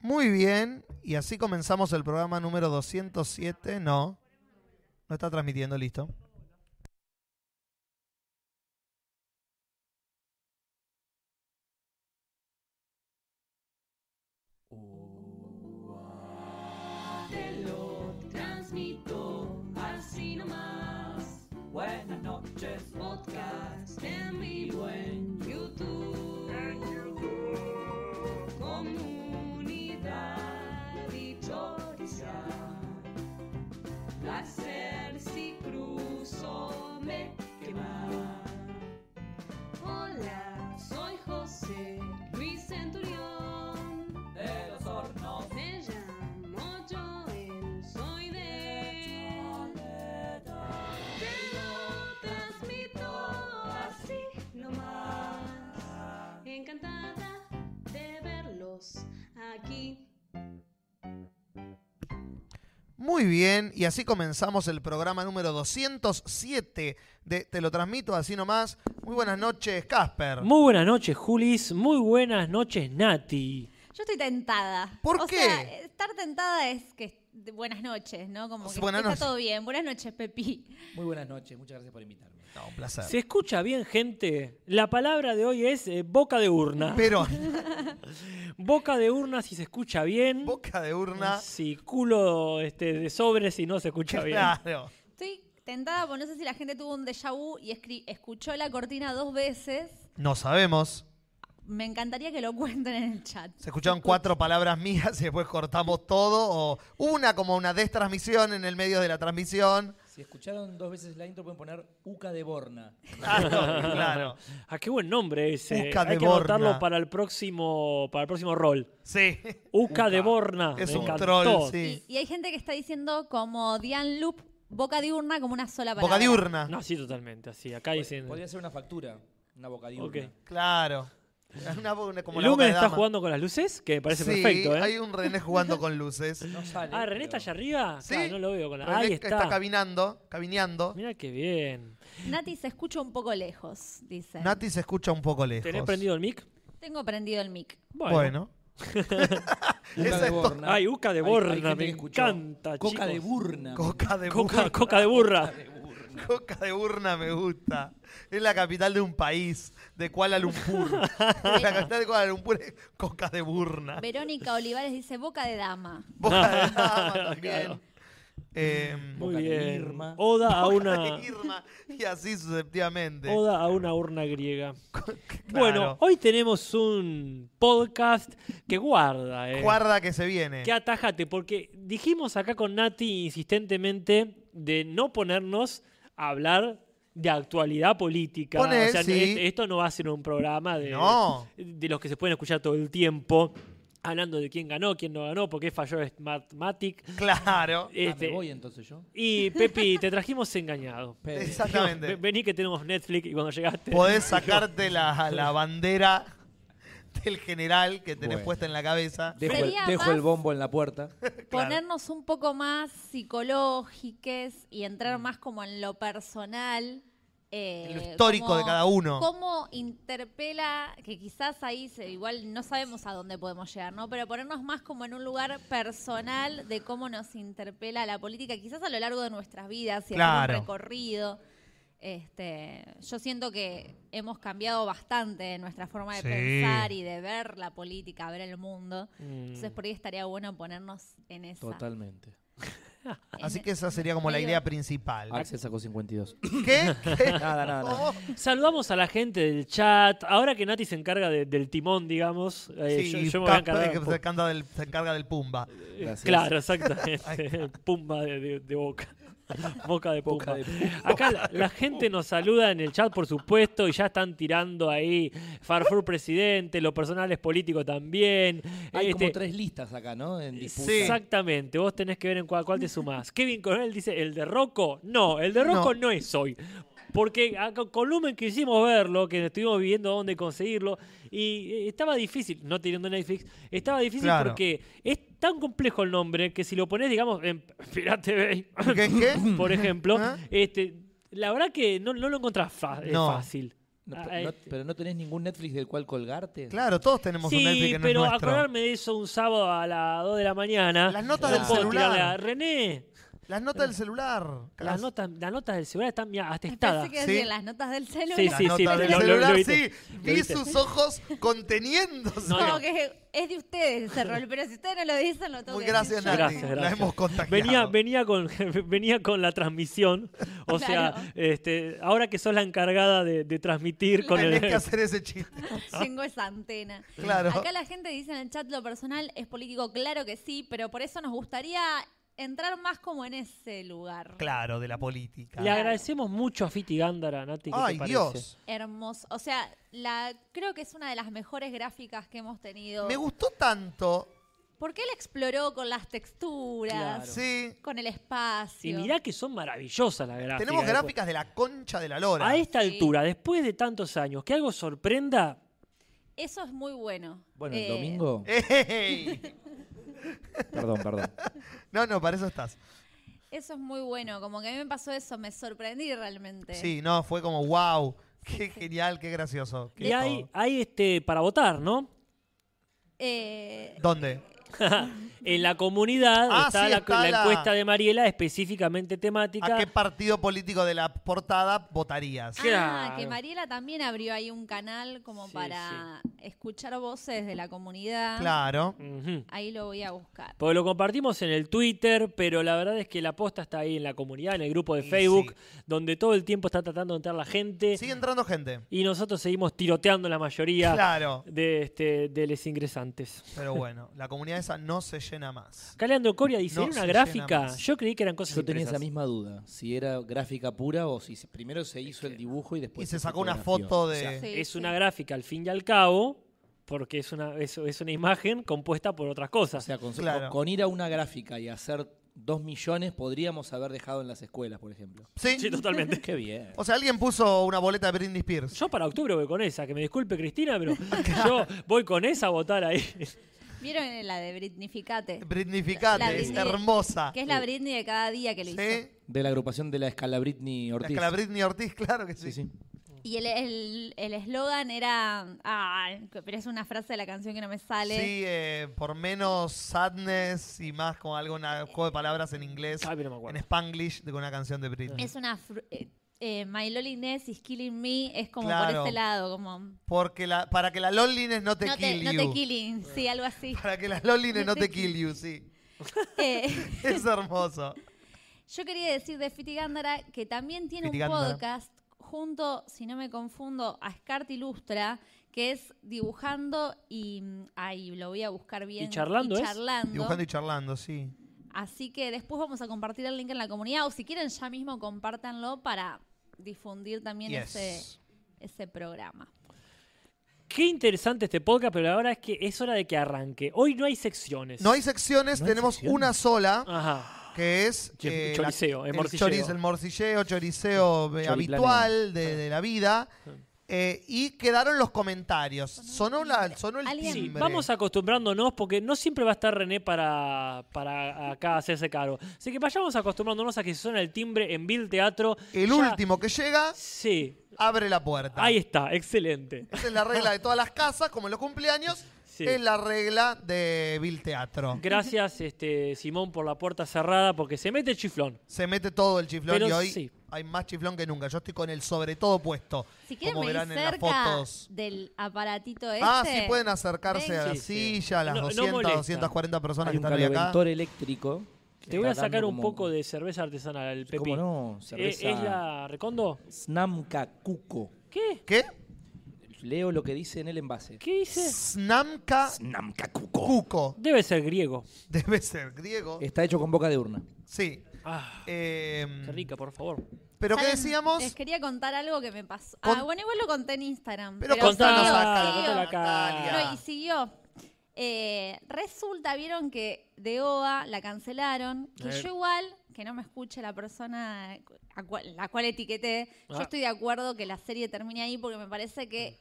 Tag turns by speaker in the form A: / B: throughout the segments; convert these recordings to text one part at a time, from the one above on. A: Muy bien, y así comenzamos el programa número 207. No, no está transmitiendo, listo.
B: Te lo transmito así nomás. Buenas noches, podcast en vivo en YouTube. Comunidad y Placer si cruzo me quema. Hola, soy José Luis Centurión. De los hornos. Me llamo Joel, soy de Te lo transmito así nomás. Encantada de verlos aquí.
A: Muy bien, y así comenzamos el programa número 207 de Te lo transmito así nomás. Muy buenas noches, Casper.
C: Muy buenas noches, Julis. Muy buenas noches, Nati.
D: Yo estoy tentada.
A: ¿Por
D: o
A: qué?
D: Sea, estar tentada es que es de buenas noches, ¿no? Como que
A: Buenas
D: está
A: noches.
D: todo bien. Buenas noches, Pepi.
E: Muy buenas noches, muchas gracias por invitarme.
A: No, un placer.
C: ¿Se escucha bien, gente? La palabra de hoy es eh, boca de urna.
A: Pero
C: Boca de urna si se escucha bien.
A: boca de urna.
C: Si culo este, de sobre si no se escucha bien.
A: Claro.
D: Estoy tentada porque no sé si la gente tuvo un déjà vu y escri- escuchó la cortina dos veces.
A: No sabemos.
D: Me encantaría que lo cuenten en el chat.
A: Se escucharon cuatro palabras mías y después cortamos todo. O una como una destransmisión en el medio de la transmisión.
E: Si escucharon dos veces la intro, pueden poner Uca de Borna.
A: Claro, claro.
C: Ah, qué buen nombre ese.
A: Uca
C: Hay
A: de
C: que anotarlo
A: Borna.
C: para el próximo, para el próximo rol.
A: Sí.
C: Uca, de Borna.
A: Es
C: Me
A: un
C: encantó.
A: troll, sí.
D: Y, y hay gente que está diciendo como Diane Loop, boca diurna, como una sola palabra.
A: Boca diurna.
C: No, sí, totalmente. Así, acá dicen.
E: Podría ser una factura, una bocadilla.
C: Ok.
A: Claro. Es Una, una- como la boca
C: Lumen
A: de
C: está
A: dama.
C: jugando con las luces, que me parece
A: Sí,
C: perfecto, ¿eh?
A: hay un René jugando con luces.
E: No sale.
C: Ah, René está
E: pero-
C: allá arriba.
A: Sí.
C: Claro, Ah, no lo veo con la.
A: René
C: Ahí
A: está. caminando, caminando.
C: Mira qué bien.
D: Nati se escucha un poco lejos, dice.
A: Nati se escucha un poco lejos.
C: ¿Tenés prendido el mic?
D: Tengo prendido el mic.
A: Bueno.
E: Uca
A: Esa
E: de
A: es to-
E: Borna.
C: Ay, Uca de
E: Hay- hay
C: Borna,
E: gente
C: me
E: que escuchó.
C: encanta,
E: Coca
C: chicos.
E: de Burna.
A: Coca de
C: Coca,
A: burna.
C: coca de burra.
E: Ah,
A: Coca de urna me gusta. Es la capital de un país, de Kuala Lumpur. la capital de Kuala Lumpur es Coca de burna.
D: Verónica Olivares dice boca de dama.
A: Boca de dama también.
C: Claro.
A: Em,
C: Muy
E: Boca de
C: bien.
E: Irma.
C: Oda a
A: Boca
C: una
A: de Irma, y así sucesivamente.
C: Ah. oda a una urna griega.
A: Claro.
C: Bueno, hoy tenemos un podcast que guarda, eh.
A: Guarda que se viene.
C: Que atajate, porque dijimos acá con Nati insistentemente de no ponernos a hablar de actualidad política.
A: Poné,
C: o sea,
A: sí.
C: est- esto no va a ser un programa de,
A: No.
C: de los que se pueden escuchar todo el tiempo, hablando de quién ganó, quién no ganó, por qué falló Smartmatic.
A: Claro.
E: Ah,
C: Este,
E: me voy entonces yo.
C: y Pepi, te trajimos engañado.
E: Pero-
A: Exactamente.
C: Eh, Ve- Vení que tenemos Netflix y cuando llegaste.
A: Podés sacarte la, la bandera del general que tenés
E: Bueno.
A: puesta en la cabeza.
E: Dejo, el,
D: Sería
E: dejo
D: más-
E: el bombo en la puerta.
D: ponernos un poco más psicológiques y entrar más como en lo personal. eh,
A: Mm. En lo histórico de cada uno.
D: Cómo interpela, que quizás ahí se- igual no sabemos a dónde podemos llegar, ¿no? Pero ponernos más como en un lugar personal de cómo nos interpela la política, quizás a lo largo de nuestras vidas y hacer
A: Claro.
D: un recorrido. Este, yo siento que hemos cambiado bastante nuestra forma de
A: Sí.
D: pensar y de ver la política, ver el mundo.
C: Mm.
D: Entonces por ahí estaría bueno ponernos en esa.
E: Totalmente.
D: en-
A: Así que esa sería como la
D: medio-
A: idea principal.
C: Ah.
E: Axel sacó 52.
A: ¿Qué? ¿Qué?
E: Nada, nada, nada.
A: ¿Cómo?
C: Saludamos a la gente del chat. Ahora que Nati se encarga de- del timón, digamos, eh,
A: Sí,
C: yo, yo me voy a
A: Casper,
C: encargar.
A: que
C: un
A: se
C: poco.
A: encarga del, se encarga del pumba.
E: Gracias.
C: Claro, exactamente. Pumba de, de- de boca. Boca de
E: Boca
C: pumba.
E: de pumba.
C: Acá la, la gente nos saluda en el chat, por supuesto, y ya están tirando ahí Farfur presidente, los personales políticos también.
E: Hay como
C: Este,
E: tres listas acá, ¿no? En disputa.
A: Sí.
C: Exactamente, vos tenés que ver en cuál, cuál te sumás. Kevin Coronel dice, ¿el de Rocco? No, el de Rocco
A: No.
C: no, es hoy. Porque a co- con Lumen quisimos verlo, que estuvimos viendo dónde conseguirlo, y eh, estaba difícil, no teniendo Netflix, estaba difícil
A: Claro.
C: porque es tan complejo el nombre que si lo pones, digamos, en Pirate Bay,
A: ¿Qué? ¿Qué?
C: por ejemplo,
A: ¿Ah?
C: este, la verdad que no, no lo encontrás fa- eh,
A: No.
C: fácil.
E: No,
C: Ah,
E: pe- no-
C: este.
E: pero no tenés ningún Netflix del cual colgarte.
A: Claro, todos tenemos un Netflix
C: Sí,
A: que no
C: pero
A: es nuestro.
C: acordarme de eso un sábado a las 2 de la mañana.
A: Las notas
C: no
A: del
C: puedo
A: celular.
C: tirarle a- René,
A: Las notas del celular.
C: las notas, las notas del celular están mira, hasta estadas.
D: Pensé que
A: Sí.
D: decían las notas del celular.
C: Sí,
A: Las
C: sí, sí,
A: notas
C: lo-
A: del
C: lo- lo- lo
A: celular,
C: viste.
A: sí.
C: Lo
A: Vi
C: viste.
A: sus ojos conteniéndose.
C: No,
D: Como
C: no.
D: que es de ustedes ese rol, pero si ustedes no lo dicen, lo tengo
A: Muy
D: que
A: gracias,
D: decir yo.
A: Nati.
C: Gracias,
A: La
C: gracias.
A: hemos contagiado.
C: Venía, venía, con, venía con la transmisión. O sea,
D: Claro.
C: este, ahora que sos la encargada de, de transmitir con
A: Tenés
C: el.
A: que hacer ese chiste.
D: Tengo esa antena.
A: Claro.
D: Acá la gente dice en el chat lo personal es político, claro que sí, pero por eso nos gustaría entrar más como en ese lugar.
A: Claro, de la política.
C: Le agradecemos mucho a Fiti Gándara, Nati. ¿qué te
A: Ay,
C: parece?
A: Dios.
D: Hermoso. O sea, la, creo que es una de las mejores gráficas que hemos tenido.
A: Me gustó tanto.
D: Porque él exploró con las texturas,
E: Claro.
A: Sí.
D: con el
C: Y
D: espacio.
C: mirá que son maravillosas las gráficas.
A: Tenemos
C: después.
A: gráficas de la concha de la lora.
C: A esta
D: Sí.
C: altura, después de tantos años, que algo sorprenda.
D: Eso es muy bueno.
E: Bueno, el
D: Eh,
E: domingo.
A: ¡Ey!
E: Perdón, perdón.
A: No, no, para eso estás.
D: Eso es muy bueno. Como que a mí me pasó eso, me sorprendí realmente.
A: Sí, no, fue como wow. Qué genial, qué gracioso. qué
C: Y hay,
A: todo.
C: hay este, para votar, ¿no?
D: Eh,
A: ¿Dónde?
C: En la comunidad
A: Ah,
C: está,
A: sí,
C: la,
A: está
C: la
A: la-
C: encuesta de Mariela específicamente temática.
A: ¿A qué partido político de la portada votarías?
D: Ah,
C: Claro.
D: que Mariela también abrió ahí un canal como
C: Sí,
D: para escuchar voces de la
A: Ah.
D: comunidad.
A: Claro.
C: Ujú.
D: Ahí lo voy a buscar.
C: Porque lo compartimos en el Twitter, pero la verdad es que la posta está ahí en la comunidad, en el grupo de
A: Y
C: Facebook, donde todo el tiempo está tratando de entrar la gente.
A: Sigue entrando gente.
C: Y nosotros seguimos tiroteando la mayoría
A: Claro.
C: de, este, de los ingresantes.
A: Pero bueno, la comunidad esa no se llena más.
C: Acá Leandro Coria dice,
A: No
C: ¿era una
A: se llena
C: gráfica?
A: más.
C: Yo creí que eran cosas
E: Yo tenía esa
C: impresas.
E: misma duda. Si era gráfica pura o si se- primero se hizo el dibujo y después.
A: Y se sacó una
E: fotografió.
A: foto
E: O sea,
A: pues de.
D: Sí,
C: Es
D: sí.
C: una gráfica al fin y al cabo, porque es una, es, es una imagen compuesta por otras
E: O
C: cosas.
E: sea, con,
A: Claro.
E: con ir a una gráfica y hacer dos millones podríamos haber dejado en las escuelas, por ejemplo.
A: Sí.
C: sí, totalmente.
E: Qué bien.
A: O sea, alguien puso una boleta de Britney Spears.
C: Yo para octubre voy con esa, que me disculpe Cristina, pero yo voy con esa a votar ahí.
D: ¿Vieron en la de Britnificate?
A: Britnificate,
D: La
A: es
D: Britney-
A: hermosa.
D: Que es la Britney de cada día que lo hizo.
A: Sí.
E: De la agrupación de la escala Britney
A: La
E: Ortiz.
A: escala Britney Ortiz, claro que sí.
E: Sí, sí.
D: Y el- el el eslogan era. Ah, pero es una frase de la canción que no me sale.
A: Sí, eh, por menos sadness y más con algo, una- juego de palabras en inglés,
C: Ay, pero no me
A: en
C: acuerdo.
A: spanglish, de una canción de Britney.
D: Es una. fr- eh, eh, My Loneliness is Killing Me. Es como
A: Claro.
D: por ese lado, como.
A: Porque la, para que la loneliness no te
D: no,
A: kill
D: te, no
A: you.
D: te killing, sí, algo así.
A: Para que la loneliness
D: No
A: no
D: te
A: te kill you, sí.
D: Eh,
A: Es hermoso.
D: Yo quería decir de Fiti Gándara que también tiene
A: Fiti
D: un
A: Gándara.
D: podcast junto, si no me confundo, a Scart Ilustra, que es dibujando y mm, ahí lo voy a buscar bien.
C: charlando es?
D: charlando.
A: Dibujando y charlando, sí.
D: Así que después vamos a compartir el link en la comunidad o si quieren ya mismo compártanlo para difundir también
A: Yes.
D: ese, ese programa.
C: Qué interesante este podcast, pero la verdad es que es hora de que arranque. Hoy no hay secciones.
A: No hay secciones,
E: No hay
A: tenemos
E: secciones. Ah,
A: una sola.
C: Ajá.
A: que es eh, la-
C: Ch- choriceo, el
A: el,
C: morcilleo. Ah.
A: choriz- el morcilleo, choriceo eh,
E: Choriplaneo.
A: habitual de, de la vida. Eh, y quedaron los comentarios. Sonó, la, sonó el
D: Alguien- Sí,
A: timbre.
C: Vamos acostumbrándonos porque no siempre va a estar René para, para acá hacerse cargo. Así que vayamos acostumbrándonos a que se suena el timbre en Bill Teatro.
A: El
C: Ya-
A: último Ah. que llega
C: Sí,
A: abre la puerta.
C: ahí está, excelente.
A: Esa es la regla de todas las casas, como en los cumpleaños.
C: Sí.
A: Es la regla de Bill Teatro.
C: Gracias, este, Simón, por la puerta cerrada porque se mete el chiflón.
A: Se mete todo el chiflón
C: Pero
A: y hoy
C: sí.
A: hay más chiflón que nunca. Yo estoy con el sobre todo puesto.
D: Si quieren
A: como
D: venir
A: verán en las
D: cerca
A: fotos.
D: del aparatito este.
A: Ah, sí, pueden acercarse a la
C: Sí, sí.
A: silla, a las
C: No- no
A: 200,
C: molesta.
A: 240 personas
E: Hay
A: que
E: un
A: están hoy acá.
E: caloventor eléctrico. que
C: Te voy a
E: está dando
C: sacar un
E: como-
C: poco de cerveza artesanal, el Pepi.
E: ¿Cómo no?
C: Eh,
E: Cerveza.
C: ¿Es la Recondo?
E: Snamka Cuco.
C: ¿Qué?
A: ¿Qué?
E: Leo lo que dice en el envase.
C: ¿Qué dice?
A: Snamka
E: Snamka Cuco.
A: Cuco.
C: Debe ser griego.
A: Debe ser griego.
E: Está hecho con boca de urna.
A: Sí.
C: Ah,
A: Eh,
C: qué rica, por favor.
A: pero que
D: ¿Saben?
A: decíamos.
D: Les quería contar algo que me pasó.
A: Con-
D: ah, bueno, igual lo conté en Instagram.
A: Pero
C: contanos
D: siguió,
C: acá,
D: siguió.
C: contalo acá.
D: No, y siguió. Eh, resulta, vieron que de OA la cancelaron. Que
C: Eh.
D: yo igual, que no me escuche la persona a cual- la cual etiqueté,
C: Ah.
D: yo estoy de acuerdo que la serie termine ahí porque me parece que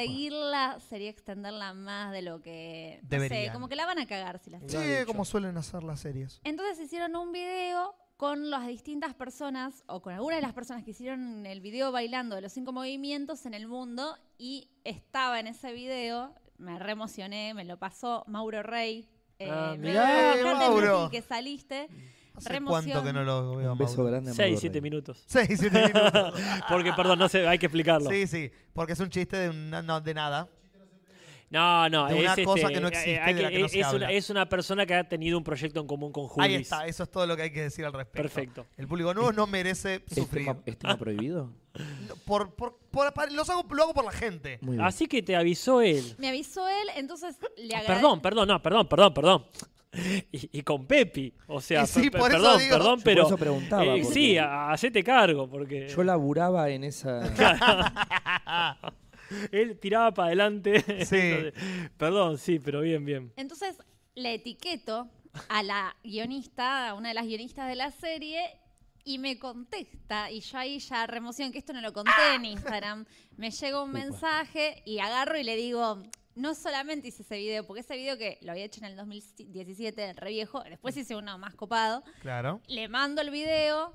D: seguirla sería extenderla más de lo que... no sé,
A: Deberían.
D: como que la van a cagar si la
A: Sí,
C: Lo has dicho.
A: como suelen hacer las series.
D: entonces hicieron un video con las distintas personas o con algunas de las personas que hicieron el video bailando de los cinco movimientos en el mundo y estaba en ese video, me reemocioné, me lo pasó Mauro Rey. Eh,
C: Ah,
D: me
A: mirá,
D: lo dijo Cartel
A: Mauro.
D: Lupi, que saliste.
A: ¿Hace
D: remoción.
A: cuánto que no lo veo,
E: Un beso
A: Mauro?
E: grande a
C: 6,
E: Mauro
C: 7
E: Rey.
C: minutos.
A: Seis, siete minutos.
C: Porque, perdón, no sé, hay que explicarlo.
A: sí, sí, porque es un chiste de, un- no, de nada.
C: No, no,
A: De una
C: es
A: cosa
C: este,
A: que no
C: eh,
A: existe,
C: hay
A: de la que no
C: es,
A: se
C: una,
A: habla.
C: es una persona que ha tenido un proyecto en común con Julis.
A: Ahí está, eso es todo lo que hay que decir al respecto.
C: Perfecto.
A: El público nuevo no merece
F: Este
E: ¿Es
A: sufrir.
E: tema, es tema prohibido?
A: No, Por, por, por- para- los hago, lo hago por la gente.
E: Muy bien.
C: Así que te avisó él.
D: Me avisó él, entonces le
C: Ah,
D: agradezco.
C: Perdón, perdón, no, perdón, perdón, perdón. Y, y con Pepi, o sea,
A: Y sí,
C: per- per-
A: por eso
C: perdón,
A: digo.
C: perdón,
E: Yo
C: pero
E: por eso preguntaba,
C: eh,
E: porque-
C: sí, a- hacete cargo porque
E: Yo laburaba en esa...
C: él tiraba para adelante.
A: Sí.
C: Entonces, perdón, sí, pero bien, bien.
D: Entonces le etiqueto a la guionista, a una de las guionistas de la serie, y me contesta. Y yo ahí ya remoción, que esto no lo conté en Instagram. Me llega un mensaje y agarro y le digo. No solamente hice ese video, porque ese video que lo había hecho en el 2017, re viejo, después hice uno más copado.
A: Claro.
D: Le mando el video,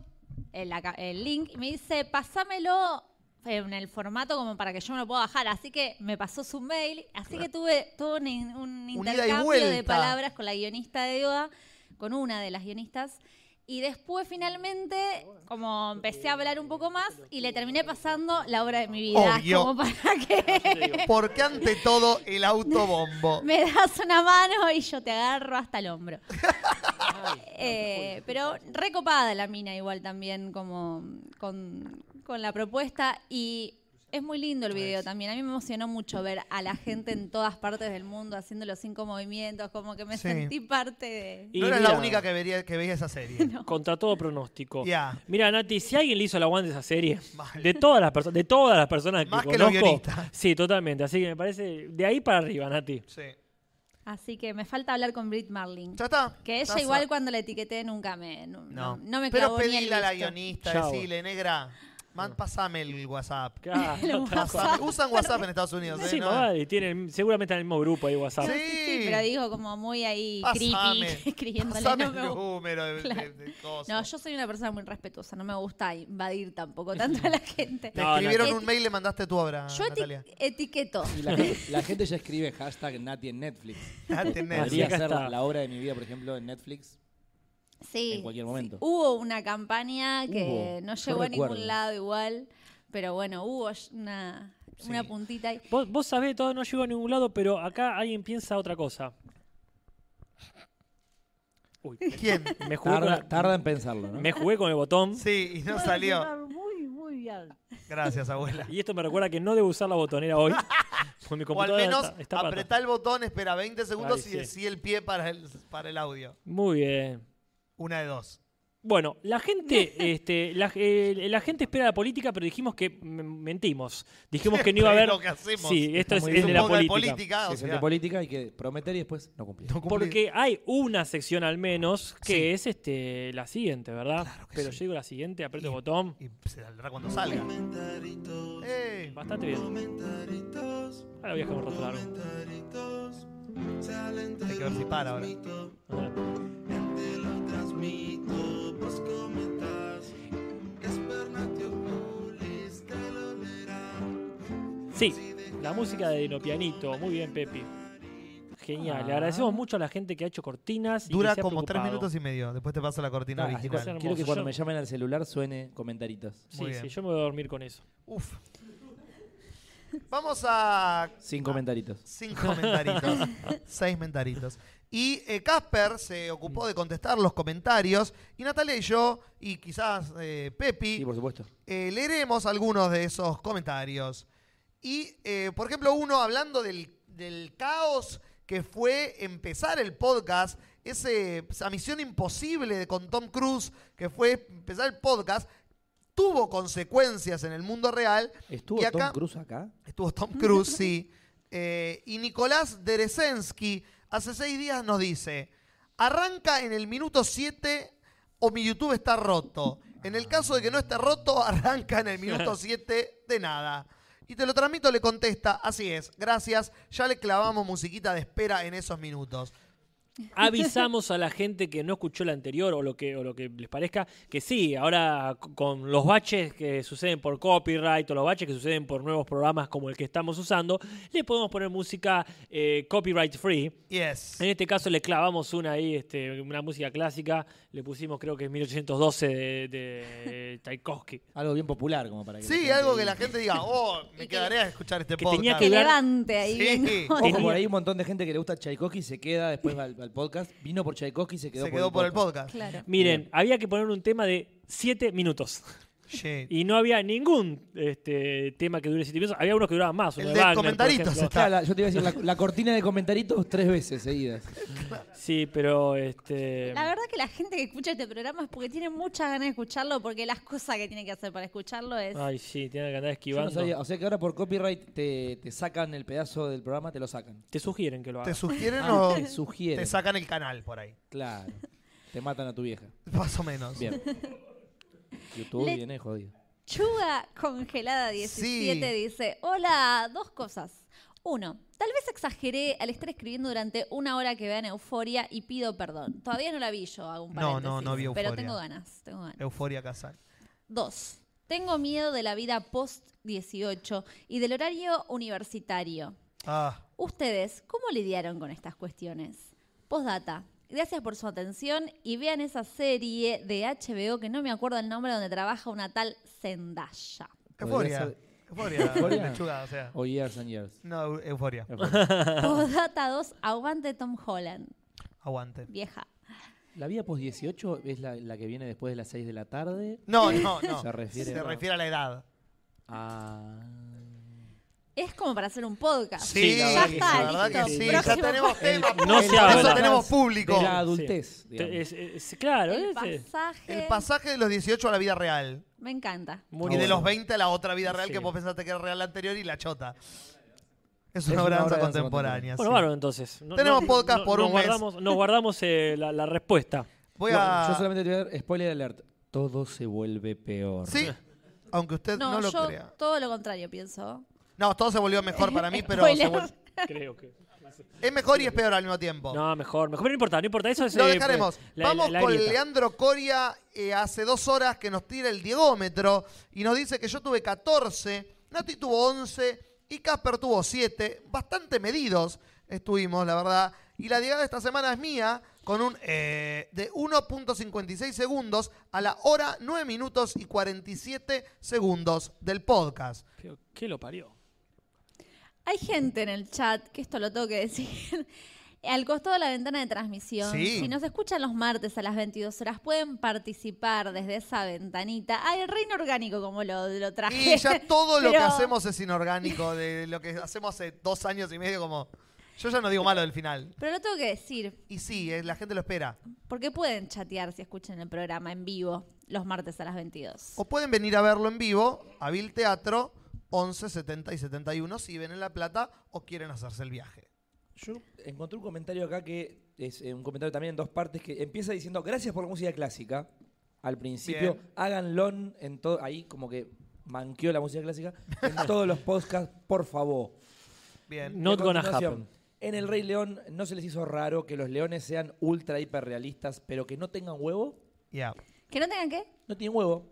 D: el, aca- el link, y me dice, pasámelo en el formato como para que yo me lo pueda bajar. Así que me pasó su mail, así que tuve todo un, in- un
A: Unida y
D: intercambio de
A: vuelta.
D: palabras con la guionista de Yoda, con una de las guionistas. Y después finalmente, como empecé a hablar un poco más, y le terminé pasando la obra de mi vida.
A: Obvio.
D: Como para que
A: Porque ante todo, el autobombo.
D: me das una mano y yo te agarro hasta el hombro. Eh, pero recopada la mina igual también como con, con la propuesta y es muy lindo el video también. A mí me emocionó mucho ver a la gente en todas partes del mundo haciendo los cinco movimientos, como que me
A: Sí.
D: sentí parte de...
C: Y
A: no era la
C: mira,
A: única que, vería, que veía esa serie.
C: Contra todo pronóstico.
A: Ya.
C: Mira, Nati, si alguien le hizo el aguante a esa serie,
A: Mal.
C: de todas las personas, de todas las personas que
A: Más que los
C: conozco,
A: guionistas.
C: sí, totalmente. Así que me parece de ahí para arriba, Nati.
A: Sí.
D: Así que me falta hablar con Brit Marling.
A: Ya está.
D: Que ella
A: Taza.
D: igual cuando la etiqueté nunca me... No,
A: No.
D: no, no me
A: Pero
D: clavó ni el
A: pedile a la
D: visto.
A: guionista,
C: Chao.
A: decile, negra, man, pasame el WhatsApp.
C: Claro.
A: Pasame- Usan WhatsApp en Estados Unidos, ¿eh?
C: Sí,
A: ¿No?
C: vale, tienen, seguramente en el mismo grupo ahí WhatsApp.
D: No, sí, sí,
A: Sí.
D: pero digo como muy ahí
A: Pasame.
D: creepy, escribiéndole.
A: Pasame
D: no, me
A: el
D: gusta.
A: número de, de-
D: Claro.
A: de cosas.
D: No, yo soy una persona muy respetuosa, no me gusta invadir tampoco tanto a la gente.
A: Te
C: No,
A: escribieron
D: no.
A: un mail y le mandaste tu obra,
D: Yo eti-
A: Natalia.
D: etiqueto.
E: Y la, gente- la gente ya escribe hashtag Nati en Netflix.
A: Ah, tenés.
E: Podría
C: acá
E: hacer
C: está.
E: la, la obra de mi vida, por ejemplo, en Netflix.
D: Sí.
E: En cualquier momento.
D: Sí. Hubo una campaña que
E: Hubo,
D: no
E: yo
D: llegó a
E: recuerdo.
D: ningún lado igual, pero bueno, hubo una, una
A: Sí.
D: puntita ahí.
C: Vos, vos sabés, todo no llegó a ningún lado, pero acá alguien piensa otra cosa. Uy,
A: ¿Quién?
C: me jugué,
D: Uh,
C: con,
E: Tarda,
C: la-
E: tarda en pensarlo, ¿no?
C: me jugué con el botón.
A: Sí, y no salió. Gracias, abuela.
C: Y esto me recuerda que no debo usar la botonera hoy. porque mi
A: O al
C: computadora
A: menos
C: está- está pata.
A: apretá el botón, espera 20 segundos
C: Ay,
A: y
C: sí.
A: decí el pie para el, para el audio.
C: Muy bien.
A: Una de dos.
C: Bueno, la gente, este, la, eh, la gente espera la política, pero dijimos que m- mentimos. Dijimos que no iba a
A: Es
C: haber.
A: lo que hacemos.
C: Sí,
E: Está
C: esto es,
E: muy
C: es
E: bien.
C: de
A: un
C: la
A: poco
C: política.
E: Si
A: o
E: es el
A: sea,
E: de política hay que prometer y después no cumplir.
A: no cumplí.
C: Porque hay una sección al menos que
A: Sí.
C: es este, la siguiente, ¿verdad?
A: que
C: pero
A: sí.
C: yo digo la siguiente, aprieto
A: Y-
C: el botón.
A: Y se saldrá cuando salga. Eh,
C: Bastante bien. Ahora viajamos un rato largo.
A: hay que ver si para ahora.
C: Ah, Sí, la música de Dino Pianito. Muy bien, Pepi. Genial. Le
E: Ah.
C: agradecemos mucho a la gente que ha hecho cortinas. Y
A: Dura
C: que se ha
A: como tres
C: preocupado.
A: minutos y medio. Después te paso la cortina
E: Ah,
A: original.
E: Quiero que
C: hermoso.
E: cuando
C: Yo-
E: me llamen al celular suene comentaritos.
A: Muy
C: Sí, sí,
A: bien.
C: yo me voy a dormir con eso.
A: Uf. Vamos a
E: Sin comentaritos.
A: cinco mentaritos. seis mentaritos. Y eh, Casper se ocupó de contestar los comentarios. Y Natalia y yo, y quizás eh, Pepi,
E: Sí, por supuesto.
A: eh, leeremos algunos de esos comentarios. Y, eh, por ejemplo, uno hablando del, del caos que fue empezar el podcast, ese, esa misión imposible con Tom Cruise, que fue empezar el podcast, tuvo consecuencias en el mundo real.
E: ¿Estuvo
A: Y acá-
E: Tom Cruise acá?
A: Estuvo Tom Cruise, sí. Eh, y Nicolás Derezensky hace seis días nos dice, arranca en el minuto 7 o mi YouTube está roto. En el caso de que no esté roto, arranca en el minuto 7 de nada. Y te lo transmito, le contesta, así es, gracias, ya le clavamos musiquita de espera en esos minutos.
C: avisamos a la gente que no escuchó la anterior o lo que, o lo que les parezca, que sí, ahora c- con los baches que suceden por copyright o los baches que suceden por nuevos programas como el que estamos usando, le podemos poner música eh, copyright free.
A: Yes.
C: En este caso le clavamos una ahí, este, una música clásica, le pusimos creo que es 1812 de, de Tchaikovsky.
F: Algo bien popular, como para que. la
A: Sí,
F: gente-
A: algo que la gente diga, oh, me
D: que-
A: quedaré a escuchar este
C: que
A: podcast.
E: Ah.
C: tenía
D: Que
C: Claro.
D: levante ahí.
A: Sí.
D: viendo.
F: Ojo,
C: Tenía-
F: por ahí un montón de gente que le gusta Tchaikovsky y se queda después va al, al podcast. Vino por Tchaikovsky y se quedó,
A: Se quedó por el podcast.
D: Claro.
C: Miren, había que poner un tema de 7 minutos.
A: Shit.
C: Y no había ningún este, tema que dure 7 minutos. Había unos que duraban más. uno
A: El de
C: de Wagner, por
A: comentaritos
C: ejemplo.
A: está.
F: Claro, la- yo te iba a decir la, la cortina de comentaritos tres veces seguidas.
C: Sí, pero
E: Em.
C: este.
D: La verdad que la gente que escucha este programa es porque tiene muchas ganas de escucharlo, porque las cosas que tiene que hacer para escucharlo es...
C: Ay, sí, tiene que andar
F: Yo no
C: esquivando.
F: sabía, o sea que ahora por copyright te, te sacan el pedazo del programa, te lo sacan.
C: Te sugieren que lo
A: ¿Te
C: hagas.
A: sugieren
F: Ah,
A: o
F: te sugieren.
A: te sacan el canal por ahí?
F: Claro. Te matan a tu vieja.
A: Más o menos.
F: Bien. YouTube
D: Le-
F: viene jodido.
D: Chuga congelada 17
A: Sí.
D: dice, hola, dos cosas. Uno, tal vez exageré al estar escribiendo durante una hora que vean Euforia y pido perdón. Todavía no la vi yo, hago un
A: No, no,
D: paréntesis,
A: no vi
D: Pero
A: Euphoria.
D: tengo ganas, tengo ganas.
A: Euforia Casal.
D: Dos, tengo miedo de la vida post-18 y del horario universitario.
A: Ah,
D: ¿Ustedes cómo lidiaron con estas cuestiones? Postdata. Gracias por su atención y vean esa serie de HBO que no me acuerdo el nombre donde trabaja una tal Zendaya.
A: Euforia.
F: Podría ser-
A: Euforia.
F: ¿Euforia?
A: lechuga, o sea.
F: O years and years.
A: No, eu- euforia.
D: Postdata 2, aguante Tom Holland,
A: Aguante.
D: vieja.
F: La vida post 18 es la, la que viene después de las 6 de la tarde.
A: No, no, no.
F: Se refiere-
A: Se refiere a la edad.
F: Ah.
D: Es como para hacer un podcast.
A: Sí,
C: la verdad
D: ya
C: que sí,
D: está,
A: la verdad
D: listo.
A: que sí. Ya
D: Próximo
A: tenemos temas.
C: No
A: por
C: se
A: eso
C: habla.
A: tenemos público.
F: De la adultez.
C: Te-
F: digamos.
C: es- es- claro,
D: el
C: es-
D: pasaje.
A: El pasaje de los 18 a la vida real.
D: me encanta.
A: y
C: muy
A: de
C: bueno.
A: los 20 a la otra vida real
C: Sí.
A: que vos pensaste que era real la anterior y la chota. Es
F: una
A: una obra de danza
F: obra de danza
A: contemporánea.
C: Bueno,
A: sí.
C: bárbaro, entonces. No-
A: Tenemos
C: no-
A: podcast
C: no-
A: por
C: nos
A: un mes.
C: guardamos, Nos guardamos eh, la, la respuesta.
A: Voy
F: No,
A: a.
F: Yo solamente te voy a dar spoiler alert. Todo se vuelve peor.
A: Sí, aunque usted no,
D: No,
A: lo
D: yo
A: crea.
D: todo lo contrario pienso.
A: No, todo se volvió mejor para mí, pero se
D: Spoiler.
A: vol-
C: Creo que.
A: es mejor y es peor al mismo tiempo.
C: No, mejor, mejor. Pero no importa, no importa. Eso es.
A: lo
C: eh,
A: dejaremos.
C: la- la-
A: Vamos
C: la
A: con
C: grieta.
A: Leandro Coria eh, hace dos horas que nos tira el diegómetro y nos dice que yo tuve 14, Nati tuvo 11 y Casper tuvo 7. Bastante medidos estuvimos, la verdad. Y la llegada de esta semana es mía con un eh, de 1.56 segundos a la hora 9 minutos y 47 segundos del podcast.
C: Pero, ¿Qué lo parió?
D: Hay gente en el chat, que esto lo tengo que decir, al costado de la ventana de transmisión.
A: Sí.
D: Si nos escuchan los martes a las 22 horas, pueden participar desde esa ventanita. Ay, re inorgánico como lo, lo traje.
A: Y ya todo lo que
D: Pero
A: hacemos es inorgánico, de lo que hacemos hace dos años y medio, como. Yo ya no digo malo del final.
D: Pero lo tengo que decir,
A: Y sí, eh, la gente lo espera.
D: porque pueden chatear si escuchan el programa en vivo los martes a las 22.
A: O pueden venir a verlo en vivo a Vil Teatro 11, 70 y 71 si ven en La Plata o quieren hacerse el viaje.
F: Yo encontré un comentario acá que es eh, un comentario también en dos partes que empieza diciendo gracias por la música clásica. Al principio,
A: Bien.
F: háganlo en todo. Ahí como que manqueó la música clásica. En todos los podcasts, por favor.
A: Bien.
C: Not
F: A
C: gonna
F: continuación,
C: happen.
F: En El Rey León no se les hizo raro que los leones sean ultra hiperrealistas, pero que no tengan huevo.
A: Ya.
D: ¿Que no tengan qué?
F: No tienen huevo.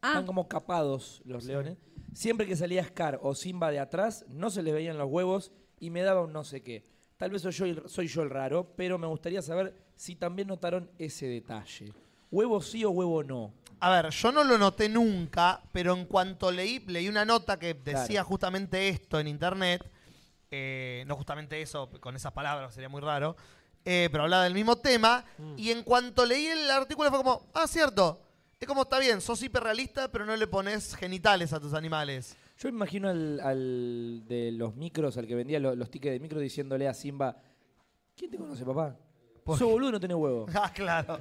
D: Ah.
F: Están como capados los leones. Siempre que salía Scar o Simba de atrás, no se les veían los huevos y me daba un no sé qué. Tal vez soy yo, el- soy yo el raro, pero me gustaría saber si también notaron ese detalle. ¿Huevo sí o huevo no?
A: A ver, yo no lo noté nunca, pero en cuanto leí, leí una nota que decía
F: Claro.
A: justamente esto en internet. eh, no justamente eso, con esas palabras, sería muy raro. eh, pero hablaba del mismo tema. Y en cuanto leí el artículo fue como, ah, cierto. Es como, está bien, sos hiperrealista, pero no le pones genitales a tus animales.
F: Yo imagino al, al de los micros, al que vendía lo- los tickets de micro, diciéndole a Simba, ¿quién te conoce, papá?
A: Por-
F: Sos boludo, no tenés huevo.
A: ah, claro.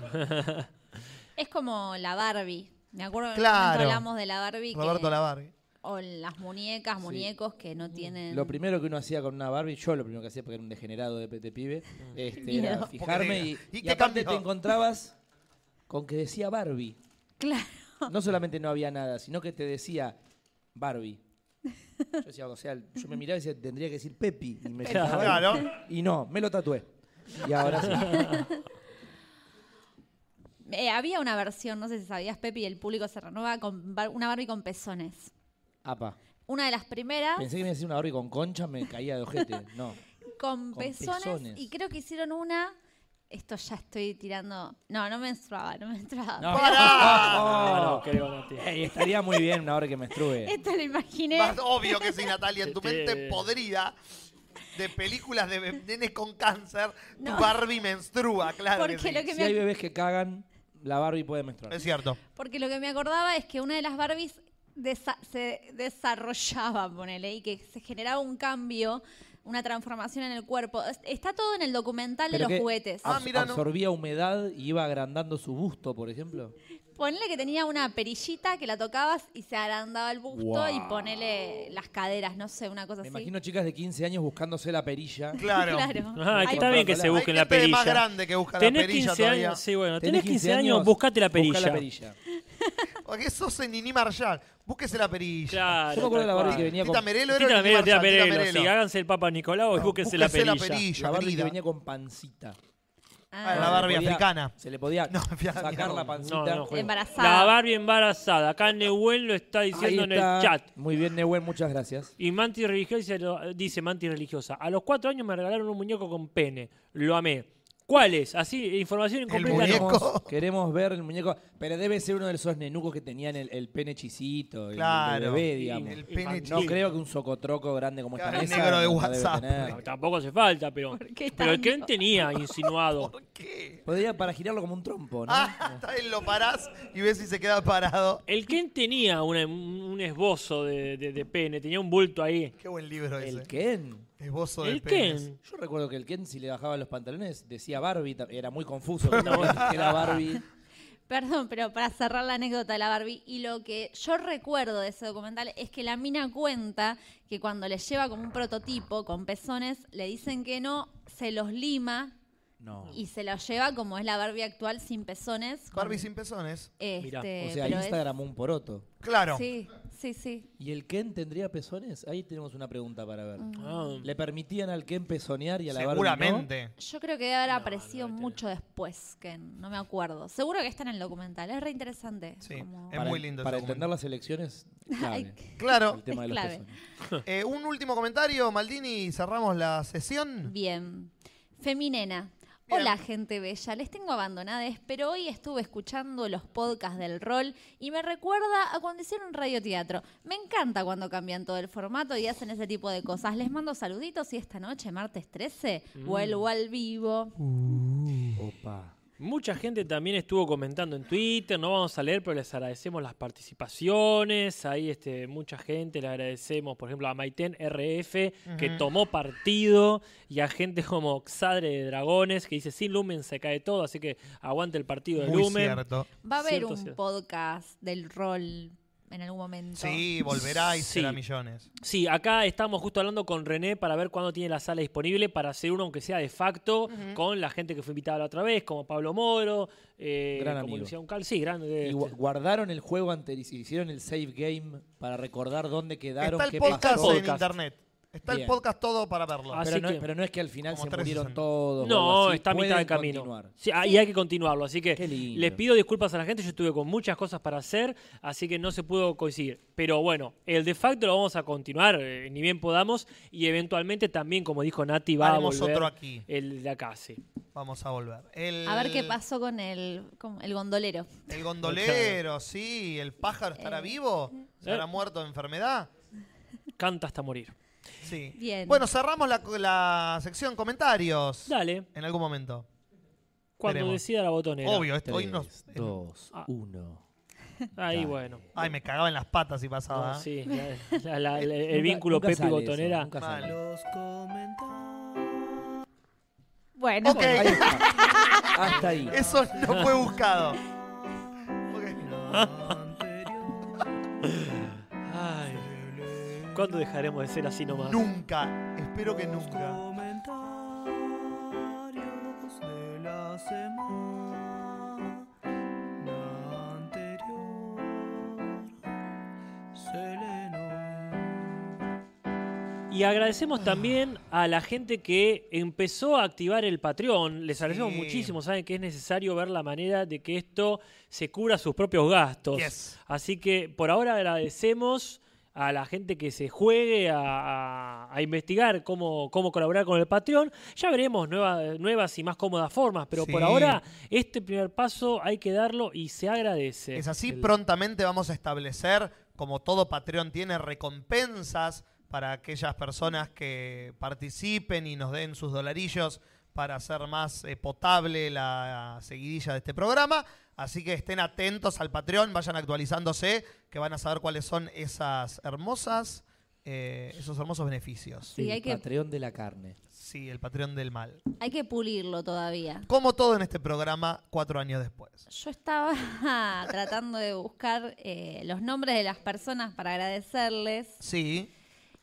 D: Es como la Barbie. Me acuerdo que
A: Claro.
D: hablamos de la Barbie. que-
A: Roberto Lavarri.
D: O las muñecas, muñecos que no tienen...
F: Mm. Lo primero que uno hacía con una Barbie, yo lo primero que hacía porque era un degenerado de, de pibe, este,
D: Miedo.
F: era fijarme y,
A: Mm. ¿Y
F: y
A: qué
F: aparte
A: cambió?
F: te encontrabas con que decía Barbie.
D: Claro.
F: No solamente no había nada, sino que te decía Barbie. Yo decía, o sea, yo me miraba y decía, tendría que decir Pepi. Y me decía,
A: Claro.
F: Barbie. Y no, me lo tatué. Y ahora sí.
D: Eh, había una versión, no sé si sabías, Pepi, el público se renueva con bar- una Barbie con pezones.
F: Apa.
D: Una de las primeras
F: Pensé que me iba a decir una Barbie con concha, me caía de ojete. No.
D: con,
F: con
D: pezones,
F: pezones.
D: y creo que hicieron una. Esto ya estoy tirando. No, no menstruaba, no menstruaba.
F: No.
C: No,
F: ¡Pará!
C: Ah, no, creo, Nati.
F: Ey, estaría muy bien una hora que me estruve.
D: Esto lo imaginé.
A: Más obvio que sí, Natalia, en tu
C: Sí.
A: mente podrida de películas de be- nenes con cáncer,
D: No.
A: tu Barbie menstrua, claro. que
D: Porque
A: sí.
D: lo que
F: Si
D: me
F: hay bebés que cagan, la Barbie puede menstruar.
A: Es cierto.
D: Porque lo que me acordaba es que una de las Barbies desa- se desarrollaba, ponele, y que se generaba un cambio, una transformación en el cuerpo. Es- Está todo en el documental de
F: Pero
D: los
F: que
D: juguetes.
A: Ah,
F: abs-
A: mira, no.
F: absorbía humedad y iba agrandando su busto, por ejemplo.
D: Ponele que tenía una perillita que la tocabas y se agrandaba el busto
F: Wow.
D: y ponele las caderas, no sé, una cosa
F: Me
D: así.
F: imagino chicas de 15 años buscándose la perilla.
A: Claro.
C: Ah, que
D: Hay-
C: está bien que se
F: Hay
A: Hay
C: busquen la
A: gente
C: perilla.
A: más grande que busca la
C: Tenés
A: perilla
C: 15
A: todavía.
C: años, sí, bueno, tenés 15 años, buscate la
F: buscá
C: perilla.
A: Porque sos en Nini Marshall. Búsquese la perilla.
C: Claro.
F: Yo me acuerdo de la
C: tal
F: Barbie que
C: cual.
F: venía con,
A: Tita Merelo era
C: Tita
A: Nini
C: Merelo, tira
A: Marshall, Tita
C: Merelo.
A: Merelo.
C: Sí, háganse el Papa Nicolau y
A: No,
C: búsquense la
A: búsquese
C: perilla.
A: la perilla.
F: la Barbie que
A: querida.
F: venía con pancita.
A: Ah, la
F: Se
D: Ah,
F: le
A: Barbie
F: podía-
A: africana.
F: Se le podía
A: No, africana,
F: sacar
A: mierda.
F: la pancita.
C: No, no,
D: Em,
C: juego.
D: embarazada.
C: La Barbie embarazada. Acá Nehuen lo está diciendo en el chat.
F: Muy bien, Nehuen, muchas gracias.
C: Y Manti religiosa lo- dice Manti religiosa. A los cuatro años me regalaron un muñeco con pene. Lo amé. ¿Cuál es? Así, información incompleta. no.
A: muñeco.
F: Queremos, queremos ver el muñeco. Pero debe ser uno de esos nenucos que tenían el, el pene hechicito, el,
A: Claro.
F: el bebé, digamos.
A: El pene
C: Infantil.
F: No creo que un socotroco grande como
A: Claro,
F: esta
A: el
F: mesa.
A: negro de
F: no debe
A: WhatsApp.
F: tener.
C: No, Tampoco hace falta, pero.
D: ¿Por qué
C: Pero ¿quién
D: tanto?
C: tenía insinuado?
A: ¿Por qué?
F: Podría para girarlo como un trompo, ¿no?
A: Ah, hasta él lo parás y ves si se queda parado.
C: El Ken tenía una- un esbozo de, de- de pene, tenía un bulto ahí.
A: Qué buen libro ese.
F: El Ken.
A: Esbozo de
C: El
A: penes.
C: Ken.
F: Yo recuerdo que el Ken, si le bajaba los pantalones, decía Barbie. ta- Era muy confuso. ¿no? era Barbie.
D: Perdón, pero para cerrar la anécdota de la Barbie, y lo que yo recuerdo de ese documental es que la mina cuenta que cuando le lleva como un prototipo con pezones, le dicen que no, se los lima
F: No.
D: y se los lleva como es la Barbie actual sin pezones. con-
A: Barbie sin pezones.
D: Este,
C: Mirá,
F: O sea,
D: pero es-
F: Instagram un poroto.
A: Claro.
D: Sí, sí, sí.
F: ¿Y el Ken tendría pezones? Ahí tenemos una pregunta para ver.
C: Ah,
D: Mm.
F: ¿Le permitían al Ken pezonear y a la Barbie no?
A: Seguramente.
D: Yo creo que debe haber aparecido mucho después, que no me acuerdo. Seguro que está en el documental, es re interesante.
A: Sí.
D: como-
A: Es
F: Para-
A: muy lindo
F: Para
A: ese
F: entender las elecciones, clave.
D: Ay,
A: Claro.
F: el tema de
D: Es
F: los
D: clave.
F: pezones.
A: Eh, un último comentario, Maldini, y cerramos la sesión.
D: Bien. Feminena.
A: Bien.
D: Hola gente bella, les tengo abandonades, pero hoy estuve escuchando los podcasts del rol y me recuerda a cuando hicieron radioteatro. Me encanta cuando cambian todo el formato y hacen ese tipo de cosas. Les mando saluditos y esta noche, martes 13, vuelvo al vivo.
F: Opa.
C: Mucha gente también estuvo comentando en Twitter, no vamos a leer, pero les agradecemos las participaciones. Ahí este, mucha gente, le agradecemos, por ejemplo, a Maiten RF, que tomó partido, y a gente como Xadre de Dragones, que dice, sin Lumen se cae todo, así que aguante el partido de
A: Muy
C: Lumen.
A: cierto.
D: Va a haber
C: Cierto,
D: un
C: cierto.
D: podcast del rol en algún momento.
A: Sí, volverá y
C: Sí.
A: será millones.
C: Sí, acá estamos justo hablando con René para ver cuándo tiene la sala disponible para hacer uno, aunque sea de facto, con la gente que fue invitada la otra vez, como Pablo Moro, eh,
F: Gran
C: como
F: amigo.
C: Luciano Uncal. Sí, gran, eh,
F: Y gua- guardaron el juego anterior, hicieron el save game para recordar dónde quedaron,
A: Está el
F: qué
A: podcast
F: pasó.
A: en
C: Podcast.
A: internet. Está el
F: Bien.
A: podcast todo para verlo.
C: Ah,
F: Pero
C: Así
F: no,
C: que-
F: pero no es que al final
A: Como
F: se
A: 360.
F: murieron todos. o algo
C: No,
F: así.
C: está a mitad
F: Pueden
C: de camino.
F: continuar.
C: Sí, ah, y hay que continuarlo. Así que
F: Qué lindo.
C: les pido disculpas a la gente. Yo estuve con muchas cosas para hacer, así que no se pudo coincidir. Pero bueno, el de facto lo vamos a continuar, eh, ni bien podamos. Y eventualmente también, como dijo Nati, va
A: Haremos
C: a volver
A: otro aquí.
C: el de acá, sí.
A: Vamos a volver. El-
D: A ver qué pasó con el, con el gondolero.
A: El gondolero, sí. El pájaro estará vivo. ¿Se
C: Eh.
A: habrá muerto de enfermedad?
C: Canta hasta morir.
A: Sí.
D: Bien.
A: Bueno, cerramos la, la sección comentarios.
C: Dale,
A: En algún momento.
C: cuando
A: Veremos.
C: decida la botonera.
A: Obvio, esto hoy
F: Tres,
A: nos.
F: dos,
C: Ah.
F: uno.
C: Ahí
F: Dale.
C: bueno.
A: Ay, me cagaba en las patas y
C: No,
A: pasaba. ¿eh?
C: sí, la- la- la- el
F: Nunca-
C: vínculo
F: nunca sale eso,
C: Pepe-Botonera.
F: nunca sale.
A: Mal.
D: Bueno,
A: Ok,
F: Ahí está. Hasta ahí.
A: eso no fue buscado. Ok.
C: Ay, ¿Cuándo dejaremos de ser así nomás?
A: Nunca, espero que nunca.
C: Y Y agradecemos también a la gente que empezó a activar el Patreon. Les agradecemos
A: Sí.
C: muchísimo. Saben que es necesario ver la manera de que esto se cubra sus propios gastos.
A: Yes.
C: Así que por ahora agradecemos a la gente que se juegue a, a- a investigar cómo, cómo colaborar con el Patreon. Ya veremos nueva- nuevas y más cómodas formas, pero por
A: Sí.
C: ahora este primer paso hay que darlo y se agradece.
A: Es así,
C: El-
A: prontamente vamos a establecer, como todo Patreon tiene, recompensas para aquellas personas que participen y nos den sus dolarillos para hacer más eh, potable la seguidilla de este programa. Así que estén atentos al Patreon, vayan actualizándose, que van a saber cuáles son esas hermosas, eh, esos hermosos beneficios.
D: Sí,
E: el
D: hay que-
E: Patreon de la carne.
A: Sí, el Patreon del mal.
D: Hay que pulirlo todavía.
A: Como todo en este programa, cuatro años después.
D: Yo estaba tratando de buscar eh, los nombres de las personas para agradecerles.
A: Sí,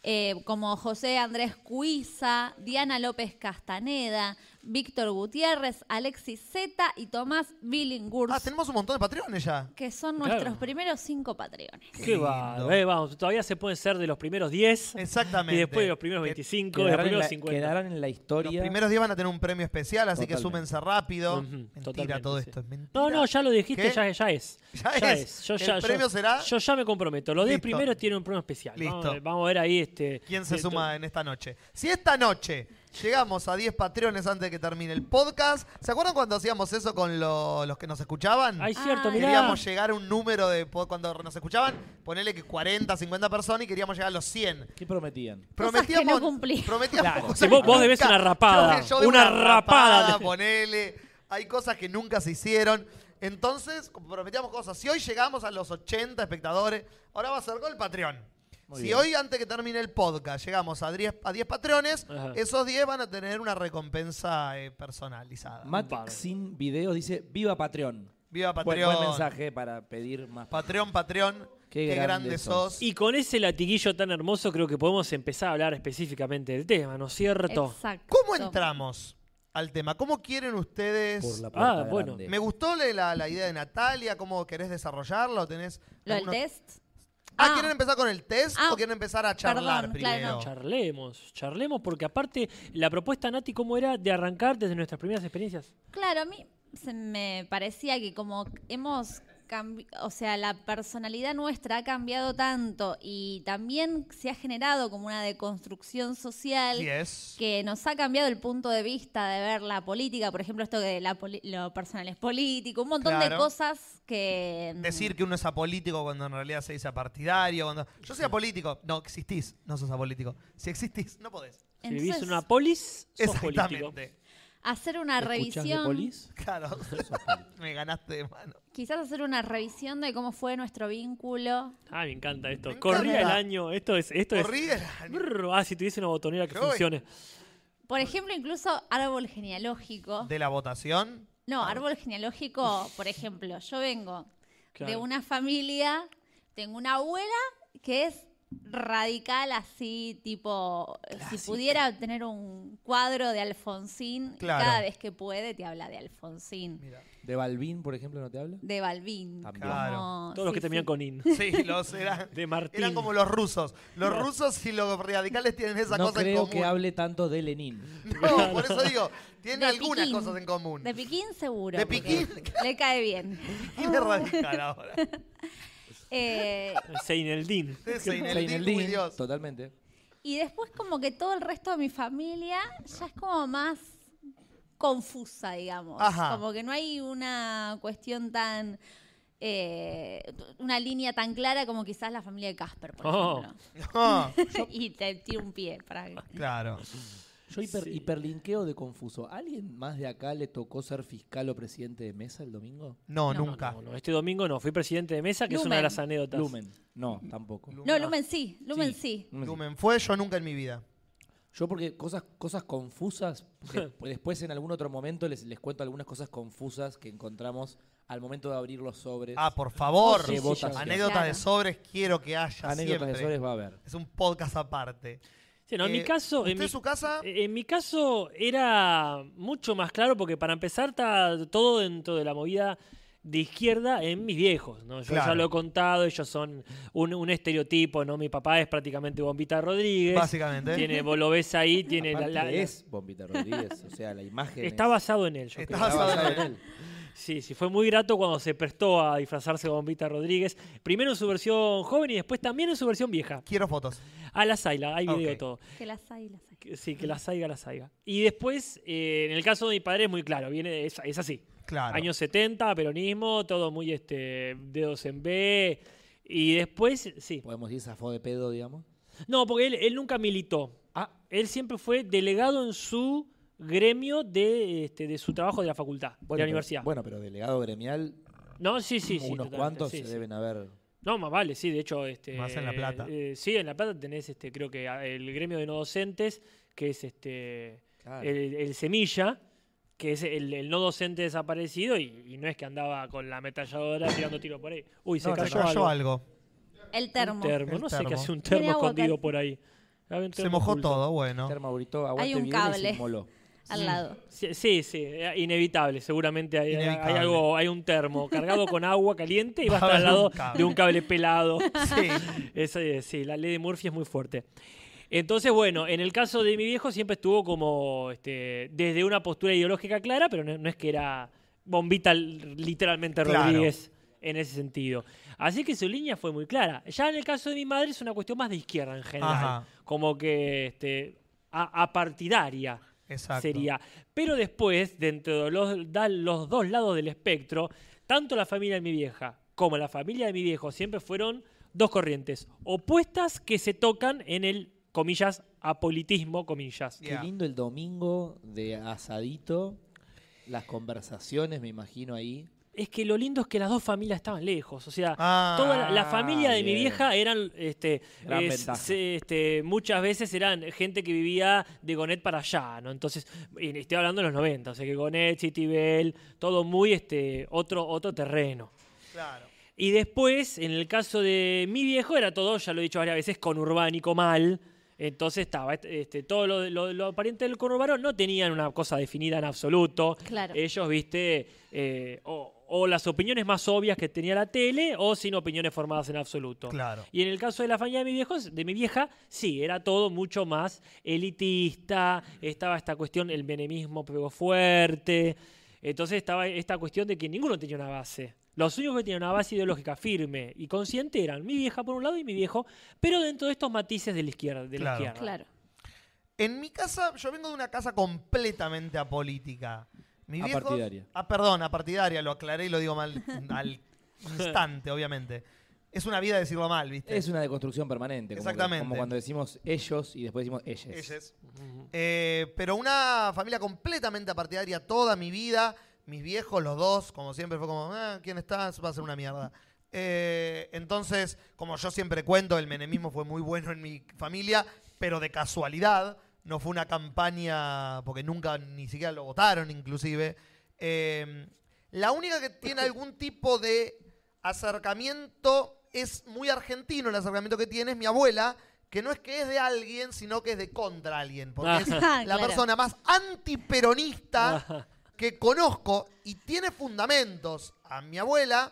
D: eh, como José Andrés Cuiza, Diana López Castaneda, Víctor Gutiérrez, Alexis Zeta y Tomás Billinghurst,
A: ah, tenemos un montón de Patreones ya.
D: que son
C: Claro.
D: nuestros primeros cinco patreones.
C: Qué bárbaro, eh, vamos, todavía se pueden ser de los primeros 10
A: Exactamente.
C: y después de los primeros
A: Que
C: 25, de los
E: Quedarán en,
C: primeros
E: la,
C: 50.
E: quedarán en la
A: Los
E: historia.
A: primeros 10 van a tener un premio especial, así que
E: Totalmente.
A: súmense rápido.
C: Ujú,
A: mentira
C: totalmente,
A: todo
C: sí.
A: esto, es mentira.
C: No, no, ya lo dijiste,
A: ¿Qué?
C: ya, ya es.
A: Ya es.
C: Yo,
A: El
C: ya, yo-
A: premio será-
C: Yo ya me comprometo. Los 10
A: Listo.
C: primeros tienen un premio especial.
A: Listo.
C: Vamos, a ver- vamos a ver ahí este.
A: ¿Quién se
C: de-
A: suma en esta noche? Si esta noche llegamos a 10 patreones antes de que termine el podcast, ¿se acuerdan cuando hacíamos eso con lo- los que nos escuchaban?
C: Ay, cierto,
D: Ah.
C: mirá.
A: Queríamos llegar a un número de po- cuando nos escuchaban, ponerle que 40, 50 personas y queríamos llegar a los 100.
E: ¿Qué prometían?
A: Prometíamos,
D: no cumplí.
A: prometíamos
E: Claro.
A: cosas
C: Si vos-
A: que
C: vos debés
A: nunca-
C: una rapada,
A: Yo- yo debo
C: una rapada.
A: Ponele. Hay cosas que nunca se hicieron. Entonces, prometíamos cosas. Si hoy llegamos a los 80 espectadores, ahora va a ser con el Patreon.
E: Muy
A: si
E: bien.
A: hoy, antes que termine el podcast, llegamos a 10, a 10 patrones,
C: Ajá.
A: esos 10 van a tener una recompensa eh, personalizada.
E: Matt
C: Bárbaro.
E: sin video dice: ¡Viva Patreon!
A: Viva
E: Buen,
A: Patreon.
E: buen mensaje para pedir más.
A: Patreon, Patreon. Qué,
E: Qué
A: grande,
E: grande
A: sos.
E: sos.
C: Y con ese latiguillo tan hermoso, creo que podemos empezar a hablar específicamente del tema, ¿no es cierto?
D: Exacto.
A: ¿Cómo entramos al tema? ¿Cómo quieren ustedes?
E: por la
C: Ah,
E: puerta
C: bueno.
E: grande.
A: Me gustó la- la, la idea de Natalia, cómo querés desarrollarlo, tenés...
D: ¿Lo del
A: algunos-
D: test?
A: Ah,
D: Ah.
A: ¿quieren empezar con el test
D: Ah,
A: o quieren empezar a charlar
D: perdón,
A: primero?
D: claro, no.
C: Charlemos, charlemos, porque aparte, la propuesta, Nati, ¿cómo era de arrancar desde nuestras primeras experiencias?
D: Claro, a mí se me parecía que como hemos cambi- o sea, la personalidad nuestra ha cambiado tanto y también se ha generado como una deconstrucción social
A: Yes.
D: que nos ha cambiado el punto de vista de ver la política, por ejemplo, esto de la poli- lo personal es político, un montón de
A: Claro.
D: cosas que... mm,
A: Decir que uno es apolítico cuando en realidad se dice partidario. Cuando... Yo soy apolítico. No, existís, no sos apolítico. Si existís, no podés.
C: Si vivís
D: entonces,
C: en una polis, sos político.
A: Exactamente.
D: hacer una
E: ¿Escuchás de
D: revisión,
E: polis?
A: Claro,
E: Sos político.
A: me ganaste de mano.
D: quizás hacer una revisión de cómo fue nuestro vínculo.
C: Ah, me encanta esto.
A: Me
C: Corría el
A: encanta.
C: año. Esto es. Esto es
A: Corrí el año.
C: Brr, ah, si tuviese una botonera que
A: Yo voy.
C: funcione.
D: Por ejemplo, incluso árbol genealógico.
A: de la votación.
D: No, árbol genealógico, por ejemplo, yo vengo de
C: Claro.
D: una familia, tengo una abuela que es radical así, tipo, si pudiera tener un cuadro de Alfonsín,
A: Claro.
D: cada vez que puede te habla de Alfonsín,
A: Mira.
E: ¿De Balvin, por ejemplo, no te habla?
D: de Balbín.
E: También.
D: como-
A: Claro.
C: Todos los que
D: sí,
C: terminan
D: sí.
C: con in.
A: Sí, los eran,
C: De Martín.
A: eran como los rusos. Los rusos y los radicales tienen esa
E: no
A: cosa en
E: creo
A: común.
E: que hable tanto de Lenin.
A: No, por eso digo, tienen
D: De
A: algunas
D: Piquín.
A: cosas en común.
D: De Piquín seguro.
A: De
D: porque
A: Piquín.
D: Le cae bien.
A: ¿Quién es radical ahora?
D: Eh,
C: Seineldin.
A: De Seineldín,
E: Seineldin,
A: uy, Dios.
E: Totalmente.
D: Y después como que todo el resto de mi familia ya es como más confusa, digamos.
A: Ajá.
D: Como que no hay una cuestión tan... eh, una línea tan clara como quizás la familia de Casper, por
C: Oh. Ah,
D: ejemplo.
A: No,
D: y te tiro un pie para...
A: claro.
E: Yo hiper- hiperlinqueo de confuso. ¿Alguien más de acá le tocó ser fiscal o presidente de mesa el domingo?
A: No,
D: No,
A: nunca.
C: No, no, este domingo no. Fui presidente de mesa, que es una de
D: Lumen.
C: las anécdotas.
E: Lumen. No, tampoco.
D: No, Lumen sí, Lumen sí.
E: Lumen sí.
A: Lumen fue yo nunca en mi vida.
E: Yo porque cosas, cosas confusas, de- después en algún otro momento les, les cuento algunas cosas confusas que encontramos al momento de abrir los sobres.
A: Ah, por favor.
E: Sí, sí, sí, ya.
A: Anécdotas
D: Claro.
A: de sobres quiero que haya
E: Anécdotas de
A: siempre.
E: sobres va a haber.
A: Es un podcast aparte.
C: Sí, no, en
A: Eh,
C: mi caso.
A: ¿Usted
C: en mi-
A: su casa?
C: Eh, En mi caso era mucho más claro porque para empezar está todo dentro de la movida de izquierda en mis viejos. ¿no? Yo
A: Claro.
C: ya lo he contado, ellos son un, un estereotipo, ¿no? Mi papá es prácticamente Bombita Rodríguez.
A: Básicamente.
C: Tiene, vos lo ves ahí, tiene Eh, la-
E: Aparte
C: la- la-
E: es Bombita Rodríguez, o sea, la imagen es-
C: Está basado en él. yo
A: Está
C: creo.
E: está basada en él.
C: Sí, sí, fue muy grato cuando se prestó a disfrazarse de Bombita Rodríguez. Primero en su versión joven y después también en su versión vieja.
A: Quiero fotos.
C: A la Zaila, hay video de
A: Ok.
C: todo.
D: Que las hay, las hay.
C: Que- Sí, que la saiga, la saiga. Y después, eh, en el caso de mi padre es muy claro, viene es, es así.
E: Ah,
A: Claro.
C: Años 70, peronismo, todo muy este dedos en B. Y después, sí.
E: Podemos decir zafó de pedo, digamos.
C: No, porque él, él nunca militó.
E: Ah.
C: Él siempre fue delegado en su gremio de, este, de su trabajo de la facultad, de
E: Bueno,
C: la
E: pero-
C: universidad.
E: Bueno, pero delegado gremial,
C: no, sí, sí, sí.
E: unos
C: totalmente,
E: cuantos
C: sí,
E: se
C: sí.
E: deben haber.
C: No, más vale, sí, de hecho, este.
A: Más en La Plata.
C: eh, sí, en La Plata tenés este, creo que a- el gremio de no docentes, que es este.
E: Claro.
C: el, el semilla, que es el, el no docente desaparecido, y, y no es que andaba con la ametralladora tirando tiro por ahí. Uy, se
A: No,
C: cayó,
A: se cayó algo.
D: El
C: Un
D: termo.
C: termo.
A: El
C: No sé qué
A: termo.
C: hace un termo
D: Tiene agua acá.
C: escondido por ahí. Había un
A: Se
C: termo
A: mojó
C: oculto.
A: todo, bueno.
E: Terma gritó, aguante
D: Hay un
E: Videla y se
D: cable.
E: inmoló.
D: Al lado.
C: Sí, sí, sí, eh, inevitable. Seguramente hay, hay-
A: Inevitable.
C: hay algo, hay un termo cargado con agua caliente y va a
A: Va a
C: estar al
A: haber un
C: lado
A: cable.
C: de un cable pelado.
A: Sí.
C: Esa es- eh, sí, la ley de Murphy es muy fuerte. Entonces, bueno, en el caso de mi viejo siempre estuvo como este, desde una postura ideológica clara, pero no, no es que era bombita l- literalmente
A: Claro.
C: Rodríguez en ese sentido. Así que su línea fue muy clara. Ya en el caso de mi madre es una cuestión más de izquierda en general,
A: Ajá.
C: como que este, a- apartidaria
A: Exacto.
C: sería. Pero después, dentro de los, da- los dos lados del espectro, tanto la familia de mi vieja como la familia de mi viejo siempre fueron dos corrientes opuestas que se tocan en el, comillas, apolitismo, comillas.
A: Yeah.
E: Qué lindo el domingo de asadito. Las conversaciones, me imagino ahí.
C: Es que lo lindo es que las dos familias estaban lejos. O sea,
A: Ah,
C: toda la, la familia de mi
E: bien.
C: vieja eran, este,
E: Gran
C: es-
E: ventaja.
C: se- este, muchas veces eran gente que vivía de Gonet para allá, ¿no? Entonces, y estoy hablando de los 90, o sea que Gonet, Chitibel, todo muy este, otro, otro terreno.
A: Claro.
C: Y después, en el caso de mi viejo, era todo, ya lo he dicho varias veces, conurbánico mal. Entonces estaba, este, este, todo lo, lo, lo pariente del conurbano no tenían una cosa definida en absoluto.
D: Claro.
C: Ellos, viste, eh, o, o las opiniones más obvias que tenía la tele, o sin opiniones formadas en absoluto.
A: Claro.
C: Y en el caso de la familia de mi viejo, de mi vieja, sí, era todo mucho más elitista, estaba esta cuestión, el menemismo pegó fuerte. Entonces estaba esta cuestión de que ninguno tenía una base. Los únicos que tenían una base ideológica firme y consciente eran mi vieja por un lado y mi viejo, pero dentro de estos matices de la izquierda. De la
A: Claro.
C: izquierda.
D: Claro.
A: En mi casa, yo vengo de una casa completamente apolítica. Mi viejo,
E: Apartidaria.
A: Ah, perdón, apartidaria, lo aclaré y lo digo mal al instante, obviamente. Es una vida decirlo mal, ¿viste?
E: Es una deconstrucción permanente. como que-
A: Exactamente.
E: Como cuando decimos ellos y después decimos ellas.
A: Ellas. Eh, pero una familia completamente apartidaria toda mi vida. Mis viejos, los dos, como siempre, fue como, ah, ¿quién está? Eso Va a ser una mierda. Eh, entonces, como yo siempre cuento, el menemismo fue muy bueno en mi familia, pero de casualidad. No fue una campaña, porque nunca ni siquiera lo votaron, inclusive. Eh, la única que tiene algún tipo de acercamiento es muy argentino el acercamiento que tiene es mi abuela, que no es que es de alguien, sino que es de contra alguien, porque es la
D: Ah, claro.
A: persona más
C: Ah,
A: antiperonista que conozco y tiene fundamentos a mi abuela.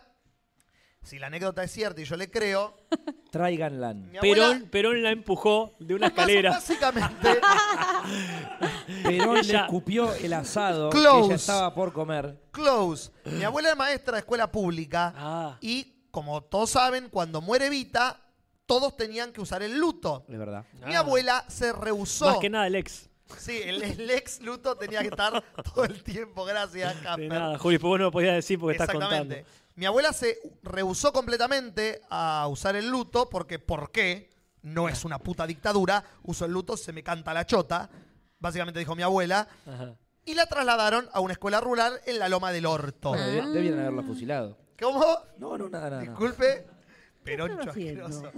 A: Si la anécdota es cierta y yo le creo,
E: Tráiganlan.
A: mi abuela
C: Perón, Perón la empujó de una
A: bas-
C: escalera.
A: básicamente
E: Perón le
C: Ella-
E: escupió el asado que
A: Close.
E: ella estaba por comer.
A: Close. Mi abuela es maestra de escuela pública
C: Ah.
A: y, como todos saben, cuando muere Vita, todos tenían que usar el luto.
E: Es verdad.
A: Mi
C: Ah.
A: abuela se rehusó.
C: Más que nada el ex.
A: Sí, el, el ex luto tenía que estar todo el tiempo. Gracias,
C: De
A: Casper.
C: nada, Juli, pues vos no lo podías decir porque estás contando.
A: Ah, Exactamente. Mi abuela se rehusó completamente a usar el luto porque ¿por qué? No es una puta dictadura. Uso el luto, se me canta la chota. Básicamente dijo mi abuela.
C: Ajá.
A: Y la trasladaron a una escuela rural en la Loma del Orto.
F: Ah.
E: Bueno,
D: Ah.
E: debi- debieron haberla fusilado.
A: ¿Cómo?
E: No, no, nada, nada. no.
A: Disculpe. Peroncho
F: haciendo?
A: asqueroso.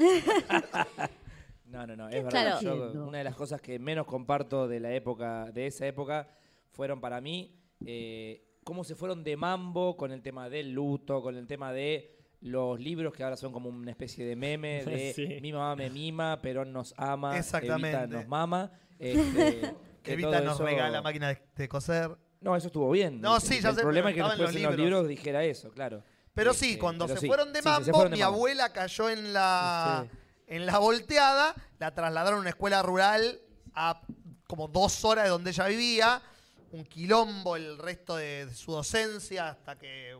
E: No, no, no, es verdad.
D: Claro.
E: Yo, una de las cosas que menos comparto de la época, de esa época, fueron para mí eh, cómo se fueron de mambo con el tema del luto, con el tema de los libros que ahora son como una especie de meme de
C: Sí.
E: mi mamá me mima, Perón nos ama,
A: Exactamente.
E: Evita nos mama. este, que
A: Evita
E: todo
A: nos
E: eso-
A: regala máquina de, de coser.
E: No, eso estuvo bien.
A: No,
E: El-
A: sí,
E: el,
A: ya sé, pero
E: problema es que
A: estaba en
E: después
A: los
E: en los
A: libros.
E: libros dijera eso, claro.
A: Pero
F: Este,
A: sí, cuando
F: pero
A: se,
F: sí,
A: Fueron de
F: sí, sí, se
A: mambo,
F: fueron de
A: mi
F: mambo.
A: abuela cayó en la, en la volteada, la trasladaron a una escuela rural a como dos horas de donde ella vivía, un quilombo el resto de, de su docencia hasta que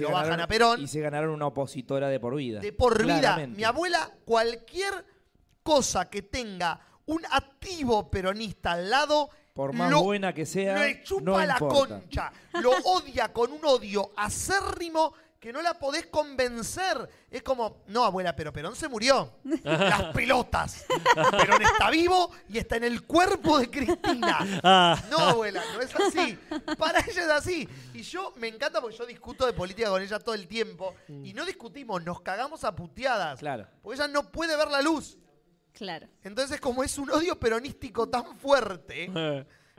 A: lo bajan a Perón.
F: y se ganaron una opositora de por vida.
A: De por vida.
F: Claramente.
A: Mi abuela, cualquier cosa que tenga un activo peronista al lado,
F: Por más
A: lo-
F: buena que sea,
A: le chupa
F: no
A: la
F: importa.
A: concha. Lo odia con un odio acérrimo que no la podés convencer. Es como, no, abuela, pero Perón se murió. Las pelotas. Perón está vivo y está en el cuerpo de Cristina.
C: Ah,
A: No, abuela, no es así. Para ella es así. Y yo me encanta porque yo discuto de política con ella todo el tiempo. Y no discutimos, nos cagamos a puteadas.
F: Mm. Claro.
A: Porque ella no puede ver la luz.
D: Claro.
A: Entonces, como es un odio peronístico tan fuerte,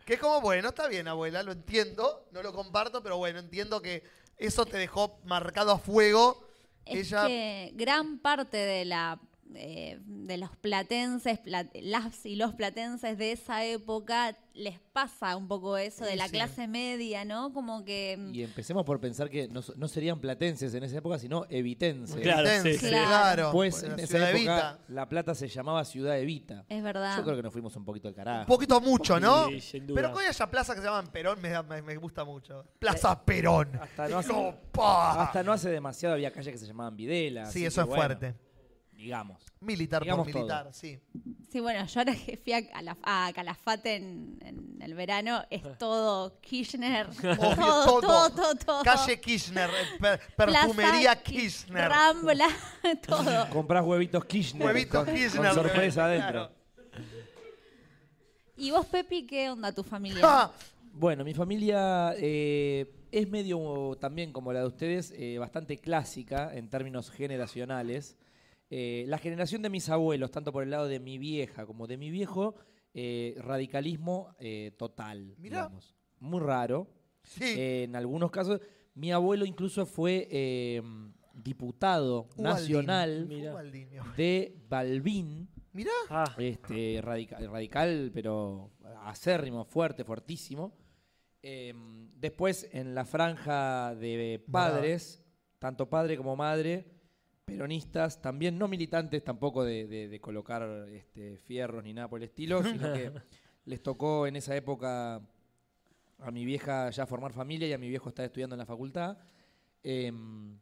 A: que es como, bueno, está bien, abuela, lo entiendo, no lo comparto, pero bueno, entiendo que eso te dejó marcado a fuego.
D: Es
A: ella.
D: que gran parte de la eh, de los platenses, pla- las y los platenses de esa época les pasa un poco eso de
A: Sí,
D: la
A: sí.
D: clase media, ¿no? Como que mm,
F: Y empecemos por pensar que no, no serían platenses en esa época, sino evitenses.
C: Claro, sí,
A: Intensa,
D: sí.
A: claro.
F: Pues
A: por la
F: en
A: ciudad
F: esa
A: de
F: época
A: Evita.
F: La Plata se llamaba Ciudad Evita.
D: es verdad.
F: Yo creo que nos fuimos un poquito al carajo.
A: Un poquito a mucho, ¿no?
C: Sí, sin duda.
A: Pero que hoy haya plazas que se llaman Perón, me, da- me- me gusta mucho. Plaza Perón.
F: Hasta no hace-
A: Digo, pa.
F: Hasta no hace demasiado había calles que se llamaban Videla. así
A: sí, eso
F: que,
A: es
F: bueno,
A: fuerte.
F: Digamos.
A: Militar por
F: digamos
A: militar,
F: todo.
A: sí.
D: Sí, bueno, yo ahora que fui a, Calaf- a Calafate en, en el verano, es todo Kirchner.
A: Obvio,
D: todo, todo, todo, todo.
A: Calle Kirchner, eh, per-
D: Plaza
A: perfumería
D: Ki-
A: Kirchner.
D: Rambla, todo.
F: Comprás huevitos Kirchner.
A: Huevitos
F: con- con
A: Kirchner,
F: sorpresa
A: claro.
F: adentro.
D: ¿Y vos, Pepi, qué onda tu familia?
A: Ja,
F: Bueno, mi familia eh, es medio también como la de ustedes, eh, bastante clásica en términos generacionales. Eh, la generación de mis abuelos, tanto por el lado de mi vieja como de mi viejo, eh, radicalismo eh, total,
A: Mirá.
F: digamos. Muy raro.
A: sí.
F: Eh, en algunos casos, mi abuelo incluso fue eh, diputado
A: Ubaldín.
F: nacional
C: Mirá.
A: Ubaldín, mi amor.
F: de Balbín.
A: Mirá.
C: ah,
F: Este, radica- radical, pero acérrimo, fuerte, fuertísimo. Em, después, en la franja de padres, tanto padre como madre, peronistas, también no militantes tampoco de, de- de colocar este, fierros ni nada por el estilo, sino que les tocó en esa época a mi vieja ya formar familia y a mi viejo estar estudiando en la facultad. Em,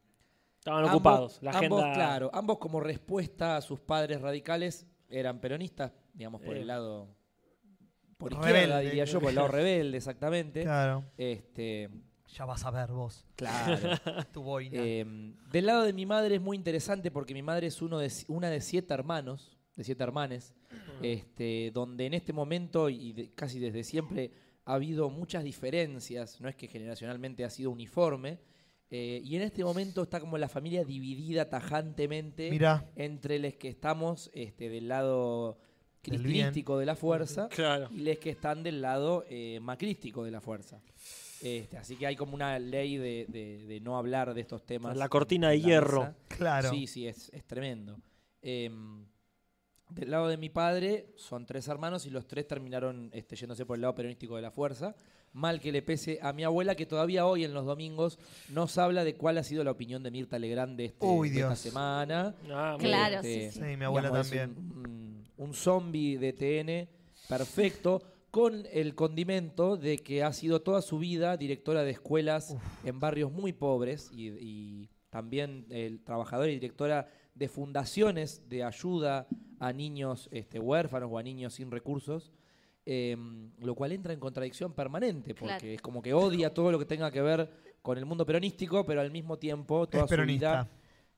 C: estaban
F: Ambos-
C: ocupados. La
F: ambos,
C: agenda.
F: claro, ambos como respuesta a sus padres radicales eran peronistas, digamos, por
C: Eh.
F: el lado... Por
A: Rebelde.
F: izquierda, diría yo, por el lado rebelde, exactamente.
A: Claro.
F: Este,
A: Ya vas a ver vos,
F: claro.
A: tu boina.
F: Eh, del lado de mi madre es muy interesante porque mi madre es uno de, si- una de siete hermanos, de siete hermanes, este, donde en este momento y de- casi desde siempre ha habido muchas diferencias, no es que generacionalmente ha sido uniforme, eh, y en este momento está como la familia dividida tajantemente
A: Mirá.
F: entre los que estamos este, del lado
A: Del bien.
F: cristinístico de la fuerza
C: Claro.
F: y les que están del lado eh, macrístico de la fuerza. Este, así que hay como una ley de, de- de no hablar de estos temas.
C: La cortina
F: en
C: de
F: la
C: hierro.
F: mesa.
A: Claro.
F: Sí, sí, es, es tremendo. Em, del lado de mi padre son tres hermanos y los tres terminaron este, yéndose por el lado peronístico de la fuerza. Mal que le pese a mi abuela que todavía hoy en los domingos nos habla de cuál ha sido la opinión de Mirta Legrand de, este-
A: Uy,
F: de esta
A: Dios.
F: semana.
C: Ah, muy
D: Claro,
F: Este,
D: sí, sí.
A: Sí, mi abuela
F: digamos, es
A: también.
F: Un, un- un zombie de TN perfecto, con el condimento de que ha sido toda su vida directora de escuelas en barrios muy pobres y, y también el trabajadora y directora de fundaciones de ayuda a niños este, huérfanos o a niños sin recursos. em, lo cual entra en contradicción permanente, porque
D: Claro.
F: es como que odia todo lo que tenga que ver con el mundo peronístico, pero al mismo tiempo toda
A: Es
F: su
A: peronista.
F: vida.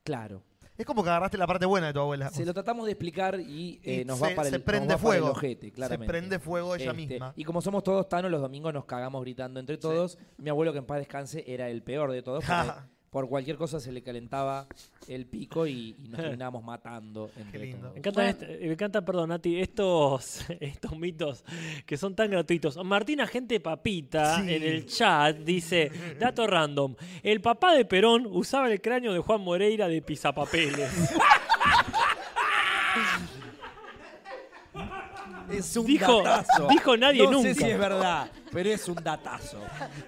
F: Claro.
A: Es como que agarraste la parte buena de tu abuela.
F: Se lo tratamos de explicar y, eh,
A: Y
F: nos
A: se-
F: va para
A: se
F: el,
A: prende
F: nos va para el
A: fuego.
F: ojete,
A: Se
F: claramente.
A: prende fuego ella
F: Este,
A: misma.
F: Y como somos todos tanos, los domingos nos cagamos gritando entre todos. Mi abuelo, que en paz descanse, era el peor de todos. porque por cualquier cosa se le calentaba el pico y, y nos terminábamos matando entre
A: lindo.
F: todos.
C: Me encantan,
D: Bueno.
C: este- me encantan, perdón, Nati, estos, estos mitos que son tan gratuitos. Martina Gente Papita
A: Sí.
C: en el chat dice, dato random, el papá de Perón usaba el cráneo de Juan Moreira de pisapapeles.
F: Es un
C: Dijo-
F: datazo.
C: dijo nadie
F: no
C: nunca.
F: sé si es verdad.
E: pero es un datazo.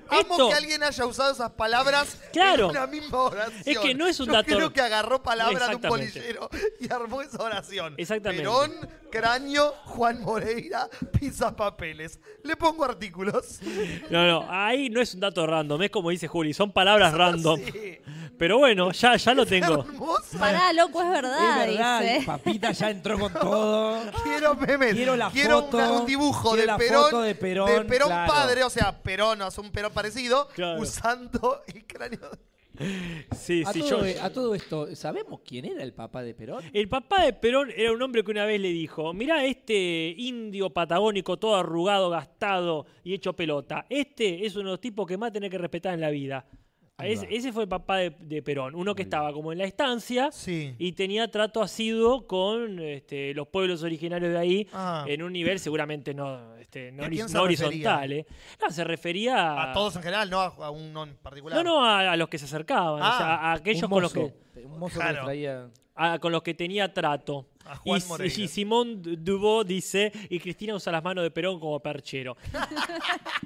A: Amo
C: Esto-
A: que alguien haya usado esas palabras
C: Claro.
A: en una misma oración.
C: Es que no es un
A: Yo
C: dato-
A: creo que agarró palabras de un
C: Exactamente.
A: polillero y armó esa oración.
C: Exactamente.
A: Perón, Cráneo, Juan Moreira, Pizza Papeles. Le pongo artículos.
C: No, no, ahí no es un dato random, es como dice Juli, son palabras random.
A: Sí.
C: Pero bueno, ya, ya lo tengo.
A: Hermosa.
D: Pará, loco, es verdad,
E: es verdad,
D: dice.
E: papita ya entró con todo.
A: Quiero memes.
E: Quiero la foto,
A: una- un dibujo
E: quiero
A: de
E: la
A: Perón,
E: foto de Perón, claro.
A: padre, o sea, Perón hace un Perón parecido,
C: Claro.
A: usando el cráneo.
C: Sí,
F: A,
C: sí,
F: todo,
C: yo-
F: eh, a todo esto, ¿sabemos quién era el papá de Perón?
C: El papá de Perón era un hombre que una vez le dijo, mirá este indio patagónico todo arrugado, gastado y hecho pelota. Este es uno de los tipos que más tenés que respetar en la vida.
F: Ahí
C: Es-
F: va.
C: ese fue el papá de, de Perón, uno que estaba como en la estancia
A: Sí.
C: y tenía trato asiduo con este, los pueblos originarios de ahí
A: Ah.
C: en un nivel seguramente no, este,
A: ¿Y
C: no
A: a
C: hori-
A: quién se
C: no
A: refería?
C: horizontal. eh. No, se refería a,
A: A todos en general, no a a uno en particular.
C: No, no, a, a los que se acercaban, o
A: Ah.
C: sea, a aquellos
E: un
C: con los
E: mozo,
C: que...
E: un mozo que
A: Claro.
E: le traía.
C: a- con los que tenía trato.
A: A Juan
C: y, si-
A: Moreira.
C: y Simón Dubó dice, y Cristina usa las manos de Perón como perchero.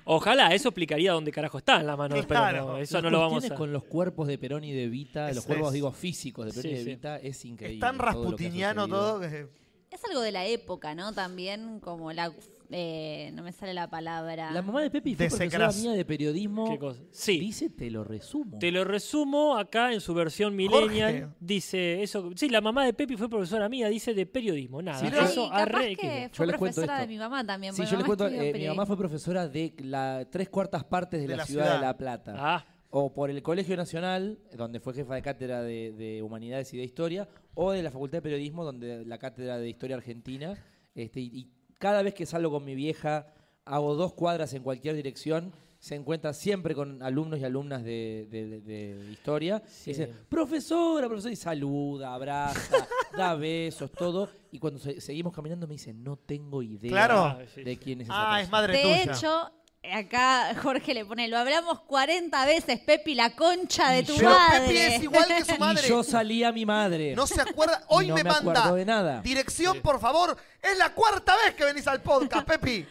C: Ojalá, eso explicaría dónde carajo están las manos de Perón.
A: Claro.
C: no, eso
F: Las
C: no lo vamos
F: cuestiones
C: a...
F: con los cuerpos de Perón y de Evita,
A: Es-
F: los cuerpos,
A: es-
F: digo, físicos de Perón
C: Sí,
F: y de
C: sí.
F: Evita, es increíble.
A: Es tan
F: todo lo que ha
A: rasputiniano
F: sucedido.
A: todo. que-
D: Es algo de la época, ¿no? También como la... eh, no me sale la palabra.
F: La mamá de Pepi fue profesora
A: Desecras.
F: mía de periodismo.
C: ¿Qué cosa? Sí.
F: Dice, te lo resumo.
C: Te lo resumo acá en su versión millennial.
A: Jorge.
C: Dice eso. Sí, la mamá de Pepi fue profesora mía, dice de periodismo. Nada.
F: Sí,
D: Mirá.
C: eso
D: Y capaz
C: arre-
D: que
F: Yo
D: fue
F: les cuento
D: profesora de
F: esto.
D: mi mamá también.
F: Sí,
D: porque
F: yo les cuento,
D: estudió
F: eh, mi
D: periodismo.
F: mamá fue profesora de la tres cuartas partes de, la, ciudad, de La Plata.
C: Ah,
F: O por el Colegio Nacional, donde fue jefa de cátedra de, de Humanidades y de Historia, o de la Facultad de Periodismo, donde la cátedra de Historia Argentina. Este, y, y cada vez que salgo con mi vieja, hago dos cuadras en cualquier dirección, se encuentra siempre con alumnos y alumnas de, de- de- de Historia.
C: Sí.
F: Y dice, profesora, profesora, y saluda, abraza, da besos, todo. Y cuando se- seguimos caminando me dice, no tengo idea
A: Claro.
F: de quién es esa
A: Ah, es
F: persona".
A: madre
D: De
A: tuya.
D: hecho, acá Jorge le pone, lo hablamos 40 veces, Pepi, la concha de tu
A: Pero
D: madre.
A: Pepi es igual que su madre.
F: Y yo salí a mi madre.
A: No se acuerda. Hoy
F: No
A: me,
F: me
A: manda.
F: acuerdo de nada.
A: Dirección, por favor. Es la cuarta vez que venís al podcast, Pepi.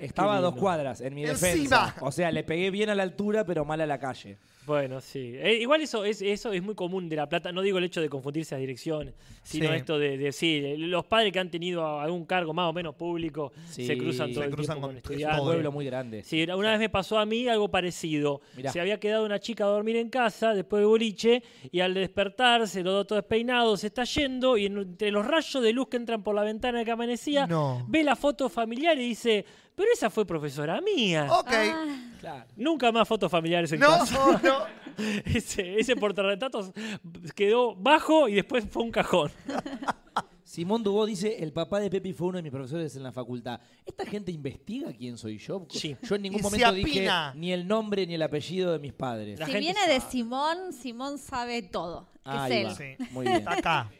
F: Estaba a
C: Qué
F: dos
C: lindo.
F: cuadras en mi
A: Encima.
F: defensa. O sea, le pegué bien a la altura, pero mal a la calle.
C: bueno, sí. Eh, igual eso es, eso es muy común de La Plata. No digo el hecho de confundirse las direcciones, sino
A: Sí.
C: esto de, de- sí, de los padres que han tenido algún cargo más o menos público
F: Sí.
C: se cruzan todo
F: Se
C: el
A: cruzan
C: tiempo
A: con- es
C: con
F: Es un
A: Todo.
C: estudiantes.
F: pueblo muy grande.
C: Sí, una vez me pasó a mí algo parecido.
F: Mirá.
C: Se había quedado una chica a dormir en casa después de boliche y al despertarse, lo dos todo despeinado, se está yendo y en- entre los rayos de luz que entran por la ventana que amanecía,
A: No.
C: ve la foto familiar y dice, pero esa fue profesora mía.
A: Ok.
D: Ah,
F: Claro.
C: Nunca más fotos familiares en
A: Oh. no,
C: casa.
A: no, no.
C: Ese, ese portarretratos quedó bajo y después fue un cajón.
F: Simón Dubó dice, el papá de Pepi fue uno de mis profesores en la facultad. ¿Esta gente investiga quién soy yo?
C: Sí.
F: Yo en ningún
A: Y se
F: momento dije
A: apina.
F: ni el nombre ni el apellido de mis padres.
C: La
D: si
C: gente
D: viene de
C: sabe.
D: Simón, Simón sabe todo.
F: Ahí
D: es él.
F: va.
A: Sí.
F: Muy bien.
A: Está acá.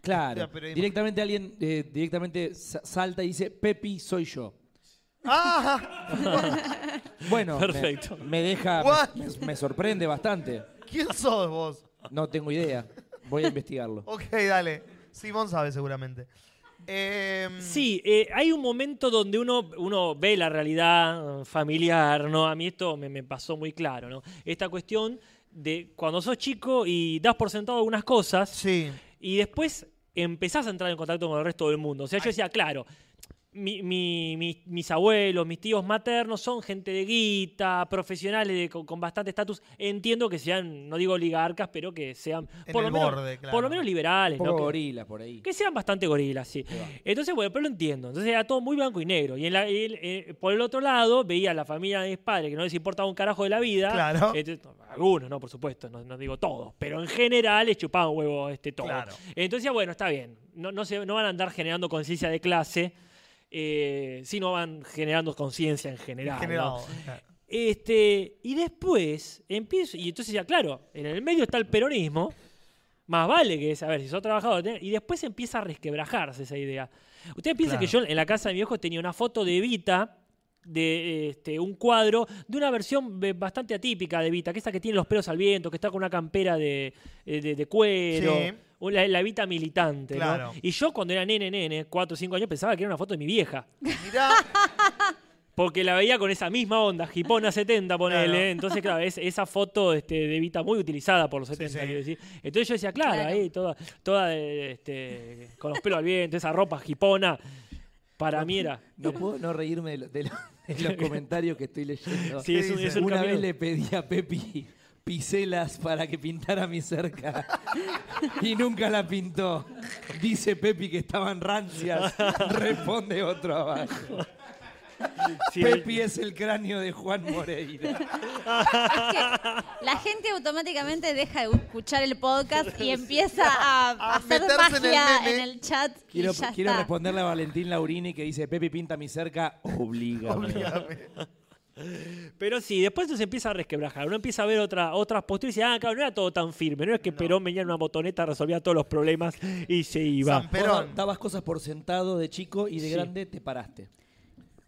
F: Claro.
A: Pero- pero-
F: Directamente alguien eh, directamente sa- salta y dice, Pepi soy yo.
A: Ah,
F: Bueno, me-
C: Perfecto.
F: Me, deja,
A: What?
F: me, me sorprende bastante.
A: ¿quién sos vos?
F: No tengo idea. Voy a investigarlo.
A: Ok, dale. Simón sabe seguramente. Em,
C: Sí, eh, hay un momento donde uno, uno ve la realidad eh, familiar, ¿no? A mí esto me, me pasó muy claro, ¿no? Esta cuestión de cuando sos chico y das por sentado algunas cosas
A: Sí.
C: y después empezás a entrar en contacto con el resto del mundo. O sea, yo decía, claro, mi- mi- mi- mis abuelos, mis tíos maternos son gente de guita, profesionales de- con, con bastante estatus. Entiendo que sean, no digo oligarcas, pero que sean
A: En
C: por, lo
A: el
C: menos,
A: borde, claro.
C: por lo menos liberales.
F: Un poco
C: ¿no? Que-
F: gorila por ahí.
C: que sean bastante gorilas, sí. Entonces, bueno, pero lo entiendo. Entonces era todo muy blanco y negro. Y en la- el- eh, por el otro lado, veía a la familia de mis padres que no les importaba un carajo de la vida.
A: Claro.
C: Entonces, no, algunos, no, por supuesto, no, no digo todos, pero en general les chupaban huevo este todo.
A: Claro.
C: Entonces, bueno, está bien. No, no, se, no van a andar generando conciencia de clase, eh, sino van generando conciencia en general. ¿no?
A: Generado.
C: Este, y después empiezo, y entonces ya, claro, en el medio está el peronismo, más vale que es, a ver, si sos trabajador, tenés- y después empieza a resquebrajarse esa idea. Ustedes piensan que yo en la casa de mi viejo tenía una foto de Evita, de este, un cuadro, de una versión be- bastante atípica de Evita, que es esa que tiene los pelos al viento, que está con una campera de, eh, de- de cuero.
A: Sí.
C: o La, la Evita militante. ¿no?
A: Claro.
C: Y yo cuando era nene, nene, 4 o 5 años, pensaba que era una foto de mi vieja.
A: Mirá,
C: Porque la veía con esa misma onda, Hipona 70, ponele.
A: Claro.
C: Entonces, claro, es, esa foto este, de Vita muy utilizada por los 70,
A: sí.
C: quiero decir. Entonces yo decía, claro,
D: Claro.
C: ahí toda, toda eh, este, con los pelos al viento, esa ropa Hipona. Para mí era.
F: No puedo no reírme de, lo- de lo- de los comentarios que estoy leyendo.
C: Sí, es un-
A: dice?
C: es un
F: Una
C: camino.
F: vez le pedí a Pepi piselas para que pintara mi cerca y nunca la pintó. Dice Pepi que estaban rancias, responde otro abajo.
C: Sí,
F: Pepi es el cráneo de Juan Moreira.
D: La gente automáticamente deja de escuchar el podcast y empieza a,
A: A
D: hacer
A: meterse en el
D: magia en el,
A: meme.
D: chat
F: Quiero,
D: y ya
F: quiero
D: está.
F: responderle a Valentín Laurini que dice Pepi pinta mi cerca, obliga.
C: Pero sí, después uno se empieza a resquebrajar. Uno empieza a ver otra, otras posturas y dice, ah, claro, no era todo tan firme. No es que Perón venía en una motoneta, resolvía todos los problemas y se iba.
A: San Perón.
F: Vos dabas cosas por sentado de chico y de
C: Sí.
F: grande te paraste.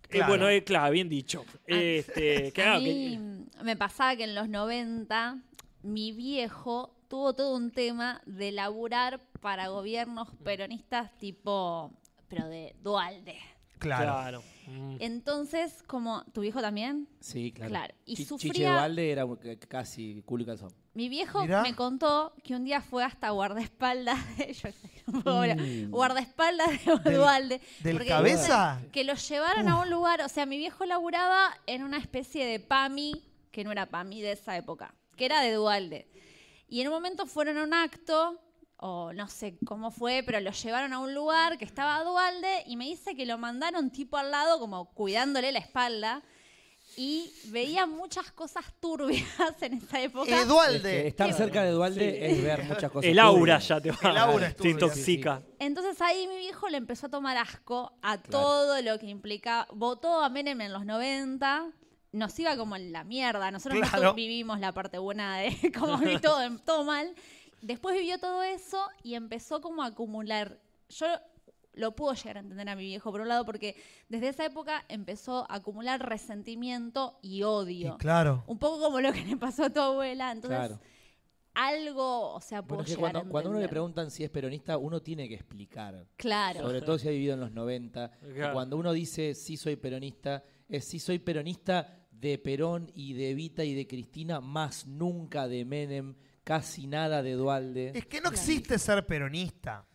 C: Eh,
A: Claro.
C: bueno, eh, claro, bien dicho. Este,
D: Ah. A
C: claro,
D: mí
C: que-
D: me pasaba que en los 90 mi viejo tuvo todo un tema de laburar para gobiernos peronistas tipo, pero de Dualde.
A: Claro.
C: claro. Mm.
D: Entonces, como tu viejo también,
F: Sí, claro.
D: Claro, y
F: Chi-
D: sufría-
F: Chiche Valde era un- c- casi culo y calzón.
D: Mi viejo
A: Mirá.
D: me contó que un día fue hasta guardaespaldas de yo no puedo hablar, guardaespaldas de
A: Mm. Del-
D: Dualde.
A: ¿Del
D: porque
A: cabeza?
D: dicen Que los llevaron a un lugar, o sea, mi viejo laburaba en una especie de PAMI, que no era PAMI de esa época, que era de Dualde. Y en un momento fueron a un acto, o no sé cómo fue, pero los llevaron a un lugar que estaba Dualde y me dice que lo mandaron tipo al lado, como cuidándole la espalda. Y veía muchas cosas turbias en esa época.
F: Es que
A: Edualde.
F: estar cerca de Dualde es ver muchas cosas.
C: El aura
F: turbias.
C: ya te va.
A: El aura es
C: te
A: turbia.
C: intoxica.
D: Entonces ahí mi viejo le empezó a tomar asco a todo lo que implicaba. Votó a Menem en los 90. Nos iba como en la mierda. Nosotros no
A: Claro.
D: vivimos la parte buena de como vi todo, en- todo mal. Después vivió todo eso y empezó como a acumular. Yo lo puedo llegar a entender a mi viejo, por un lado, porque desde esa época empezó a acumular resentimiento y
A: Y
D: odio.
A: claro.
D: Un poco como lo que le pasó a tu abuela. Entonces,
F: Claro.
D: algo, o sea, puedo
F: Bueno, es que
D: llegar a
F: cuando, cuando uno le
D: entender.
F: preguntan si es peronista, uno tiene que explicar.
D: Claro.
F: Sobre todo si ha vivido en los 90.
C: Claro.
F: Y Cuando uno dice sí soy peronista, es sí soy peronista de Perón y de Evita y de Cristina, más nunca de Menem, casi nada de Dualde.
A: Es que no existe ser peronista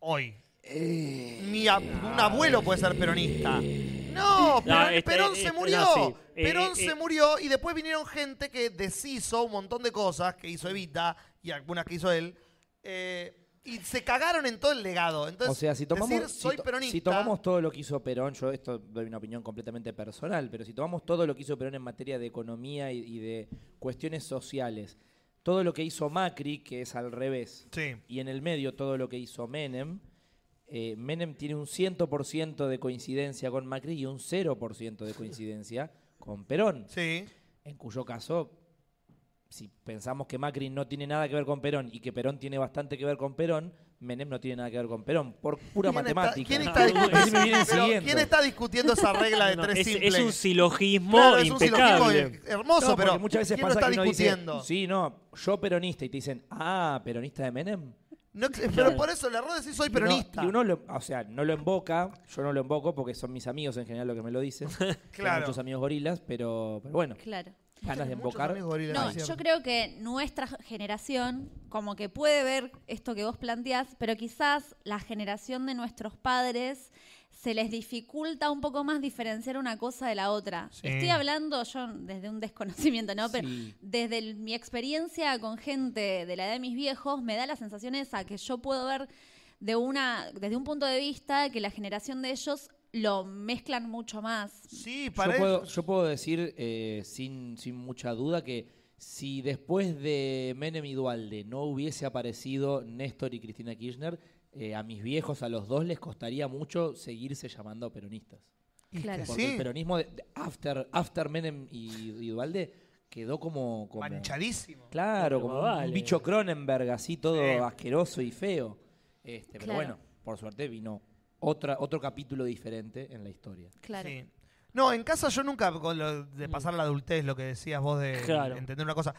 A: hoy.
F: Eh.
A: Ni a- un abuelo puede ser peronista. No, Perón,
C: este,
A: Perón
C: este,
A: se
C: no,
A: murió.
C: sí. Eh,
A: Perón
C: eh,
A: se
C: eh.
A: murió y después vinieron gente que deshizo un montón de cosas que hizo Evita y algunas que hizo él. eh, y se cagaron en todo el legado. Entonces,
F: o sea, si tomamos,
A: decir
F: si
A: soy
F: to-
A: peronista.
F: si tomamos todo lo que hizo Perón, yo esto doy una opinión completamente personal, pero si tomamos todo lo que hizo Perón en materia de economía y, y de cuestiones sociales, todo lo que hizo Macri, que es al revés,
A: Sí.
F: y en el medio todo lo que hizo Menem, eh, Menem tiene un 100% de coincidencia con Macri y un 0% de coincidencia con Perón.
A: Sí.
F: En cuyo caso, si pensamos que Macri no tiene nada que ver con Perón y que Perón tiene bastante que ver con Perón, Menem no tiene nada que ver con Perón, por pura
A: ¿Quién está-
F: matemática.
A: ¿quién, está
F: Ahí me vienen
A: discutiendo, pero
F: siguiendo.
A: ¿Quién está discutiendo esa regla de
C: No,
A: tres
C: es, es
A: simples?
C: un silogismo
A: Claro, es un silogismo
C: impecable.
A: hermoso,
F: No, porque
A: pero
F: muchas veces
A: ¿quién lo
F: pasa
A: está
F: que uno dice,
A: discutiendo?
F: sí, no, yo peronista y te dicen, ah, peronista de Menem.
A: No, pero por eso el error es decir soy
F: Y uno-
A: peronista.
F: Y uno, lo- o sea, no lo emboca, yo no lo emboco porque son mis amigos en general los que me lo dicen. Tengo
A: Claro.
F: muchos amigos gorilas, pero, pero bueno,
D: Claro.
F: ganas de
A: Muchos
F: embocar.
A: amigos gorilas,
D: No,
A: es cierto.
D: yo creo que nuestra generación como que puede ver esto que vos planteás, pero quizás la generación de nuestros padres se les dificulta un poco más diferenciar una cosa de la otra.
A: Sí.
D: Estoy hablando yo desde un desconocimiento, ¿no? Pero
F: Sí.
D: desde el- mi experiencia con gente de la edad de mis viejos, me da la sensación esa que yo puedo ver de una, desde un punto de vista que la generación de ellos lo mezclan mucho más.
A: Sí, para
F: Yo
A: eso-
F: puedo, yo puedo decir eh, sin, sin mucha duda que si después de Menem y Dualde no hubiese aparecido Néstor y Cristina Kirchner, eh, a mis viejos, a los dos, les costaría mucho seguirse llamando peronistas.
D: Claro.
F: Porque
A: Sí.
F: el peronismo de, de- after, after Menem y, y Dualde quedó como... como
A: manchadísimo.
F: claro, como
C: Como
F: un-
C: vale.
F: un bicho Cronenberg, así todo
A: Sí.
F: asqueroso y feo. Este, Pero
D: Claro.
F: bueno, por suerte vino otra, otro capítulo diferente en la historia.
D: Claro.
A: Sí. No, en casa yo nunca, con lo de pasar la adultez, lo que decías vos de
C: Mm. Claro.
A: entender una cosa.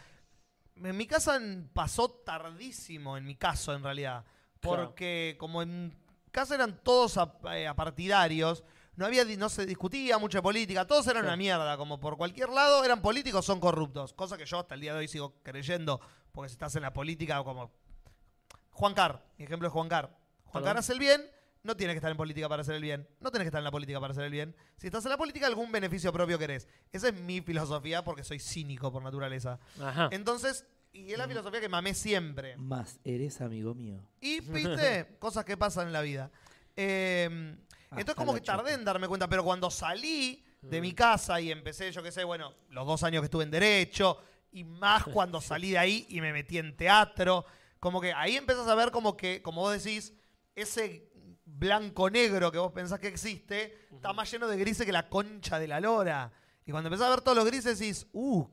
A: En mi casa en- pasó tardísimo, en mi caso, en realidad.
C: Claro.
A: Porque como en casa eran todos ap- eh, apartidarios, no, había, di- no se discutía mucha política, todos eran una mierda, como por cualquier lado, eran políticos, son corruptos, cosa que yo hasta el día de hoy sigo creyendo, porque si estás en la política, como Juan Car, mi ejemplo es Juan Car. Juan Car hace el bien, no tienes que estar en política para hacer el bien, no tienes que estar en la política para hacer el bien. Si estás en la política, algún beneficio propio querés. Esa es mi filosofía, porque soy cínico por naturaleza.
C: Ajá.
A: Entonces, y es la filosofía que mamé siempre.
F: Más, eres amigo mío.
A: Y viste cosas que pasan en la vida. Eh,
F: Hasta
A: entonces como
F: la
A: que tardé en darme cuenta, pero cuando salí de mi casa y empecé, yo qué sé, bueno, los dos años que estuve en derecho, y más cuando salí de ahí y me metí en teatro, como que ahí empezás a ver como que, como vos decís, ese blanco-negro que vos pensás que existe, está más lleno de grises que la concha de la lora. Y cuando empezás a ver todos los grises decís, uh,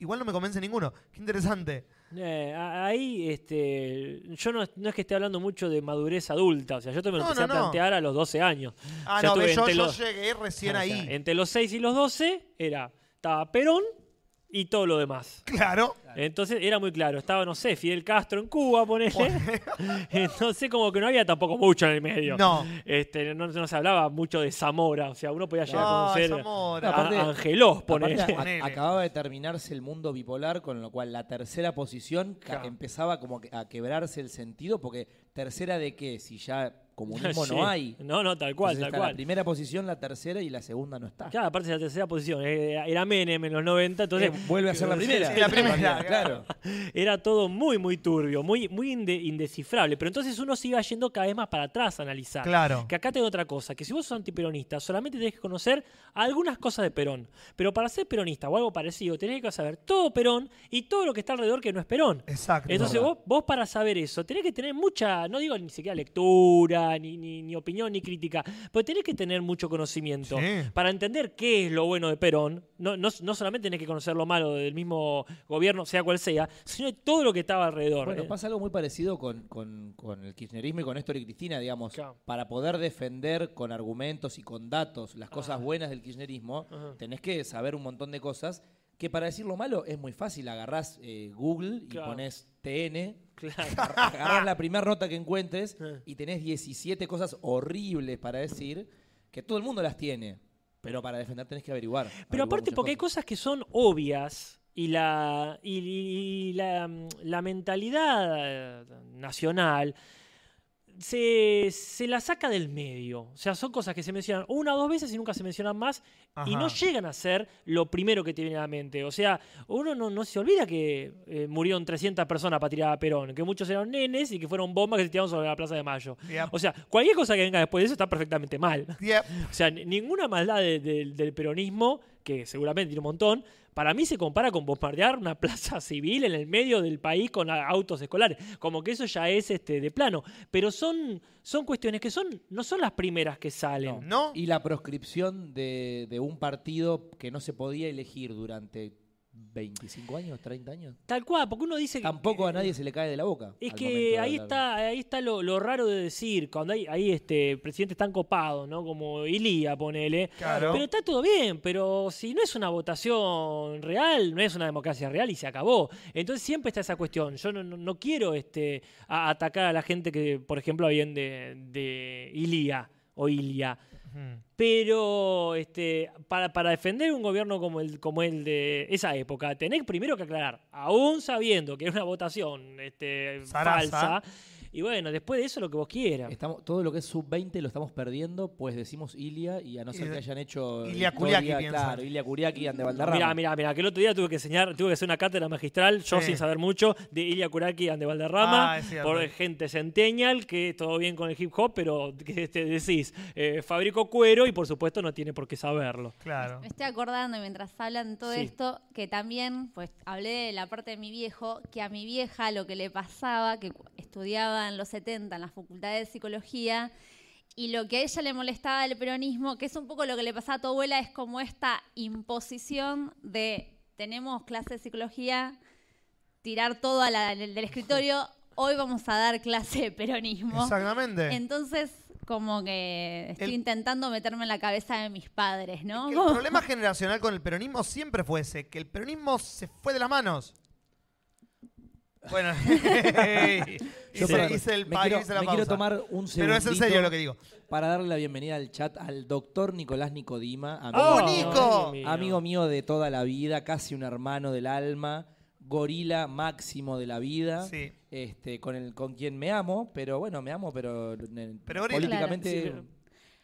A: igual no me convence ninguno, qué interesante.
C: Eh, a- ahí, este, yo no, no es que esté hablando mucho de madurez adulta, o sea, yo te me lo
A: No,
C: empecé
A: no,
C: a
A: no.
C: plantear a los 12 años.
A: Ah,
C: O sea,
A: no,
C: estuve
A: ve, yo,
C: entre
A: yo
C: los-
A: llegué recién
C: o sea,
A: ahí.
C: Entre los 6 y los 12 era, estaba Perón y todo lo demás.
A: Claro.
C: Entonces era muy claro, estaba, no sé, Fidel Castro en Cuba, ponele. Entonces como que no había tampoco mucho en el medio.
A: No.
C: Este, no, no se hablaba mucho de Zamora, o sea, uno podía llegar a
A: No,
C: conocer
A: Zamora.
C: a-
F: Aparte-
C: a Angelós, ponele.
F: Aparte, a-
A: Ponele.
F: acababa de terminarse el mundo bipolar, con lo cual la tercera posición ca-
C: Claro.
F: empezaba como que- a quebrarse el sentido, porque tercera de qué, si ya comunismo
C: Sí.
F: no hay.
C: No, no, tal
F: Entonces
C: cual, tal
F: está La
C: cual.
F: primera posición, la tercera y la segunda no está.
C: Claro, aparte de la tercera posición, eh, era Menem en los 90, entonces
F: Eh, vuelve a ser la primera.
A: sí, la primera,
F: claro.
C: era todo muy, muy turbio, muy, muy inde- indescifrable. Pero entonces uno se iba yendo cada vez más para atrás a analizar.
A: Claro.
C: Que acá tengo otra cosa, que si vos sos antiperonista, solamente tenés que conocer algunas cosas de Perón. Pero para ser peronista o algo parecido, tenés que saber todo Perón y todo lo que está alrededor que no es Perón.
A: Exacto.
C: Entonces vos, vos para saber eso tenés que tener mucha, no digo ni siquiera lectura, ni, ni, ni opinión, ni crítica, pero tenés que tener mucho conocimiento.
A: Sí.
C: Para entender qué es lo bueno de Perón, no, no, no solamente tenés que conocer lo malo del mismo gobierno, sea cual sea, sino de todo lo que estaba alrededor.
F: Bueno,
C: Eh,
F: pasa algo muy parecido con, con- con el kirchnerismo y con Néstor y Cristina, digamos.
C: Claro.
F: Para poder defender con argumentos y con datos las cosas buenas del kirchnerismo, tenés que saber un montón de cosas que para decir lo malo es muy fácil. Agarrás eh, Google y
C: Claro.
F: pones TN,
C: Claro.
F: agarrás la primera nota que encuentres y tenés 17 cosas horribles para decir que todo el mundo las tiene. Pero para defender tenés que averiguar.
C: Pero
F: averiguar
C: aparte
F: muchas
C: porque hay
F: cosas.
C: cosas que son obvias y la, y, y- y la, mm, la mentalidad eh, nacional se, se la saca del medio. O sea, son cosas que se mencionan una o dos veces y nunca se mencionan más y
A: Ajá.
C: no llegan a ser lo primero que te viene a la mente. O sea, uno no, no se olvida que eh, murieron 300 personas para tirar a Perón, que muchos eran nenes y que fueron bombas que se tiraron sobre la Plaza de Mayo.
A: Yep.
C: O sea, cualquier cosa que venga después de eso está perfectamente mal.
A: Yep.
C: O sea, ni- ninguna maldad de- de- del peronismo, que seguramente tiene un montón, para mí se compara con bombardear una plaza civil en el medio del país con a- autos escolares. Como que eso ya es este de plano. Pero son, son cuestiones que son, no son las primeras que salen.
A: ¿No?
F: Y la proscripción de, de un partido que no se podía elegir durante 25 años, 30 años.
C: Tal cual, porque uno dice que- eh,
F: Tampoco a nadie se le cae de la boca.
C: Es
F: al momento
C: que
F: de
C: ahí
F: hablar.
C: está, ahí está lo, lo raro de decir, cuando hay, hay este presidentes tan copados, ¿no? Como Ilía, ponele.
A: Claro.
C: Pero está todo bien, pero si no es una votación real, no es una democracia real y se acabó. Entonces siempre está esa cuestión. Yo no, no- no quiero este, a- atacar a la gente que, por ejemplo, bien de, de Ilía o Ilia.
A: Ujú.
C: Pero este, para, para defender un gobierno como el, como el de esa época, tenés primero que aclarar, aún sabiendo que era una votación este,
A: Zaraza.
C: falsa, y bueno, después de eso lo que vos quieras.
F: Estamos, todo lo que es sub-20 lo estamos perdiendo, pues decimos Ilia y a no ser
A: Y-
F: que hayan hecho.
A: Ilia
F: historia,
A: Kuriaki, piensa.
F: Claro, Ilia Kuriaki y Ande Valderrama.
C: Mirá, mirá, mirá, que el otro día tuve que enseñar, tuve que hacer una cátedra magistral, yo
A: Sí.
C: sin saber mucho, de Ilya Kuraki and de Valderrama,
A: Ah, es cierto.
C: por gente centennial, que todo bien con el hip hop, pero que este, decís, eh, fabrico cuero y por supuesto no tiene por qué saberlo.
A: Claro.
D: Me estoy acordando mientras hablan todo
C: Sí.
D: esto que también, pues hablé de la parte de mi viejo, que a mi vieja lo que le pasaba, que cu- estudiaba en los 70 en la Facultad de Psicología, y lo que a ella le molestaba del peronismo, que es un poco lo que le pasaba a tu abuela, es como esta imposición de tenemos clase de psicología, tirar todo a la- del del escritorio, hoy vamos a dar clase de peronismo.
A: Exactamente.
D: Entonces, como que estoy
A: El-
D: intentando meterme en la cabeza de mis padres, ¿no?
A: Que el
D: Como-
A: problema generacional con el peronismo siempre fue ese, que el peronismo se fue de las manos. Bueno, Hice-
E: perdón,
A: hice el
F: me
A: par y
F: quiero,
A: hice la
F: me quiero
A: pausa.
F: tomar un segundo.
A: Pero es en serio lo que digo.
F: Para darle la bienvenida al chat al doctor Nicolás Nicodima, amigo,
A: ¡Oh,
F: mío,
A: Nico!
F: amigo mío de toda la vida, casi un hermano del alma, gorila máximo de la vida,
A: Sí.
F: este, con el con quien me amo, pero bueno, me amo, pero, eh,
A: Pero gorila.
F: políticamente
C: Claro.
F: en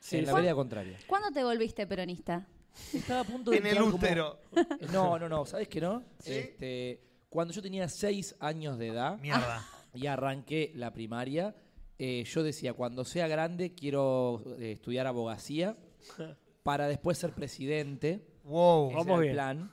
C: Sí,
F: la
C: sí.
F: vereda contraria.
D: ¿Cuándo te volviste peronista?
F: Estaba a punto de
A: En el
F: entrar como-
A: útero.
F: No, no, no, ¿sabes qué no?
A: ¿Sí?
F: Este, cuando yo tenía seis años de edad
A: Mierda.
F: y arranqué la primaria, eh, yo decía, cuando sea grande quiero eh, estudiar abogacía para después ser presidente.
A: Wow.
F: Ese
C: Vamos
F: era el
C: bien.
F: plan.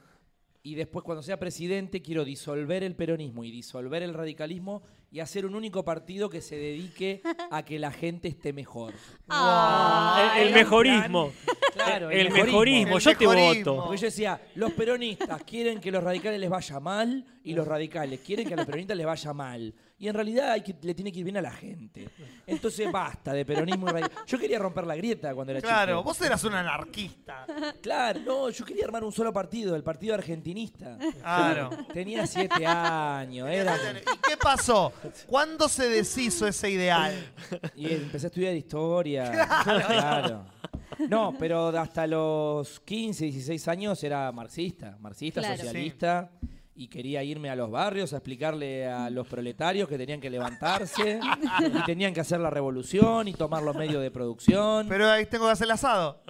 F: Y después, cuando sea presidente, quiero disolver el peronismo y disolver el radicalismo y hacer un único partido que se dedique a que la gente esté mejor. Ah.
C: El- el, mejorismo.
F: Claro,
C: el,
F: el
C: mejorismo.
F: mejorismo.
A: El
C: Yo te
A: mejorismo.
C: voto.
F: Porque yo decía, los peronistas quieren que los radicales les vaya mal y los radicales quieren que a los peronistas les vaya mal. Y en realidad hay que, le tiene que ir bien a la gente. Entonces basta de peronismo y radical. Yo quería romper la grieta cuando era
A: Claro,
F: chico.
A: vos eras un anarquista.
F: Claro, no, yo quería armar un solo partido, el partido argentinista.
A: Claro.
F: Tenía siete años, era...
A: ¿Y qué pasó? ¿Cuándo se deshizo ese ideal?
F: Y empecé a estudiar historia. Claro. No, pero hasta los 15, 16 años era marxista, marxista,
D: Claro.
F: socialista. Y quería irme a los barrios a explicarle a los proletarios que tenían que levantarse y tenían que hacer la revolución y tomar los medios de producción.
A: Pero ahí tengo que hacer el asado.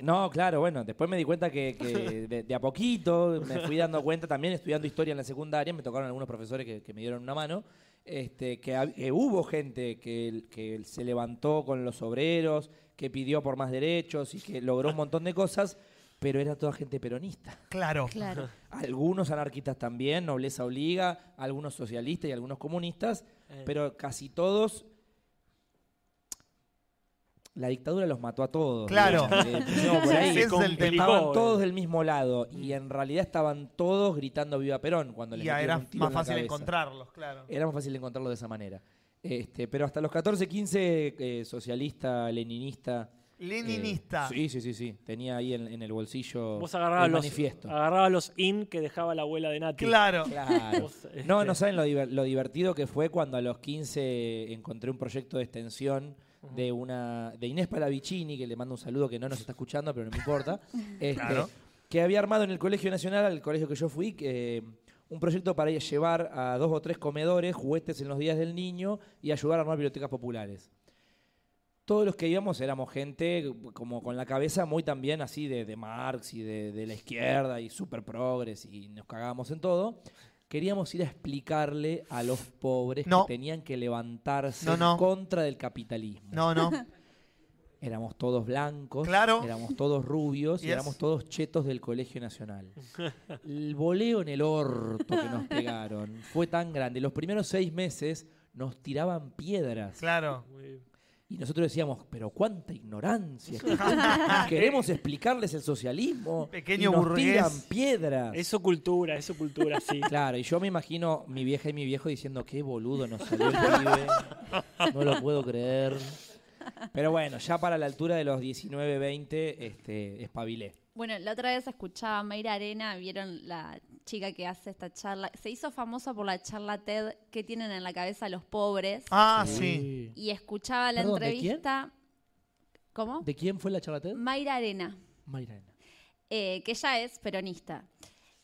F: No, claro, bueno, después me di cuenta que, que de, de a poquito me fui dando cuenta también estudiando historia en la secundaria, me tocaron algunos profesores que, que me dieron una mano, este, que, hab- que hubo gente que, que se levantó con los obreros, que pidió por más derechos y que logró un montón de cosas, pero era toda gente peronista.
A: Claro.
D: Claro.
F: Algunos anarquistas también, nobleza obliga, algunos socialistas y algunos comunistas, Eh, pero casi todos... La dictadura los mató a todos.
A: Claro.
F: digamos, eh, empecemos por ahí.
A: Ese es el tema.
C: Complicó,
F: Estaban
C: eh.
F: todos del mismo lado y en realidad estaban todos gritando viva Perón cuando les
A: Y ya
F: metieron
A: era
F: un tiro
A: más
F: en la
A: fácil
F: cabeza. Eh,
A: encontrarlos, claro.
F: Era más fácil encontrarlo de esa manera. Este, pero hasta los 14, 15, eh, socialista, leninista. eh,
A: Leninista.
F: sí, sí, sí, sí. Tenía ahí en, en el bolsillo
C: Vos agarrabas
F: el
C: los,
F: manifiesto.
C: agarrabas los in que dejaba la abuela de Nati.
A: Claro.
F: Claro.
C: Vos, este-
F: No, no saben lo, diver- lo divertido que fue cuando a los 15 encontré un proyecto de extensión de una de Inés Palavicini, que le mando un saludo que no nos está escuchando, pero no me importa. este,
A: Claro.
F: Que había armado en el Colegio Nacional, el colegio que yo fui, que, eh, un proyecto para llevar a dos o tres comedores juguetes en los días del niño y ayudar a armar bibliotecas populares. Todos los que íbamos éramos gente como con la cabeza muy también así de, de Marx y de, de la izquierda y super progres y nos cagábamos en todo. Queríamos ir a explicarle a los pobres
A: No.
F: que tenían que levantarse
A: No, no.
F: en contra del capitalismo.
A: No, no.
F: Éramos todos blancos,
A: Claro.
F: éramos todos rubios y
A: Yes.
F: éramos todos chetos del Colegio Nacional. El voleo en el orto que nos pegaron fue tan grande. Los primeros seis meses nos tiraban piedras.
A: Claro.
F: Y nosotros decíamos, pero cuánta ignorancia. Queremos explicarles el socialismo.
A: Pequeño
F: y nos
A: burgués.
F: tiran piedras.
C: Eso cultura, eso cultura, sí.
F: Claro, y yo me imagino mi vieja y mi viejo diciendo, qué boludo nos salió el pibe, no lo puedo creer. Pero bueno, ya para la altura de los 19, 20, este, espabilé.
D: Bueno, la otra vez escuchaba a Mayra Arena, vieron la chica que hace esta charla. Se hizo famosa por la charla TED que tienen en la cabeza los pobres.
A: Ah, sí.
D: Y escuchaba la
F: Perdón, ¿de quién?
D: entrevista. ¿Cómo?
F: ¿De quién fue la charlatán?
D: Mayra Arena.
F: Mayrena.
D: eh, que ella es peronista.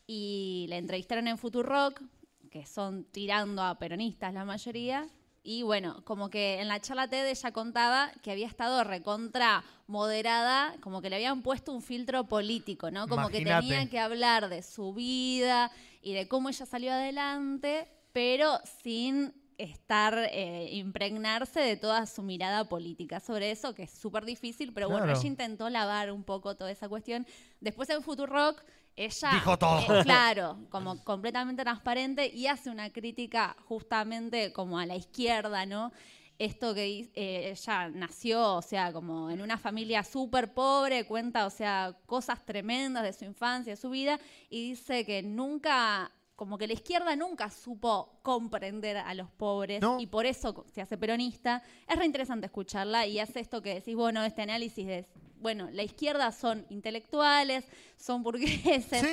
D: Y la entrevistaron en Futurock, que son tirando a peronistas la mayoría. Y bueno, como que en la charla TED ella contaba que había estado recontra moderada, como que le habían puesto un filtro político, ¿no? Como
A: Imaginate.
D: que tenía que hablar de su vida y de cómo ella salió adelante, pero sin estar, eh, impregnarse de toda su mirada política sobre eso, que es súper difícil, pero bueno,
A: Claro.
D: ella intentó lavar un poco toda esa cuestión. Después en Futurock, ella...
A: Dijo todo.
D: eh, claro, como completamente transparente y hace una crítica justamente como a la izquierda, ¿no? Esto que di- eh, ella nació, o sea, como en una familia súper pobre, cuenta, o sea, cosas tremendas de su infancia, de su vida, y dice que nunca, como que la izquierda nunca supo comprender a los pobres
A: No.
D: y por eso co- se hace peronista. Es re interesante escucharla y hace esto que decís, bueno, este análisis de, bueno, la izquierda son intelectuales, son burgueses,
A: Sí.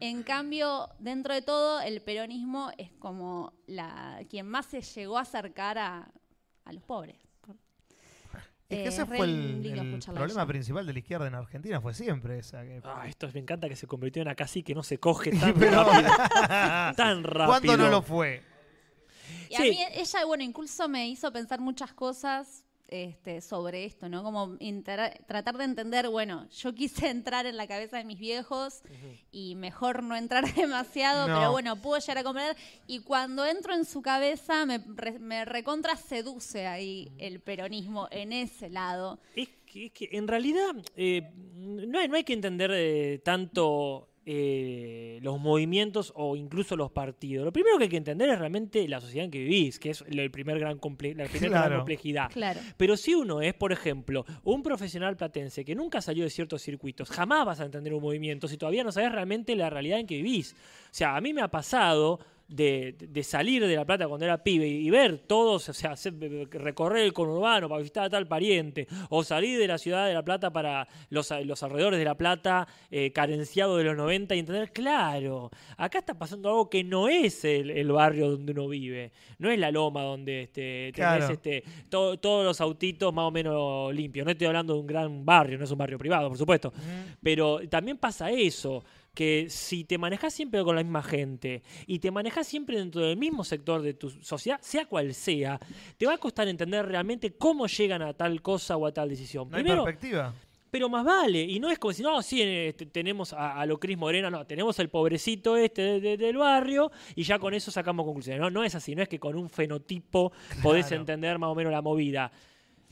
D: En cambio, dentro de todo, el peronismo es como la quien más se llegó a acercar a, a los pobres.
A: Es
D: Eh,
A: que ese
D: re
A: fue el,
D: lindo
A: el
D: escucharla a
A: problema
D: ella.
A: principal de la izquierda en Argentina, fue siempre esa. que-
C: Ah, esto me encanta que se convirtió en acá sí que no se coge tan
A: Pero-
C: rápido.
F: Ah.
C: tan rápido.
A: ¿Cuándo no lo fue?
D: Y
C: Sí.
D: a mí, ella, bueno, incluso me hizo pensar muchas cosas este, sobre esto, ¿no? Como intera- tratar de entender, bueno, yo quise entrar en la cabeza de mis viejos y mejor no entrar demasiado,
A: No.
D: pero bueno, pude llegar a comprender. Y cuando entro en su cabeza, me, re- me recontra seduce ahí el peronismo en ese lado.
C: Es que, es que, en realidad eh, no, hay, no hay que entender eh, tanto eh, los movimientos o incluso los partidos. Lo primero que hay que entender es realmente la sociedad en que vivís, que es lo- el primer gran comple- la primera gran
A: Claro.
C: complejidad.
D: Claro.
C: Pero si uno es, por ejemplo, un profesional platense que nunca salió de ciertos circuitos, jamás vas a entender un movimiento si todavía no sabes realmente la realidad en que vivís. O sea, a mí me ha pasado de, de salir de La Plata cuando era pibe y, y ver todos, o sea, hacer- recorrer el conurbano para visitar a tal pariente, o salir de la ciudad de La Plata para los, a- los alrededores de La Plata, eh, carenciado de los 90 y entender, claro, acá está pasando algo que no es el, el barrio donde uno vive, no es la loma donde este, tenés
A: Claro.
C: este, este, to- todos los autitos más o menos limpios. No estoy hablando de un gran barrio, no es un barrio privado, por supuesto. Pero también pasa eso, que si te manejas siempre con la misma gente y te manejas siempre dentro del mismo sector de tu sociedad, sea cual sea, te va a costar entender realmente cómo llegan a tal cosa o a tal decisión.
A: No hay
C: Primero,
A: perspectiva.
C: pero más vale, y no es como si, no, sí, este, tenemos a, a lo Cris Morena, no, tenemos al pobrecito este de- de- del barrio y ya con eso sacamos conclusiones. No, no es así, no es que con un fenotipo podés
A: Claro.
C: entender más o menos la movida.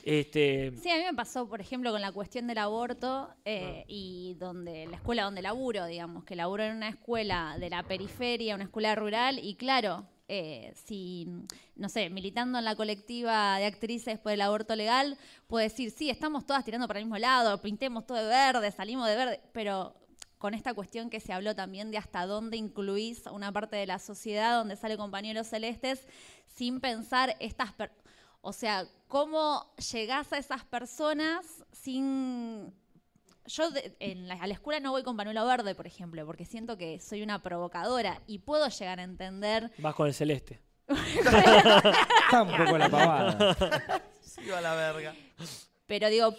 C: Este,
D: Sí, a mí me pasó, por ejemplo, con la cuestión del aborto eh, y donde la escuela donde laburo, digamos, que laburo en una escuela de la periferia, una escuela rural, y claro, eh, si, no sé, militando en la colectiva de actrices por el aborto legal, puedo decir, sí, estamos todas tirando para el mismo lado, pintemos todo de verde, salimos de verde, pero con esta cuestión que se habló también de hasta dónde incluís a una parte de la sociedad donde sale compañeros celestes sin pensar estas... per- o sea, cómo llegás a esas personas sin... Yo de- en la- a la escuela no voy con panuelo verde, por ejemplo, porque siento que soy una provocadora y puedo llegar a entender
C: vas con el celeste.
F: Tampoco la pavada.
A: Sí, va la verga.
D: Pero digo,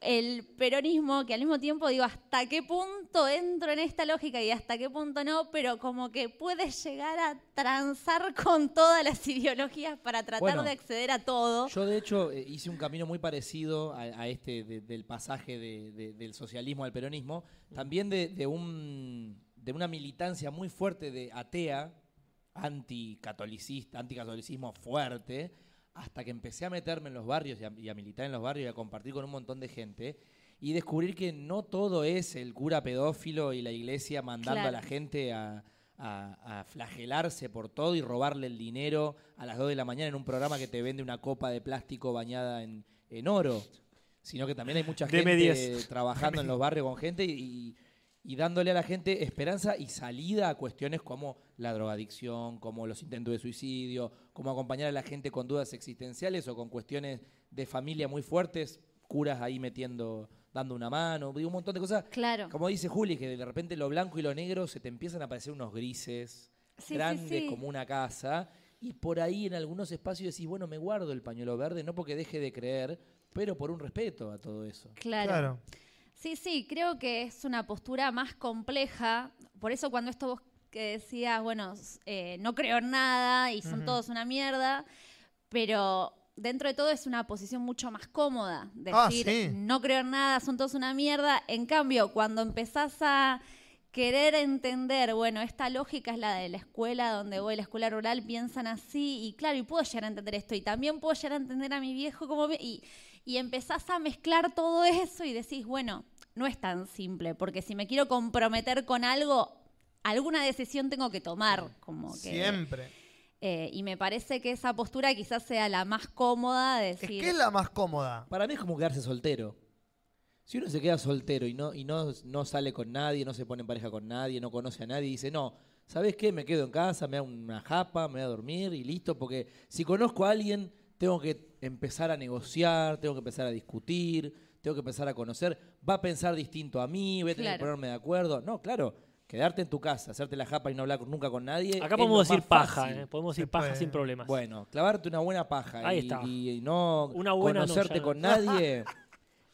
D: el peronismo, que al mismo tiempo digo, ¿hasta qué punto entro en esta lógica y hasta qué punto no? Pero como que puedes llegar a transar con todas las ideologías para tratar
F: Bueno,
D: de acceder a todo.
F: Yo, de hecho, eh, hice un camino muy parecido a, a este de- del pasaje de- de- del socialismo al peronismo, también de, de un, de una militancia muy fuerte de atea, anticatolicista, anticatolicismo fuerte, hasta que empecé a meterme en los barrios y a, y a militar en los barrios y a compartir con un montón de gente. Y descubrir que no todo es el cura pedófilo y la iglesia mandando a
D: Claro.
F: la gente a, a- a flagelarse por todo y robarle el dinero a las 2 de la mañana en un programa que te vende una copa de plástico bañada en, en oro, sino que también hay mucha
C: Deme
F: gente
C: 10.
F: trabajando en los barrios con gente y, y dándole a la gente esperanza y salida a cuestiones como la drogadicción, como los intentos de suicidio, como acompañar a la gente con dudas existenciales o con cuestiones de familia muy fuertes, curas ahí metiendo, dando una mano, digo, un montón de cosas
D: Claro.
F: como dice Juli, que de repente lo blanco y lo negro se te empiezan a aparecer unos grises
D: Sí, sí,
F: grandes
D: sí.
F: como una casa. Y por ahí en algunos espacios decís, bueno, me guardo el pañuelo verde, no porque deje de creer, pero por un respeto a todo eso.
A: Claro.
D: Sí, sí, creo que es una postura más compleja. Por eso cuando esto vos que decías, bueno, s- eh, no creo en nada y son todos una mierda, pero dentro de todo es una posición mucho más cómoda.
A: Ah,
D: Decir,
A: sí.
D: no creo en nada, son todos una mierda. En cambio, cuando empezás a querer entender, bueno, esta lógica es la de la escuela, donde voy, la escuela rural, piensan así, y claro, y puedo llegar a entender esto, y también puedo llegar a entender a mi viejo como... vi- Y, y empezás a mezclar todo eso y decís, bueno, no es tan simple, porque si me quiero comprometer con algo, alguna decisión tengo que tomar, como que...
A: Siempre.
D: eh, y me parece que esa postura quizás sea la más cómoda de
A: Es
D: decir...
A: que es la más cómoda.
F: Para mí es como quedarse soltero. Si uno se queda soltero y no, y no, no sale con nadie, no se pone en pareja con nadie, no conoce a nadie, y dice, no, ¿sabes qué? Me quedo en casa, me hago una japa, me voy a dormir y listo, porque si conozco a alguien, tengo que empezar a negociar, tengo que empezar a discutir, tengo que empezar a conocer, va a pensar distinto a mí, voy a tener que
D: Claro.
F: ponerme de acuerdo. No, claro, Quedarte en tu casa, hacerte la japa y no hablar con- nunca con nadie.
C: Acá
F: Eh, es
C: podemos
F: lo
C: decir
F: más
C: paja,
F: fácil.
C: eh, podemos
A: Se
C: decir paja
A: puede.
C: sin problemas.
F: Bueno, clavarte una buena paja
C: Ahí
F: y,
C: está.
F: y no
C: Una buena no,
F: conocerte
C: ya no.
F: con nadie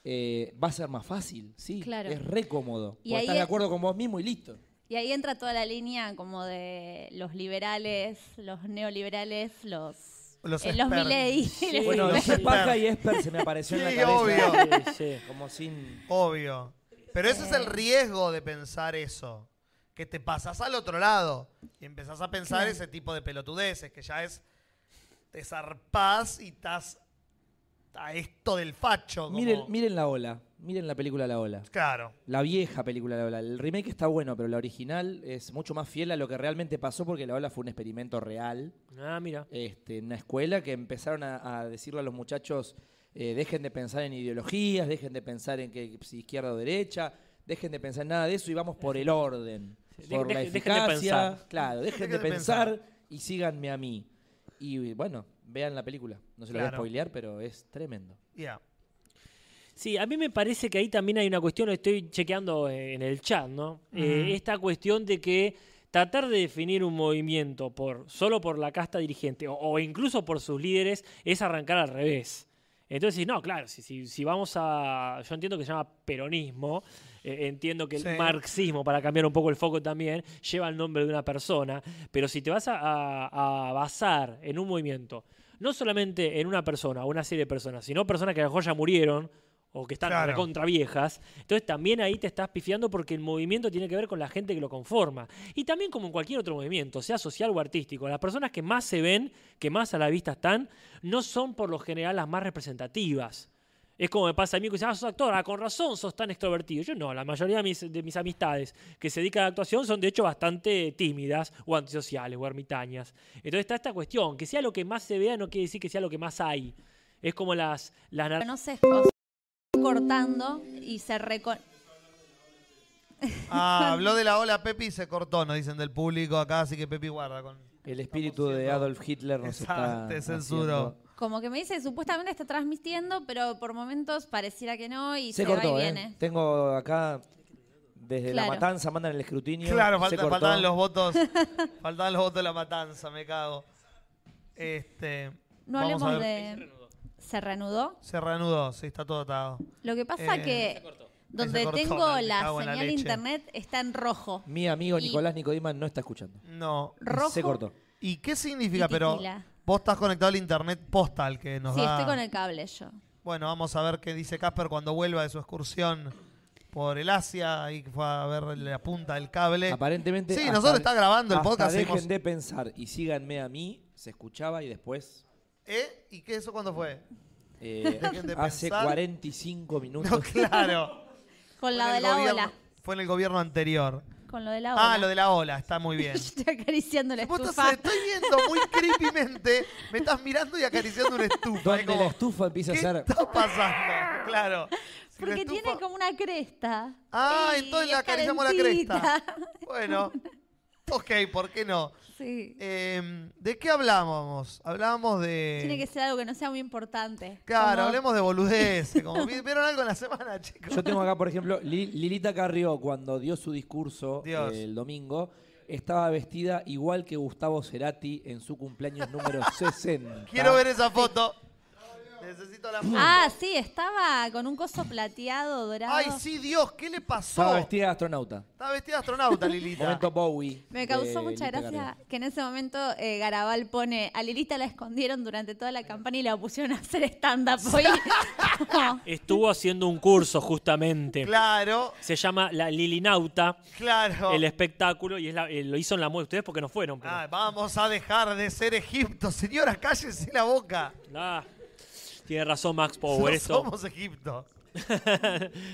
F: eh, va a ser más fácil, sí.
D: Claro.
F: Es re cómodo.
D: Y
F: porque
D: ahí
F: estás de
D: es-
F: acuerdo con vos mismo y listo.
D: Y ahí entra toda la línea como de los liberales, los neoliberales, los...
A: Los
D: eh, los
A: expertos.
D: Milei.
C: Sí.
F: Bueno,
C: Sí.
F: no sé paja y esper se me apareció en la
A: Sí,
F: cabeza.
A: obvio.
C: Sí, sí.
F: Como sin...
A: Obvio. Pero ese es el riesgo de pensar eso. Que te pasas al otro lado y empezás a pensar ese tipo de pelotudeces, que ya es. Te zarpás y estás a esto del facho. como-
F: Miren, miren la ola. Miren la película La Ola.
A: Claro.
F: La vieja película La Ola. El remake está bueno, pero la original es mucho más fiel a lo que realmente pasó porque La Ola fue un experimento real.
C: Ah, mira.
F: este, en una escuela que empezaron a, a decirle a los muchachos, eh, dejen de pensar en ideologías, dejen de pensar en que si izquierda o derecha, dejen de pensar en nada de eso y vamos por el orden,
C: Sí,
F: por
C: dejen-
F: la
C: dejen de
F: eficacia,
C: pensar.
F: claro, dejen,
A: Dejen
F: de,
A: de
F: pensar, y síganme a mí. Y bueno, vean la película, no se lo voy
A: Claro.
F: a spoilear, pero es tremendo.
A: Ya.
C: Sí, a mí me parece que ahí también hay una cuestión, lo estoy chequeando eh, en el chat, ¿no? Eh, esta cuestión de que tratar de definir un movimiento por solo por la casta dirigente o, o incluso por sus líderes es arrancar al revés. Entonces, no, claro, si, si, si vamos a... Yo entiendo que se llama peronismo, eh, entiendo que el
A: Sí.
C: marxismo, para cambiar un poco el foco también, lleva el nombre de una persona, pero si te vas a, a- a basar en un movimiento, no solamente en una persona o una serie de personas, sino personas que a lo mejor ya murieron o que están
A: Claro.
C: recontra viejas, entonces también ahí te estás pifiando porque el movimiento tiene que ver con la gente que lo conforma. Y también como en cualquier otro movimiento, sea social o artístico, las personas que más se ven, que más a la vista están, no son por lo general las más representativas. Es como me pasa a mí que dicen, ah, sos actor, ah, con razón sos tan extrovertido. Yo no, la mayoría de mis, de mis amistades que se dedican a la actuación son de hecho bastante tímidas o antisociales o ermitañas. Entonces está esta cuestión, que sea lo que más se vea no quiere decir que sea lo que más hay. Es como las, las nar-
D: No sé, o sea, cortando y se recon...
A: Ah, habló de la ola Pepi y se cortó, nos dicen del público acá, así que Pepi guarda con.
F: El espíritu de Adolf Hitler nos
A: Exacto,
F: está
A: te censuró.
F: haciendo-
D: Como que me dice, supuestamente está transmitiendo, pero por momentos pareciera que no y se,
F: Se, cortó,
D: va y
F: ¿eh?
D: viene.
F: Tengo acá, desde
D: Claro.
F: La Matanza mandan el escrutinio.
A: Claro,
F: se
A: falta-
F: cortó.
A: faltaban los votos. faltaban los votos de la matanza, me cago. Este.
D: No
A: vamos a
D: hablemos
A: ver.
D: de... ¿Se reanudó?
A: Se reanudó, sí, está todo atado.
D: Lo que pasa
A: Eh,
D: que donde
A: Se cortó,
D: tengo
A: dale, me
D: la
A: cago en la
D: señal de
A: leche.
D: internet está en rojo.
F: Mi amigo
D: Y-
F: Nicolás Nicodimán no está escuchando.
A: No.
D: Rojo.
F: Se cortó.
A: ¿Y qué significa?
D: Y
A: Pero
D: titila.
A: vos estás conectado al internet postal que nos
D: Sí,
A: da.
D: estoy con el cable yo.
A: Bueno, vamos a ver qué dice Casper cuando vuelva de su excursión por el Asia. Ahí que fue a ver la punta del cable.
F: Aparentemente.
A: Sí,
F: hasta-
A: nosotros está grabando el
F: hasta
A: podcast,
F: Dejen
A: hicimos-
F: de pensar y síganme a mí. Se escuchaba y después.
A: ¿Eh? ¿Y qué eso cuándo fue?
F: eh,
A: Dejen de
F: hace
A: pensar.
F: 45 minutos.
A: No, claro.
D: Con la
A: Fue en
D: de
A: el
D: la
A: gobierno-
D: ola.
A: Fue en el gobierno anterior.
D: Con lo de la ola.
A: Ah, lo de la ola, está muy bien.
D: Yo estoy acariciando la
A: Vos estás-
D: estufa.
A: estoy viendo muy creepymente, me estás mirando y acariciando una estufa.
F: Donde
A: es como,
F: la estufa empieza a
A: ¿Qué
F: hacer.
A: está pasando? Claro. Si la
D: Porque
A: estufa-
D: tiene como una cresta.
A: Ah,
D: Y
A: entonces le
D: es
A: acariciamos la
D: calentita.
A: cresta. Bueno. Ok, ¿por qué no?
D: Sí.
A: Eh, ¿De qué hablábamos? Hablábamos de...
D: Tiene que ser algo que no sea muy importante.
A: Eh. Claro,
D: Como-
A: hablemos de boludeces. Como, ¿vi- ¿Vieron algo en la semana, chicos?
F: Yo tengo acá, por ejemplo, Li- Lilita Carrió, cuando dio su discurso
A: Dios.
F: eh, el domingo, estaba vestida igual que Gustavo Cerati en su cumpleaños número 60.
A: Quiero ver esa foto. Necesito la foto.
D: Ah, sí, estaba con un coso plateado, dorado.
A: Ay, sí, Dios, ¿qué le pasó?
F: Estaba vestida de astronauta.
A: Estaba vestida de astronauta, Lilita.
F: Momento Bowie.
D: Me causó
F: de
D: mucha
F: Lilita
D: gracia
F: Carrió.
D: que en ese momento eh, Garabal pone a Lilita la escondieron durante toda la campaña y la pusieron a hacer stand-up hoy. Como,
C: Estuvo haciendo un curso justamente.
A: Claro,
C: Se llama La Lilinauta,
A: claro.
C: el espectáculo, y es la- eh, lo hizo en la muestra. Ustedes porque no fueron. pero-
A: Ah, vamos a dejar de ser Egipto. Señora, cállese la boca.
C: Ah, tiene razón Max
A: no
C: Power. esto-
A: somos Egipto.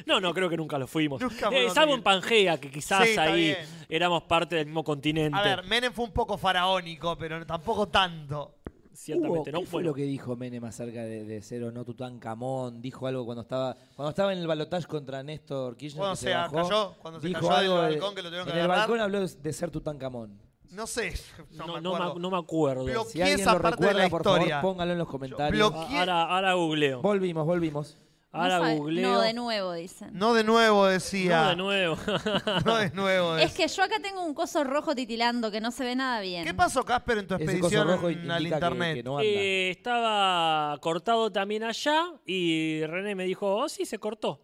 C: no, no, creo que nunca lo fuimos.
A: Nunca
C: Eh,
A: fuimos
C: salvo
A: a-
C: en Pangea, que quizás
A: Sí, está
C: ahí
A: bien.
C: éramos parte del mismo continente.
A: A ver, Menem fue un poco faraónico, pero tampoco tanto.
F: Hubo,
C: ciertamente.
F: ¿Qué
C: no
F: fue
C: Bueno,
F: lo que dijo Menem acerca de, de ser o no Tutankamón? Dijo algo cuando estaba cuando estaba en el balotaje contra Néstor Kirchner.
A: Cuando
F: que
A: se
F: bajó,
A: cayó, cuando se
F: dijo
A: cayó del
F: algo de-
A: balcón que lo tuvieron que
F: En el
A: agarrar.
F: balcón habló de ser Tutankamón.
A: No sé, no,
C: no,
A: me
C: no me
A: acuerdo.
C: ac- no me acuerdo.
A: Bloqueé
F: Si alguien
A: esa
F: lo
A: parte de la
F: recuerda, por favor,
A: historia.
F: póngalo en los comentarios.
A: bloqueé-
C: Ah, Ahora, ahora googleo.
F: Volvimos, volvimos.
C: Ahora
D: no sabe-
C: googleo.
D: No, de nuevo, dicen.
A: No de nuevo,
C: No,
A: decía.
C: de nuevo.
A: No de nuevo.
D: Es que yo acá tengo un coso rojo titilando que no se ve nada bien.
A: ¿Qué pasó, Casper, en tu
F: Ese coso
A: expedición
F: rojo indica
A: al
F: que-
A: internet?
F: que no anda.
C: Eh, estaba cortado también allá y René me dijo, oh sí, se cortó.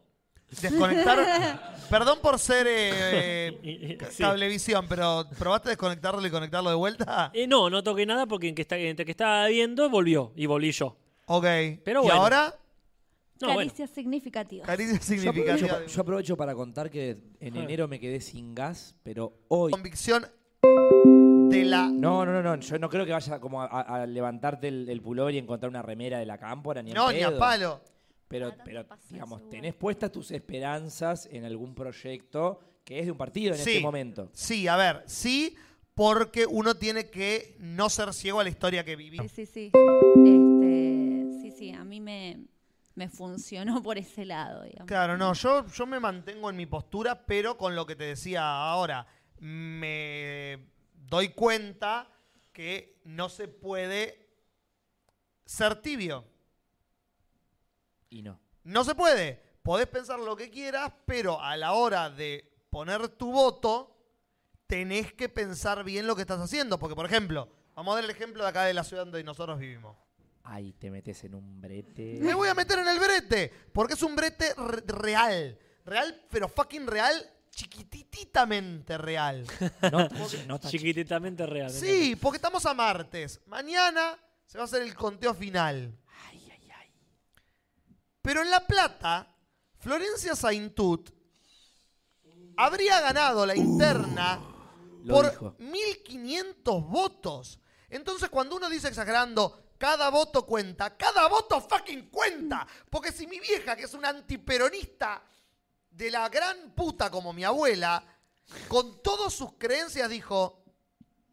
A: Desconectaron. Perdón por ser eh, eh,
C: Sí.
A: cablevisión, pero ¿probaste desconectarlo y conectarlo de vuelta?
C: Eh, no, no toqué nada porque en que está- entre que estaba viendo volvió y volví yo.
A: Ok.
C: Pero
A: ¿Y
C: bueno.
A: ahora?
C: No, bueno.
D: Caricias significativas.
A: Caricia
F: Yo aprovecho,
A: significativa.
F: pa- yo aprovecho para contar que en
C: Ah.
F: enero me quedé sin gas, pero hoy.
A: Convicción de la.
F: No, no, no, no. Yo no creo que vaya como a, a- a levantarte el, el pullover y encontrar una remera de la cámpora ni en
A: No, ni a
F: pedo.
A: palo.
F: Pero,
D: tanto
F: pero
D: pasa eso,
F: digamos,
D: bueno.
F: tenés puestas tus esperanzas en algún proyecto que es de un partido en
A: Sí.
F: este momento.
A: Sí, a ver, sí, porque uno tiene que no ser ciego a la historia que
D: Sí,
A: vivimos.
D: sí, sí. Este, sí, sí, a mí me, me funcionó por ese lado, digamos.
A: Claro, no, yo, yo me mantengo en mi postura, pero con lo que te decía ahora, me doy cuenta que no se puede ser tibio.
F: Y no.
A: No se puede. Podés pensar lo que quieras, pero a la hora de poner tu voto, tenés que pensar bien lo que estás haciendo. Porque, por ejemplo, vamos a dar el ejemplo de acá de la ciudad donde nosotros vivimos.
F: Ay, te metes en un brete.
A: Me voy a meter en el brete, porque es un brete re- real. Real, pero fucking real, chiquititamente real.
F: No, no está chiquito.
C: Chiquititamente real.
A: Sí, porque estamos a martes. Mañana se va a hacer el conteo final. Pero en La Plata, Florencia Saintut habría ganado la interna
F: Lo dijo.
A: por 1.500 votos. Entonces, cuando uno dice exagerando, cada voto cuenta, cada voto fucking cuenta. Porque si mi vieja, que es una antiperonista de la gran puta como mi abuela, con todas sus creencias dijo,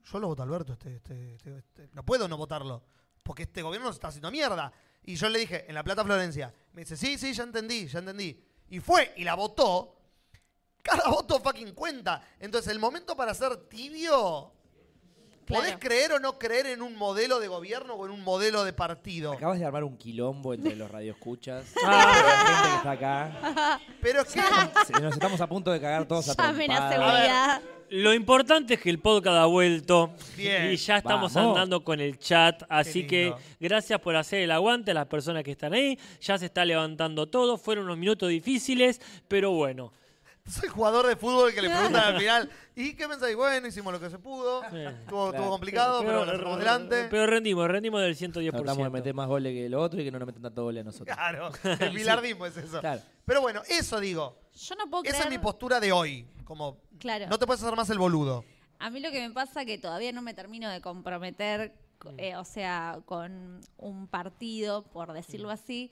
A: yo lo voto a Alberto, este, este- este- este- no puedo no votarlo, porque este gobierno se está haciendo mierda. Y yo le dije, en La Plata, Florencia, me dice, sí, sí, ya entendí, ya entendí. Y fue y la votó, cada voto fucking cuenta. Entonces, el momento para ser tibio, podés
D: Claro.
A: creer o no creer en un modelo de gobierno o en un modelo de partido.
F: Acabas de armar un quilombo entre los radioescuchas.
C: Ah.
F: la gente que está acá.
A: Pero es que,
F: Se- Nos estamos a punto de cagar todos a
D: Llamen a
F: trompadas.
D: seguridad.
C: Lo importante es que el podcast ha vuelto
A: Bien.
C: y ya estamos
F: Vamos.
C: andando con el chat, así que
A: lindo.
C: gracias por hacer el aguante a las personas que están ahí, ya se está levantando todo, fueron unos minutos difíciles, pero bueno.
A: soy jugador de fútbol que le preguntan al final, ¿y qué pensáis? Bueno, hicimos lo que se pudo, estuvo, estuvo complicado, pero lo sacamos adelante.
C: pero rendimos, rendimos del 110%.
F: Tratamos de meter más goles que el otro y que no nos metan tanto goles a nosotros.
A: Claro, el bilardismo es eso.
F: Claro.
A: Pero bueno, eso digo.
D: Yo no puedo creer.
A: Esa es mi postura de hoy. Como,
D: Claro.
A: no te puedes hacer más el boludo.
D: A mí lo que me pasa que todavía no me termino de comprometer, co-
A: Mm.
D: eh, o sea, con un partido, por decirlo
A: Mm.
D: así,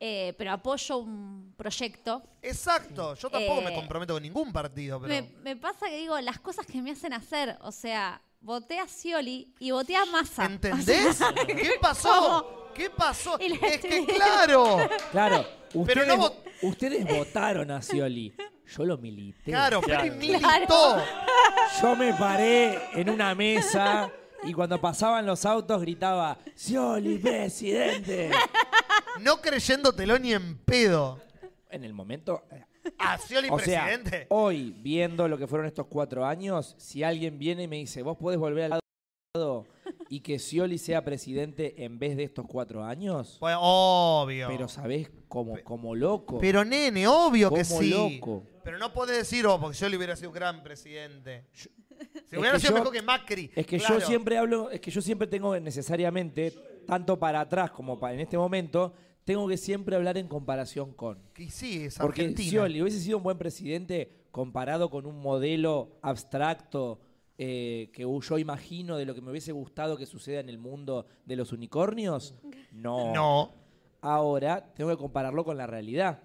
D: eh, pero apoyo un proyecto.
A: Exacto. Yo tampoco me
D: Eh,
A: comprometo con ningún partido, pero.
D: Me, me pasa que digo, las cosas que me hacen hacer, o sea, voté a Scioli y voté a Massa.
A: ¿Entendés? ¿Qué pasó? ¿Qué pasó?
D: Y la
A: Es que
D: estoy-
A: claro.
F: Claro, ustedes,
A: Pero no vo-
F: ustedes votaron a Scioli. Yo lo milité.
A: Claro, Peri
C: Claro.
A: militó.
F: Yo me paré en una mesa y cuando pasaban los autos gritaba, Scioli, presidente.
A: No creyéndotelo ni en pedo.
F: En el momento... eh,
A: A Scioli
F: O sea,
A: presidente.
F: hoy, viendo lo que fueron estos cuatro años, si alguien viene y me dice, vos podés volver al lado y que Scioli sea presidente en vez de estos cuatro años,
A: Bueno, obvio.
F: pero sabés como, como loco.
A: Pero nene, obvio que
F: Como
A: sí.
F: loco.
A: Pero no podés decir, oh, porque Scioli hubiera sido un gran presidente. Si
F: Es
A: hubiera
F: que
A: sido
F: yo-
A: mejor que Macri.
F: Es que
A: claro.
F: yo siempre hablo, es que yo siempre tengo necesariamente, tanto para atrás como para en este momento, tengo que siempre hablar en comparación con.
A: Que sí, es
F: Porque
A: Argentina.
F: Scioli hubiese sido un buen presidente comparado con un modelo abstracto eh, que yo imagino de lo que me hubiese gustado que suceda en el mundo de los unicornios. No.
A: No.
F: Ahora tengo que compararlo con la realidad.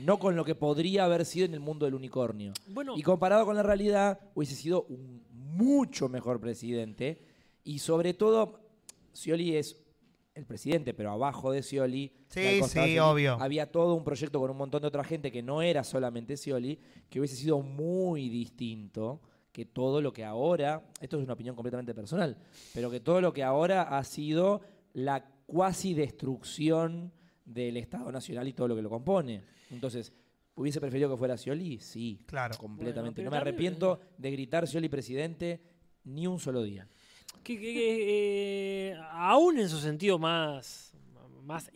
F: No con lo que podría haber sido en el mundo del unicornio.
C: Bueno.
F: y comparado con la realidad, hubiese sido un mucho mejor presidente. Y sobre todo, Scioli es el presidente, pero abajo de Scioli.
A: Sí,
F: y al costado
A: sí,
F: de
A: obvio.
F: Había todo un proyecto con un montón de otra gente que no era solamente Scioli, que hubiese sido muy distinto que todo lo que ahora, esto es una opinión completamente personal, pero que todo lo que ahora ha sido la cuasi destrucción del Estado Nacional y todo lo que lo compone. Entonces, ¿hubiese preferido que fuera Scioli? Sí,
A: Claro.
F: completamente.
C: Bueno, pero
F: no me
C: también- eh,
F: arrepiento de gritar Scioli presidente ni un solo día.
C: que, que- que, eh, aún en su sentido más, más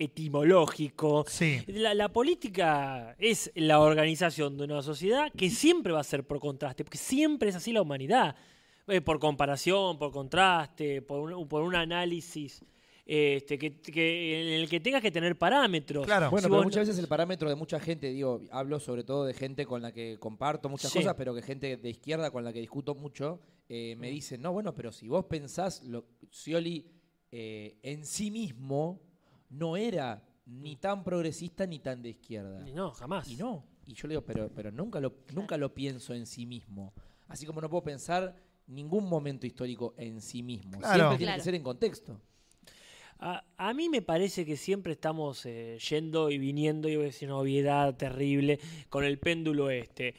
C: etimológico,
A: Sí.
C: la, la política es la organización de una sociedad que siempre va a ser por contraste, porque siempre es así la humanidad, Eh, por comparación, por contraste, por un, por un análisis este, que, que- en el que tengas que tener parámetros.
A: Claro.
F: Bueno,
C: Si
F: pero
C: vos
F: muchas
C: no-
F: veces el parámetro de mucha gente, digo, hablo sobre todo de gente con la que comparto muchas
C: Sí.
F: cosas, pero que gente de izquierda con la que discuto mucho, eh, me dicen, no, bueno, pero si vos pensás, lo, Scioli eh, en sí mismo no era ni tan progresista ni tan de izquierda.
C: Y no, jamás.
F: Y no. Y yo le digo, pero, pero nunca, lo, nunca lo pienso en sí mismo. Así como no puedo pensar ningún momento histórico en sí mismo.
A: Claro.
F: Siempre tiene
D: Claro.
F: que ser en contexto.
C: A, a mí me parece que siempre estamos eh, yendo y viniendo, y voy a decir una obviedad terrible, con el péndulo este.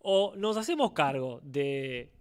C: O nos hacemos cargo de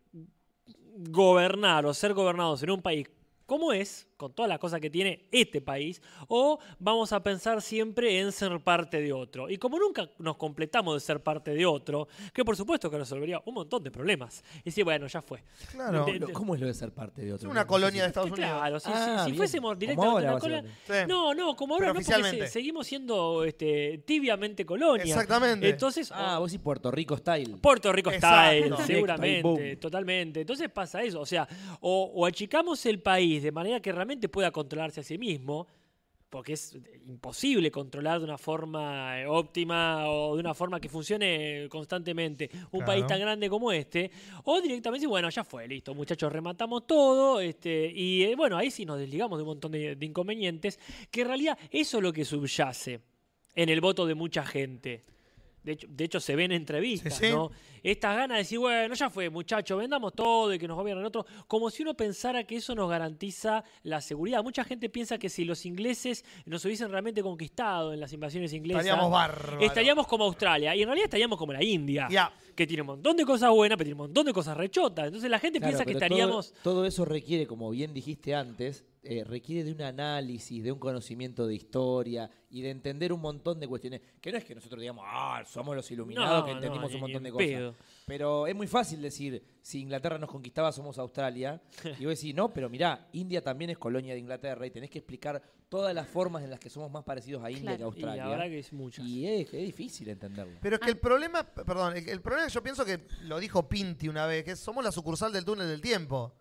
C: gobernar o ser gobernados en un país como es, con todas las cosas que tiene este país, o vamos a pensar siempre en ser parte de otro. Y como nunca nos completamos de ser parte de otro, que por supuesto que resolvería un montón de problemas. Y decir, bueno, ya fue.
A: Claro.
C: de-
A: Es
F: Lo- ¿Cómo es lo de ser parte de otro?
A: una
F: No sé
A: colonia
F: si-
A: de Estados Unidos.
C: Claro, si, si-
F: Ah,
C: si
F: bien.
C: fuésemos
F: Como
C: directamente
F: ahora,
C: una colonia-
A: básicamente. Sí.
C: No, no, como ahora
A: Pero
C: no, porque se-
A: oficialmente.
C: seguimos siendo este, tibiamente colonia.
A: Exactamente.
C: Entonces,
F: Ah, vos sí Puerto Rico style.
C: Puerto Rico
A: Exacto.
C: style,
A: Directo,
F: ahí,
C: seguramente,
F: boom.
C: totalmente. Entonces pasa eso, o sea, o, o achicamos el país de manera que realmente pueda controlarse a sí mismo, porque es imposible controlar de una forma eh, óptima o de una forma que funcione constantemente un
A: Claro.
C: país tan grande como este, o directamente decir, bueno, ya fue, listo, muchachos, rematamos todo, este, y eh, bueno, ahí sí nos desligamos de un montón de, de inconvenientes, que en realidad eso es lo que subyace en el voto de mucha gente. De hecho, de hecho se ven en entrevistas,
A: Sí, sí.
C: ¿no? Estas ganas de decir, bueno, ya fue, muchachos, vendamos todo y que nos gobiernen otros, como si uno pensara que eso nos garantiza la seguridad. Mucha gente piensa que si los ingleses nos hubiesen realmente conquistado en las invasiones inglesas,
A: Estaríamos bárbaros.
C: estaríamos como Australia, y en realidad estaríamos como la India,
A: Ya.
C: que tiene un montón de cosas buenas, pero tiene un montón de cosas rechotas. Entonces la gente
F: Claro,
C: piensa que
F: pero todo-
C: estaríamos...
F: Todo, eso requiere, como bien dijiste antes, eh, requiere de un análisis, de un conocimiento de historia y de entender un montón de cuestiones. Que no es que nosotros digamos, ah, somos los iluminados
C: No,
F: que
C: no,
F: entendimos
C: ni-
F: un montón
C: ni
F: de
C: en
F: cosas.
C: pedo.
F: Pero es muy fácil decir, si Inglaterra nos conquistaba, somos Australia. Y vos decís, no, pero mirá, India también es colonia de Inglaterra y tenés que explicar todas las formas en las que somos más parecidos a India
D: Claro.
F: que
C: Y
F: a
C: la verdad
F: Australia.
C: que es muchas.
F: Y es, es difícil entenderlo.
A: Pero es que el problema, p- perdón, el, el problema yo pienso que lo dijo Pinti una vez, que es- somos la sucursal del túnel del tiempo.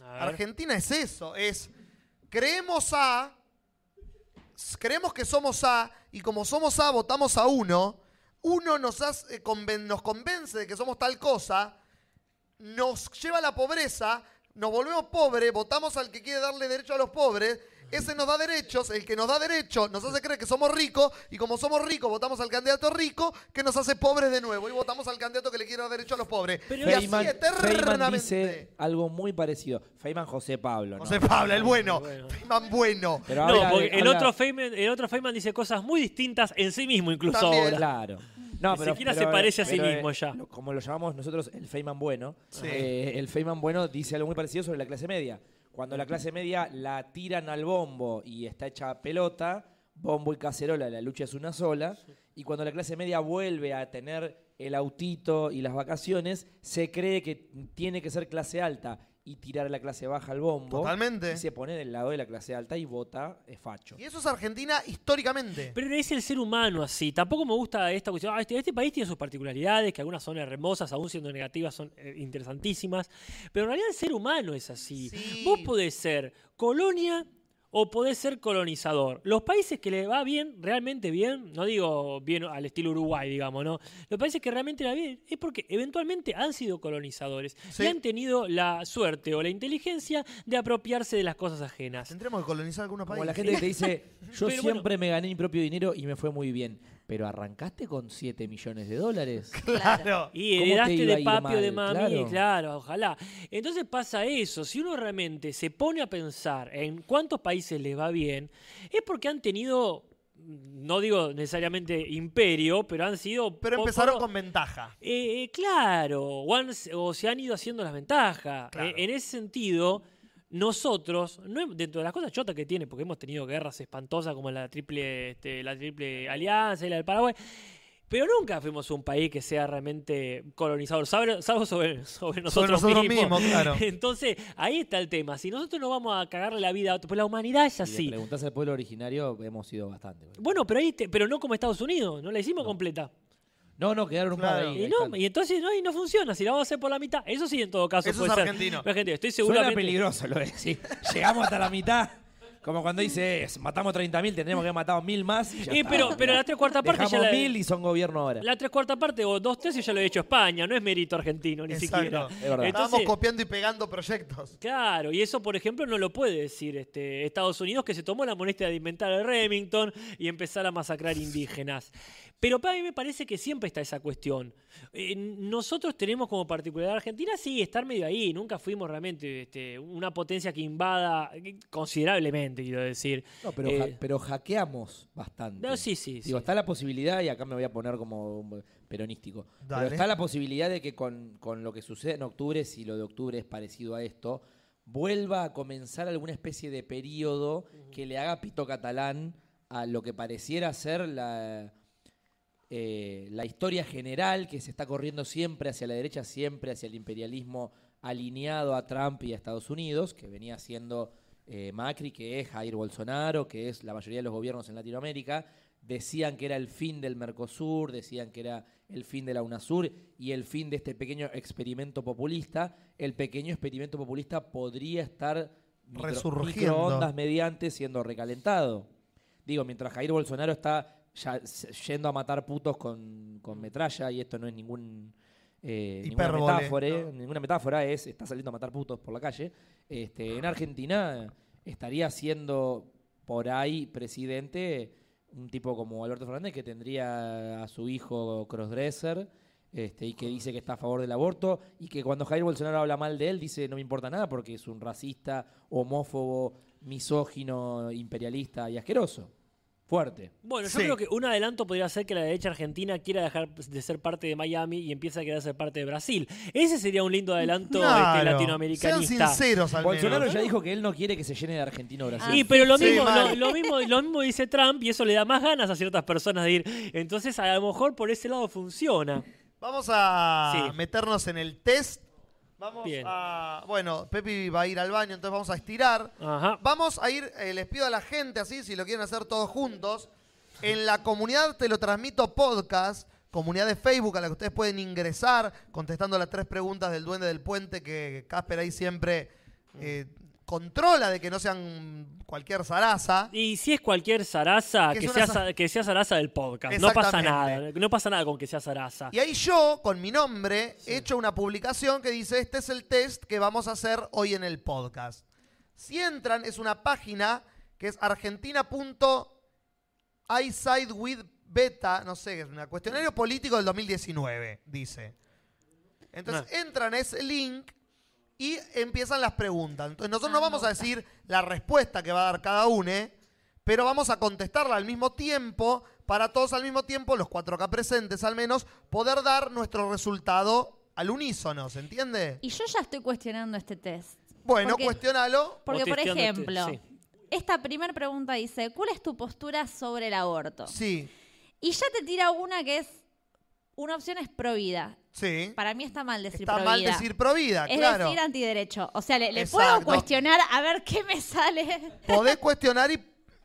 C: A ver.
A: Argentina es eso, es creemos A, s- creemos que somos A, y como somos A votamos a uno, uno nos, hace- eh, conven- nos convence de que somos tal cosa, nos lleva a la pobreza, nos volvemos pobres, votamos al que quiere darle derecho a los pobres, ese nos da derechos, el que nos da derechos nos hace creer que somos ricos, y como somos ricos votamos al candidato rico, que nos hace pobres de nuevo, y votamos al candidato que le quiere dar derecho a los pobres. y así
F: Feynman, Feynman
A: eternamente.
F: dice algo muy parecido. Feynman José Pablo. ¿no?
A: José Pablo, el bueno.
C: Bueno.
A: Feynman bueno.
F: Pero
C: no,
F: habla-
C: porque el
F: habla-
C: otro, Feynman, el otro Feynman dice cosas muy distintas en sí mismo, incluso
A: También.
C: ahora.
F: Claro. No,
C: Ni siquiera se parece a sí
F: pero, eh,
C: mismo ya.
F: lo- como lo llamamos nosotros el Feynman bueno,
A: Sí.
F: eh, el Feynman bueno dice algo muy parecido sobre la clase media. Cuando la clase media la tiran al bombo y está hecha pelota, bombo y cacerola, la lucha es una sola. Y cuando la clase media vuelve a tener el autito y las vacaciones, se cree que tiene que ser clase alta y tirar a la clase baja al bombo.
A: Totalmente.
F: Y se pone del lado de la clase alta y vota es facho.
A: Y eso es Argentina históricamente.
C: Pero es el ser humano así. Tampoco me gusta esta cuestión. Ah, este, este país tiene sus particularidades, que algunas son hermosas, aún siendo negativas, son eh, interesantísimas. Pero en realidad el ser humano es así.
A: Sí.
C: Vos podés ser colonia o podés ser colonizador. Los países que le va bien, realmente bien, no digo bien al estilo Uruguay, digamos, ¿no? Los países que realmente le va bien es porque eventualmente han sido colonizadores
A: Sí.
C: y han tenido la suerte o la inteligencia de apropiarse de las cosas ajenas.
A: Tendremos que colonizar algunos
F: Como
A: países.
F: la gente que te dice, yo
C: Pero
F: siempre me gané mi propio dinero y me fue muy bien. Pero arrancaste con 7 millones de dólares.
A: Claro.
C: Y
F: ¿Cómo te
C: heredaste
F: iba a
C: de
F: ir
C: papi o de
F: mal?
C: mami, claro.
F: Claro.
C: ojalá. Entonces pasa eso, si uno realmente se pone a pensar en cuántos países les va bien, es porque han tenido, no digo necesariamente imperio, pero han sido...
A: Pero
C: po-
A: empezaron
C: po-
A: con ventaja.
C: eh, eh, claro, o, han- o se han ido haciendo las ventajas.
A: Claro.
C: Eh, en ese sentido, Nosotros, no hem- dentro de las cosas chotas que tiene, porque hemos tenido guerras espantosas como la triple, este, la triple alianza y la del Paraguay, pero nunca fuimos un país que sea realmente colonizador, salvo, salvo sobre, sobre
A: Sobre
C: nosotros,
A: nosotros mismos, claro.
C: Entonces, ahí está el tema. Si nosotros no vamos a cagarle la vida a otro, pues la humanidad es
F: Si le
C: así.
F: preguntás al pueblo originario, hemos sido bastante. boludo.
C: Bueno, pero ahí te- pero no como Estados Unidos, no la hicimos completa.
F: No, no, quedaron un par
A: Claro.
F: ahí.
C: Y
F: ahí
C: no,
F: están.
C: y este entonces no, y no funciona, si la vamos a hacer por la mitad. Eso sí, en todo caso.
A: Eso
C: puede
A: es
C: ser.
A: argentino.
C: Pero, gente, estoy
E: Suena
C: seguramente.
E: peligroso lo de decir. Llegamos hasta la mitad. Como cuando dices, matamos 30.000, tendríamos que haber matado mil más. Y ya está.
C: Y Eh, pero, pero la tres cuartas parte ya
E: Dejamos
C: la,
E: mil y son gobierno ahora.
C: la tres cuartas parte o dos tercios ya lo he hecho España, no es mérito argentino ni
A: Exacto.
C: siquiera.
A: Es
F: verdad.
A: Estábamos
C: Entonces,
A: copiando y pegando proyectos.
C: Claro, y eso, por ejemplo, no lo puede decir este, Estados Unidos, que se tomó la molestia de inventar el Remington y empezar a masacrar indígenas. Pero para mí me parece que siempre está esa cuestión. Eh, nosotros tenemos como particularidad Argentina, sí, estar medio ahí. Nunca fuimos realmente este, una potencia que invada eh, considerablemente, quiero decir.
F: No, pero,
C: Eh,
F: ja- pero hackeamos bastante.
C: No, sí, sí. sí.
F: Digo, está la posibilidad, y acá me voy a poner como un peronístico,
A: Dale.
F: pero está la posibilidad de que con, con lo que sucede en octubre, si lo de octubre es parecido a esto, vuelva a comenzar alguna especie de periodo que le haga pito catalán a lo que pareciera ser la, eh, la historia general que se está corriendo siempre hacia la derecha, siempre hacia el imperialismo alineado a Trump y a Estados Unidos, que venía siendo eh, Macri, que es Jair Bolsonaro, que es la mayoría de los gobiernos en Latinoamérica. Decían que era el fin del Mercosur, decían que era el fin de la UNASUR y el fin de este pequeño experimento populista. El pequeño experimento populista podría estar micro-
A: Resurgiendo.
F: microondas mediante siendo recalentado. Digo, mientras Jair Bolsonaro está ya se- yendo a matar putos con, con metralla, y esto no es ningún, eh, ninguna
A: Hipérbole,
F: metáfora,
A: ¿no?
F: ninguna metáfora, es está saliendo a matar putos por la calle. Este, en Argentina estaría siendo por ahí presidente un tipo como Alberto Fernández que tendría a su hijo crossdresser. Este, y que dice que está a favor del aborto y que cuando Jair Bolsonaro habla mal de él dice no me importa nada porque es un racista, homófobo, misógino, imperialista y asqueroso. Fuerte.
C: Bueno, yo
A: Sí.
C: creo que un adelanto podría ser que la derecha argentina quiera dejar de ser parte de Miami y empiece a querer ser parte de Brasil. Ese sería un lindo adelanto este,
A: Claro.
C: latinoamericanista.
A: Sean sinceros al
F: Bolsonaro
A: menos.
F: ya dijo que él no quiere que se llene de argentino Brasil.
C: Y pero lo
A: Sí,
C: mismo, lo,
A: mal.
C: lo mismo, lo mismo dice Trump y eso le da más ganas a ciertas personas de ir. Entonces, a lo mejor por ese lado funciona.
A: Vamos a
C: Sí.
A: meternos en el test. Vamos
C: Bien.
A: a. Bueno, Pepi va a ir al baño, entonces vamos a estirar.
C: Ajá.
A: Vamos a ir, eh, les pido a la gente así, si lo quieren hacer todos juntos. En la comunidad Te lo transmito podcast, comunidad de Facebook a la que ustedes pueden ingresar contestando las tres preguntas del Duende del Puente que Casper ahí siempre eh, controla de que no sean cualquier zaraza.
C: Y si es cualquier zaraza,
A: Que
C: que,
A: es una
C: sea,
A: za-
C: za- que sea zaraza del podcast. No pasa
A: Exactamente.
C: nada. No pasa nada con que sea zaraza.
A: Y ahí yo, con mi nombre, he hecho una publicación que dice, este es el test que vamos a hacer hoy en el podcast. Si entran, es una página que es argentina.isidewithbeta, no sé, es un cuestionario político del 2019, dice. Entonces entran a ese link y empiezan las preguntas. Entonces nosotros
D: Ah,
A: no vamos a decir la respuesta que va a dar cada uno, ¿eh? pero vamos a contestarla al mismo tiempo, para todos al mismo tiempo, los cuatro acá presentes al menos, poder dar nuestro resultado al unísono, ¿se entiende?
D: Y yo ya estoy cuestionando este test.
A: Bueno,
D: Porque-
A: cuestionalo.
D: Porque, por
C: Contestando este-
D: ejemplo,
C: sí.
D: esta primera pregunta dice, ¿cuál es tu postura sobre el aborto?
A: Sí,
D: Y ya te tira una que es, una opción es pro vida.
A: sí.
D: Para mí está mal decir
A: Está
D: pro
A: mal
D: vida.
A: decir pro vida,
D: es
A: Ah, claro.
D: decir, antiderecho. O sea, le, le
A: Exacto.
D: puedo cuestionar a ver qué me sale.
A: Podés cuestionar, y,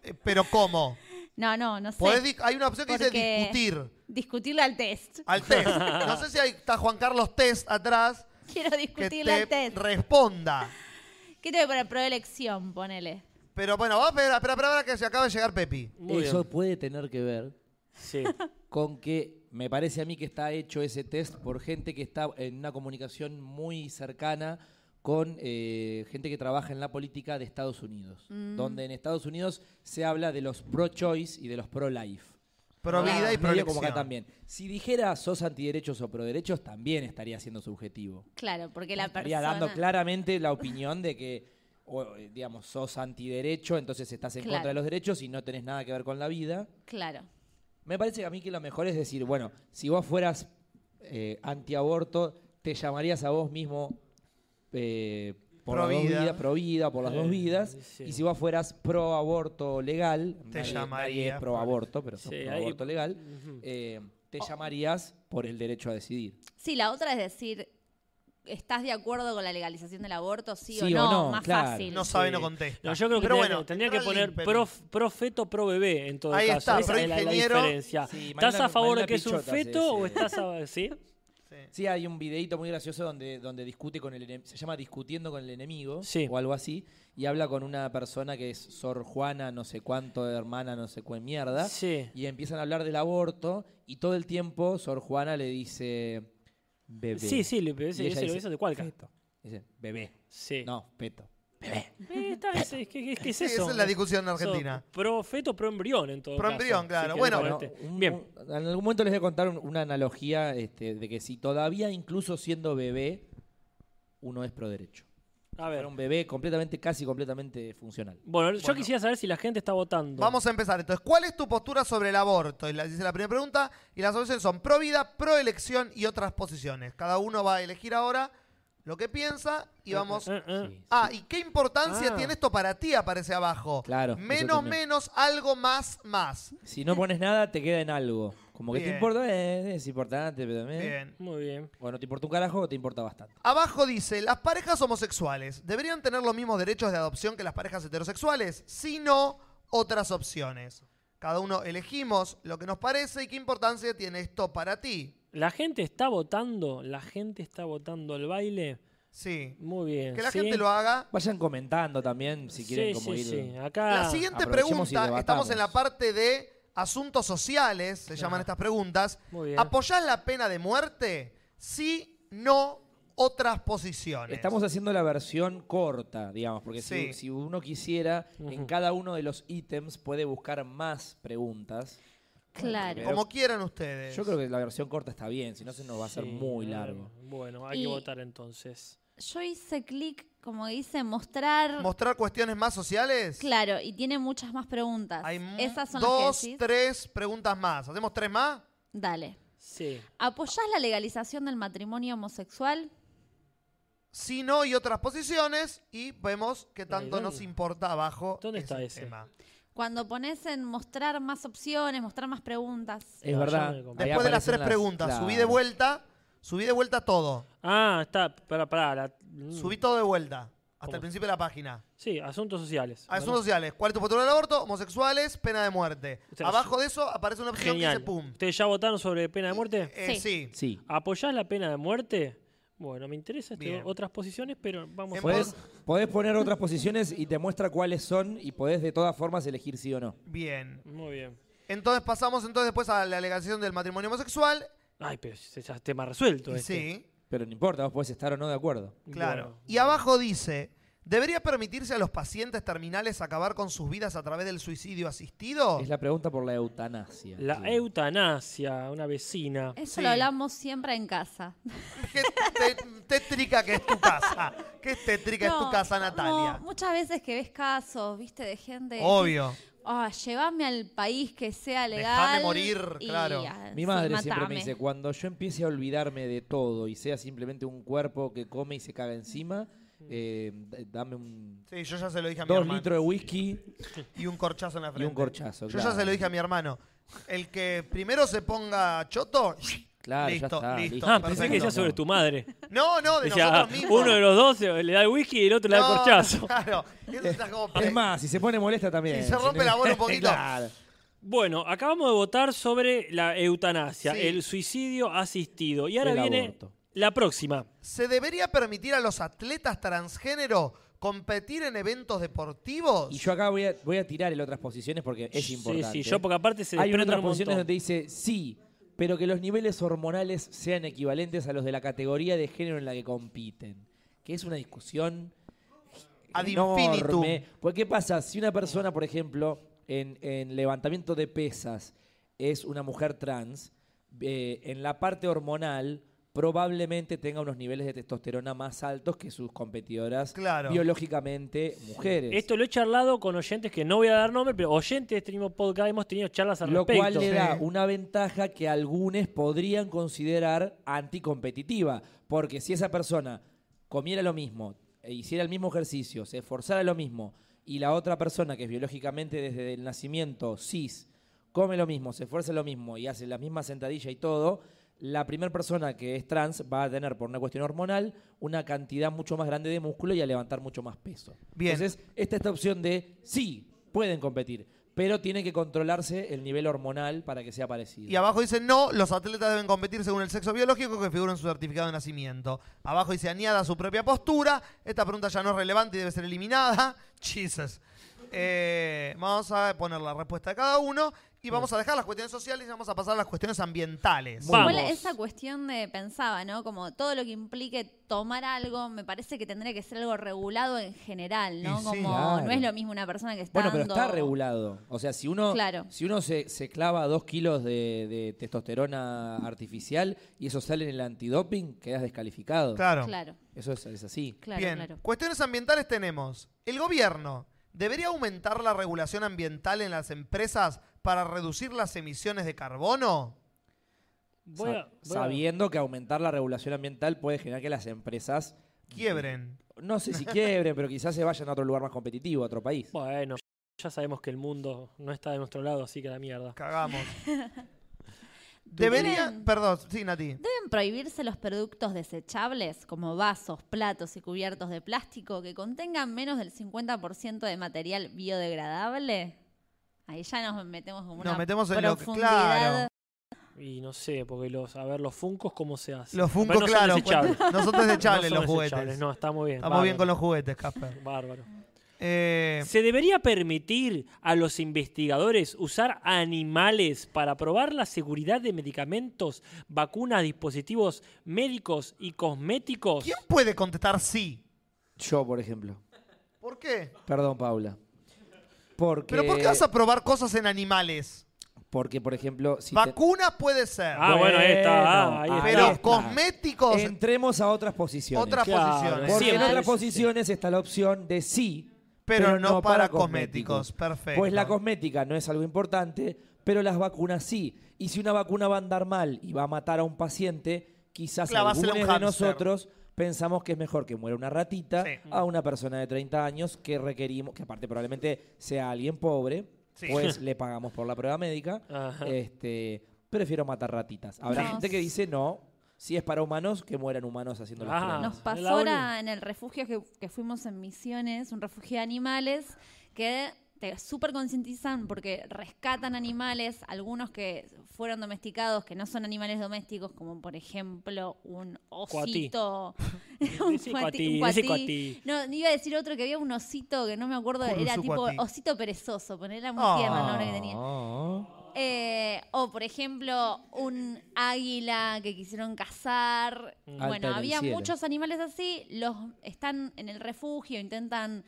A: eh, pero ¿cómo?
D: No, no, no sé.
A: Podés di- hay una opción que dice
D: Porque-
A: discutir
D: Discutirle al test.
A: al test. No sé si ahí está Juan Carlos Test atrás
D: Quiero
A: que
D: discutirle al
A: te
D: test.
A: responda.
D: ¿Qué te voy a poner? Proelección, ponele.
A: Pero bueno, vamos a esperar, espera, espera, espera que se acaba de llegar Pepi.
C: Muy
F: Eso
C: bien.
F: puede tener que ver
C: Sí.
F: con que me parece a mí que está hecho ese test por gente que está en una comunicación muy cercana con eh, gente que trabaja en la política de Estados Unidos,
C: Mm.
F: donde en Estados Unidos se habla de los pro-choice y de los pro-life.
A: Pro
F: Ah,
A: vida y
F: medio
A: pro
F: como acá
A: elección.
F: también. Si dijera sos antiderechos o proderechos, también estaría siendo subjetivo.
D: Claro, porque la
F: estaría
D: persona.
F: dando claramente la opinión de que, o, eh, digamos, sos antiderecho, entonces estás en
D: Claro.
F: contra de los derechos y no tenés nada que ver con la vida.
D: Claro.
F: Me parece que a mí que lo mejor es decir, bueno, si vos fueras antiaborto, te llamarías a vos mismo eh, por
A: Pro
F: las dos
A: vida.
F: vidas, pro vida, por las
C: Sí,
F: dos vidas.
C: sí.
F: Y si vos fueras pro aborto legal,
A: Te
F: nadie- nadie
A: llamarías
F: es pro
A: por-
F: aborto, pero sos
C: Sí,
F: pro
C: ahí-
F: aborto legal,
C: Ujú.
F: eh, te llamarías por el derecho a decidir.
D: Sí, la otra es decir, ¿estás de acuerdo con la legalización del aborto? Sí, o,
F: Sí o
D: no,
F: no,
D: más
F: claro.
D: fácil.
A: No sabe, no contesta.
C: No, yo creo que
A: Pero
C: tendría,
A: bueno,
C: que- tendría que
A: entra el
C: poner
A: link, pero-
C: pro, pro feto, pro bebé en todo
A: Ahí
C: caso.
A: está,
C: Esa
A: pro
C: es la, la
A: ingeniero.
C: diferencia.
F: Sí,
C: ¿Estás
F: Malena-
C: a favor de
F: Malena
C: que es un
F: Pichota hace
C: feto o
F: ese-
C: estás a... ¿Sí?
A: Sí.
F: Sí, hay un videito muy gracioso donde, donde discute con el enem- se llama Discutiendo con el enemigo
C: Sí.
F: o algo así, y habla con una persona que es Sor Juana, no sé cuánto, hermana, no sé cuál mierda,
C: Sí.
F: y empiezan a hablar del aborto, y todo el tiempo Sor Juana le dice bebé.
C: Sí, sí, le- ese-
F: Y ella
C: ese lo
F: dice,
C: hizo de Cualca.
F: "Feto". Dice, bebé.
C: Sí.
F: No, feto.
C: Eh, está, es, es que- es que es
A: Sí,
C: eso.
A: esa es la discusión en
C: Eso,
A: Argentina.
C: Pro feto, pro embrión en todo
A: Pro
C: caso,
A: embrión,
C: si
A: claro.
C: querés
A: Bueno,
C: ponerte.
F: un-
C: bien.
F: un- en algún momento les voy a contar un- una analogía este, de que si todavía incluso siendo bebé, uno es pro derecho.
C: A ver.
F: Era un bebé completamente, casi completamente funcional.
C: Bueno, yo quisiera saber si la gente está votando.
A: Vamos a empezar. Entonces, ¿cuál es tu postura sobre el aborto? Y la, dice la primera pregunta. Y las opciones son pro vida, pro elección y otras posiciones. Cada uno va a elegir ahora lo que piensa y vamos.
C: Eh, eh.
F: Sí.
A: Ah, ¿y qué importancia
C: Ah.
A: tiene esto para ti? Aparece abajo.
F: Claro, eso
A: Menos,
F: también.
A: menos, algo más, más.
F: Si no pones nada, te queda en algo. Como que
A: Bien.
F: te importa, eh, es importante, pero también.
A: Bien.
C: Muy bien.
F: O no te importa un carajo, te importa bastante.
A: Abajo dice, las parejas homosexuales deberían tener los mismos derechos de adopción que las parejas heterosexuales, sino otras opciones. Cada uno elegimos lo que nos parece y qué importancia tiene esto para ti.
C: La gente está votando, la gente está votando el baile.
A: Sí.
C: Muy bien.
A: Que la
C: ¿sí?
A: gente lo haga.
F: Vayan comentando también si quieren
C: sí,
F: como
C: sí,
F: ir.
C: sí. Acá
A: La siguiente
F: Ah, aprovechemos y
A: pregunta, estamos
F: debatamos.
A: en la parte de asuntos sociales, se llaman estas preguntas.
C: Muy bien.
A: ¿Apoyás la pena de muerte? Sí, no, otras posiciones.
F: Estamos haciendo la versión corta, digamos, porque si-
A: Sí.
F: si, uno quisiera, en cada uno de los ítems puede buscar más preguntas.
D: Claro.
A: Como quieran ustedes.
F: Yo creo que la versión corta está bien, si no se nos va a hacer
C: Sí,
F: muy
C: eh,
F: largo.
C: Bueno, hay
D: Y-
C: que votar entonces.
D: Yo hice clic, como dice, mostrar.
A: ¿Mostrar cuestiones más sociales?
D: claro, y tiene muchas más preguntas.
A: Hay mu-
D: Esas son las
A: dos,
D: que decís.
A: tres preguntas más. ¿Hacemos tres más?
D: Dale.
C: Sí.
D: ¿Apoyás la legalización del matrimonio homosexual?
A: Si no, y otras posiciones. Y vemos qué tanto
C: ¿dónde?
A: nos importa abajo.
C: ¿Dónde está ese?
A: tema.
D: Cuando pones en mostrar más opciones, mostrar más preguntas.
F: Es
A: Eh,
C: No,
F: verdad.
C: yo me compré.
F: ahí
A: Después de las
F: aparecen
A: tres preguntas,
F: claro.
A: subí de vuelta. Subí de vuelta todo.
C: Ah, está. Pará, pará. la- mm.
A: Subí todo de vuelta. Hasta
C: ¿Cómo?
A: el principio de la página.
C: Sí, asuntos sociales.
A: Asuntos sociales. ¿Cuál es tu postura del aborto? Homosexuales, pena de muerte.
C: sea,
A: Abajo de eso aparece una opción que
C: Genial.
A: dice pum.
C: ¿Ustedes ya votaron sobre pena de muerte?
A: Eh,
D: Sí.
A: sí.
F: Sí.
C: ¿Apoyás la pena de muerte? Bueno, me interesan
A: Bien.
C: otras posiciones, pero vamos
A: En
C: a ver.
F: Podés, podés poner otras posiciones y te muestra cuáles son y podés de todas formas elegir sí o no.
A: Bien.
C: Muy bien.
A: Entonces pasamos entonces después a la legalización del matrimonio homosexual.
C: Ay, pero ese ya es tema resuelto.
A: Y
C: este.
A: Sí.
F: Pero no importa, vos podés estar o no de acuerdo.
A: Claro.
C: Bueno.
A: Y abajo dice, ¿debería permitirse a los pacientes terminales acabar con sus vidas a través del suicidio asistido?
F: Es la pregunta por la eutanasia.
C: La
F: Sí.
C: eutanasia, una vecina.
D: Eso
A: Sí.
D: lo hablamos siempre en casa.
A: Qué te- tétrica que es tu casa. Qué tétrica es
D: No,
A: tu casa,
D: como
A: Natalia.
D: muchas veces que ves casos, viste, de gente. que
A: Obvio.
D: Ah, llévame al país que sea legal.
A: Dejame morir, claro.
D: ah,
F: Mi
D: sí,
F: madre siempre me
D: matame.
F: dice, cuando yo empiece a olvidarme de todo y sea simplemente un cuerpo que come y se caga encima, eh, d- dame un...
A: Sí, yo ya se lo dije Mm. a mi
F: Dos
A: hermano.
F: litros de whisky
A: Y un corchazo en la
F: y
A: frente.
F: un corchazo.
A: Yo ya
F: claro.
A: se lo dije a mi hermano. El que primero se ponga choto,
F: Claro, ya
A: listo,
F: está,
A: listo.
F: listo.
C: Ah, pensé que
A: perfecto.
C: decía sobre tu madre.
A: No, no, de
C: Decía, "Ah,
A: nosotros mismos.
C: uno de los dos se- le da el whisky y el otro le da
A: No,
C: el corchazo.
A: Claro. Eso está como-
F: Es más, si se pone molesta también.
A: Si se rompe
F: no-
A: la bola un poquito.
F: Claro.
C: Bueno, acabamos de votar sobre la eutanasia,
A: Sí.
C: el suicidio asistido. Y ahora
F: El
C: viene
F: aborto.
C: la próxima.
A: ¿Se debería permitir a los atletas transgénero competir en eventos deportivos?
F: Y yo acá voy a, voy a tirar el otras posiciones porque es importante.
C: Sí, sí, yo porque aparte se
F: Hay
C: desprenden
F: otras
C: un
F: posiciones
C: montón.
F: donde dice sí, pero que los niveles hormonales sean equivalentes a los de la categoría de género en la que compiten. Que es una discusión
A: Ad infinitum.
F: enorme. Porque ¿qué pasa? Si una persona, por ejemplo, en, en levantamiento de pesas es una mujer trans, eh, en la parte hormonal probablemente tenga unos niveles de testosterona más altos que sus competidoras
A: Claro.
F: biológicamente mujeres.
C: Esto lo he charlado con oyentes que no voy a dar nombre, pero oyentes de este mismo podcast hemos tenido charlas al
F: Lo
C: respecto.
F: cual le da
A: Sí.
F: una ventaja que algunos podrían considerar anticompetitiva. Porque si esa persona comiera lo mismo, e hiciera el mismo ejercicio, se esforzara lo mismo, y la otra persona que es biológicamente desde el nacimiento cis, come lo mismo, se esfuerza lo mismo y hace la misma sentadilla y todo, la primera persona que es trans va a tener por una cuestión hormonal una cantidad mucho más grande de músculo y a levantar mucho más peso.
A: Bien.
F: Entonces, esta esta opción de sí, pueden competir, pero tiene que controlarse el nivel hormonal para que sea parecido.
A: Y abajo dice, no, los atletas deben competir según el sexo biológico que figura en su certificado de nacimiento. Abajo dice, añada su propia postura. Esta pregunta ya no es relevante y debe ser eliminada. Jesus. Eh, vamos a poner la respuesta de cada uno y vamos a dejar las cuestiones sociales y vamos a pasar a las cuestiones ambientales.
C: Muy Vamos.
D: Igual esa cuestión de pensaba, ¿no? Como todo lo que implique tomar algo, me parece que tendría que ser algo regulado en general,
A: Y
D: ¿no?
A: sí,
D: Como
F: claro.
D: no es lo mismo una persona que está
F: Bueno, pero está
D: dando-
F: regulado. O sea, si uno,
D: Claro.
F: si uno se, se clava dos kilos de, de testosterona artificial y eso sale en el antidoping, quedas descalificado.
A: Claro.
D: Claro,
F: Eso es, es así.
D: claro,
A: Bien,
D: claro.
A: cuestiones ambientales tenemos. El gobierno debería aumentar la regulación ambiental en las empresas para reducir las emisiones de carbono.
C: Voy a-
F: Sa-
C: voy a-
F: sabiendo que aumentar la regulación ambiental puede generar que las empresas,
A: Quiebren.
F: no sé si quiebren, pero quizás se vayan a otro lugar más competitivo, a otro país.
C: Bueno, ya sabemos que el mundo no está de nuestro lado, así que la mierda.
A: Cagamos. Debería.
D: Bien.
A: Perdón, sí, Nati.
D: Deben prohibirse los productos desechables, como vasos, platos y cubiertos de plástico, que contengan menos del 50% de material biodegradable. Ahí ya nos metemos como
A: Nos
D: una
A: metemos en lo que-
D: profundidad.
A: claro.
C: Y no sé, porque los, a ver, los funcos, ¿cómo se hacen?
A: Los
C: Pero
A: Funko,
C: no son
A: claro.
F: pues,
C: desechables.
A: cuenta- No son
C: No
A: desechables
C: son
A: los juguetes.
C: desechables, No, está muy bien.
A: Estamos bien con los juguetes, Casper.
C: juguetes. Bárbaro.
A: Eh,
C: ¿Se debería permitir a los investigadores usar animales para probar la seguridad de medicamentos, vacunas, dispositivos médicos y cosméticos?
A: ¿Quién puede contestar sí?
F: Yo, por ejemplo.
A: ¿Por qué?
F: Perdón, Paula. Porque,
A: ¿Pero por
C: Eh,
A: qué vas a probar cosas en animales?
F: porque por ejemplo, si te-
A: Vacunas puede ser.
C: Ah, bueno, ahí está, ah, ahí
F: ahí
A: pero
F: está.
A: cosméticos,
F: Entremos a otras posiciones.
A: otras
C: Claro,
A: posiciones.
F: Porque
C: Sí,
F: en
C: entonces,
F: otras posiciones está la opción de sí,
A: Pero no para cosméticos. Perfecto.
F: Pues la cosmética no es algo importante, pero las vacunas sí. Y si una vacuna va a andar mal y va a matar a un paciente, quizás
A: Clavásela a un
F: algunos de
A: hámster.
F: nosotros pensamos que es mejor que muera una ratita
A: Sí.
F: a una persona de 30 años que requerimos, que aparte probablemente sea alguien pobre,
A: Sí.
F: pues le pagamos por la prueba médica.
C: Ajá.
F: Este, prefiero matar ratitas. Habrá
D: No.
F: gente que dice no. Si es para humanos, que mueran humanos haciendo las
C: Ah.
F: pruebas.
D: Nos
C: en
D: pasó
C: la
D: ahora en el refugio que, que fuimos en Misiones, un refugio de animales, que te súper concientizan porque rescatan animales, algunos que fueron domesticados, que no son animales domésticos, como por ejemplo un
C: Cuatí.
D: osito.
C: Ese cuatí,
D: un
C: ese
D: cuatí.
C: cuatí.
D: No, iba a decir otro que había un osito que no me acuerdo, era
A: Curuzu
D: tipo
A: cuatí.
D: osito perezoso, ponerla muy
A: Ah.
D: tierno el nombre que tenía.
F: Ah.
D: Eh, o por ejemplo, un águila que quisieron cazar.
A: Mm.
F: Alta
D: Bueno,
F: en el
D: había
F: cielo.
D: muchos animales así, los están en el refugio, intentan...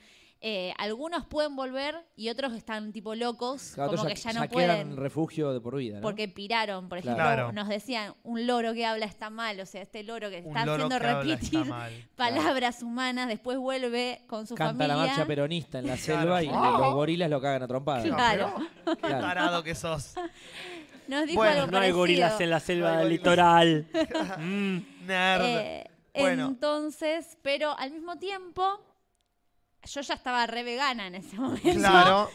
D: eh, algunos pueden volver y otros están tipo locos,
F: Claro,
D: como que
F: otros
D: ya,
F: ya,
D: no
F: ya quedan
D: pueden.
F: refugio de por vida, ¿no?
D: Porque piraron, por ejemplo,
F: Claro.
A: Claro.
D: nos decían, un loro que habla está mal, o sea, este loro que
A: Un
D: está
A: loro
D: haciendo
A: que habla está
D: repetir
A: mal.
D: palabras humanas, después vuelve con su
F: Canta la
D: familia.
F: marcha peronista en la
A: Claro.
F: selva y
C: Oh.
A: Ah.
F: los gorilas lo cagan a trompadas.
A: No,
D: Claro.
A: pero Qué tarado que sos.
D: Nos dijo
A: Bueno,
D: algo
C: No hay
D: parecido.
C: gorilas en la selva
A: No hay
C: del
A: gorilas.
C: litoral. Mm.
A: Nerd.
D: Eh,
A: Bueno.
D: Entonces, pero al mismo tiempo, yo ya estaba re vegana en ese momento.
A: claro.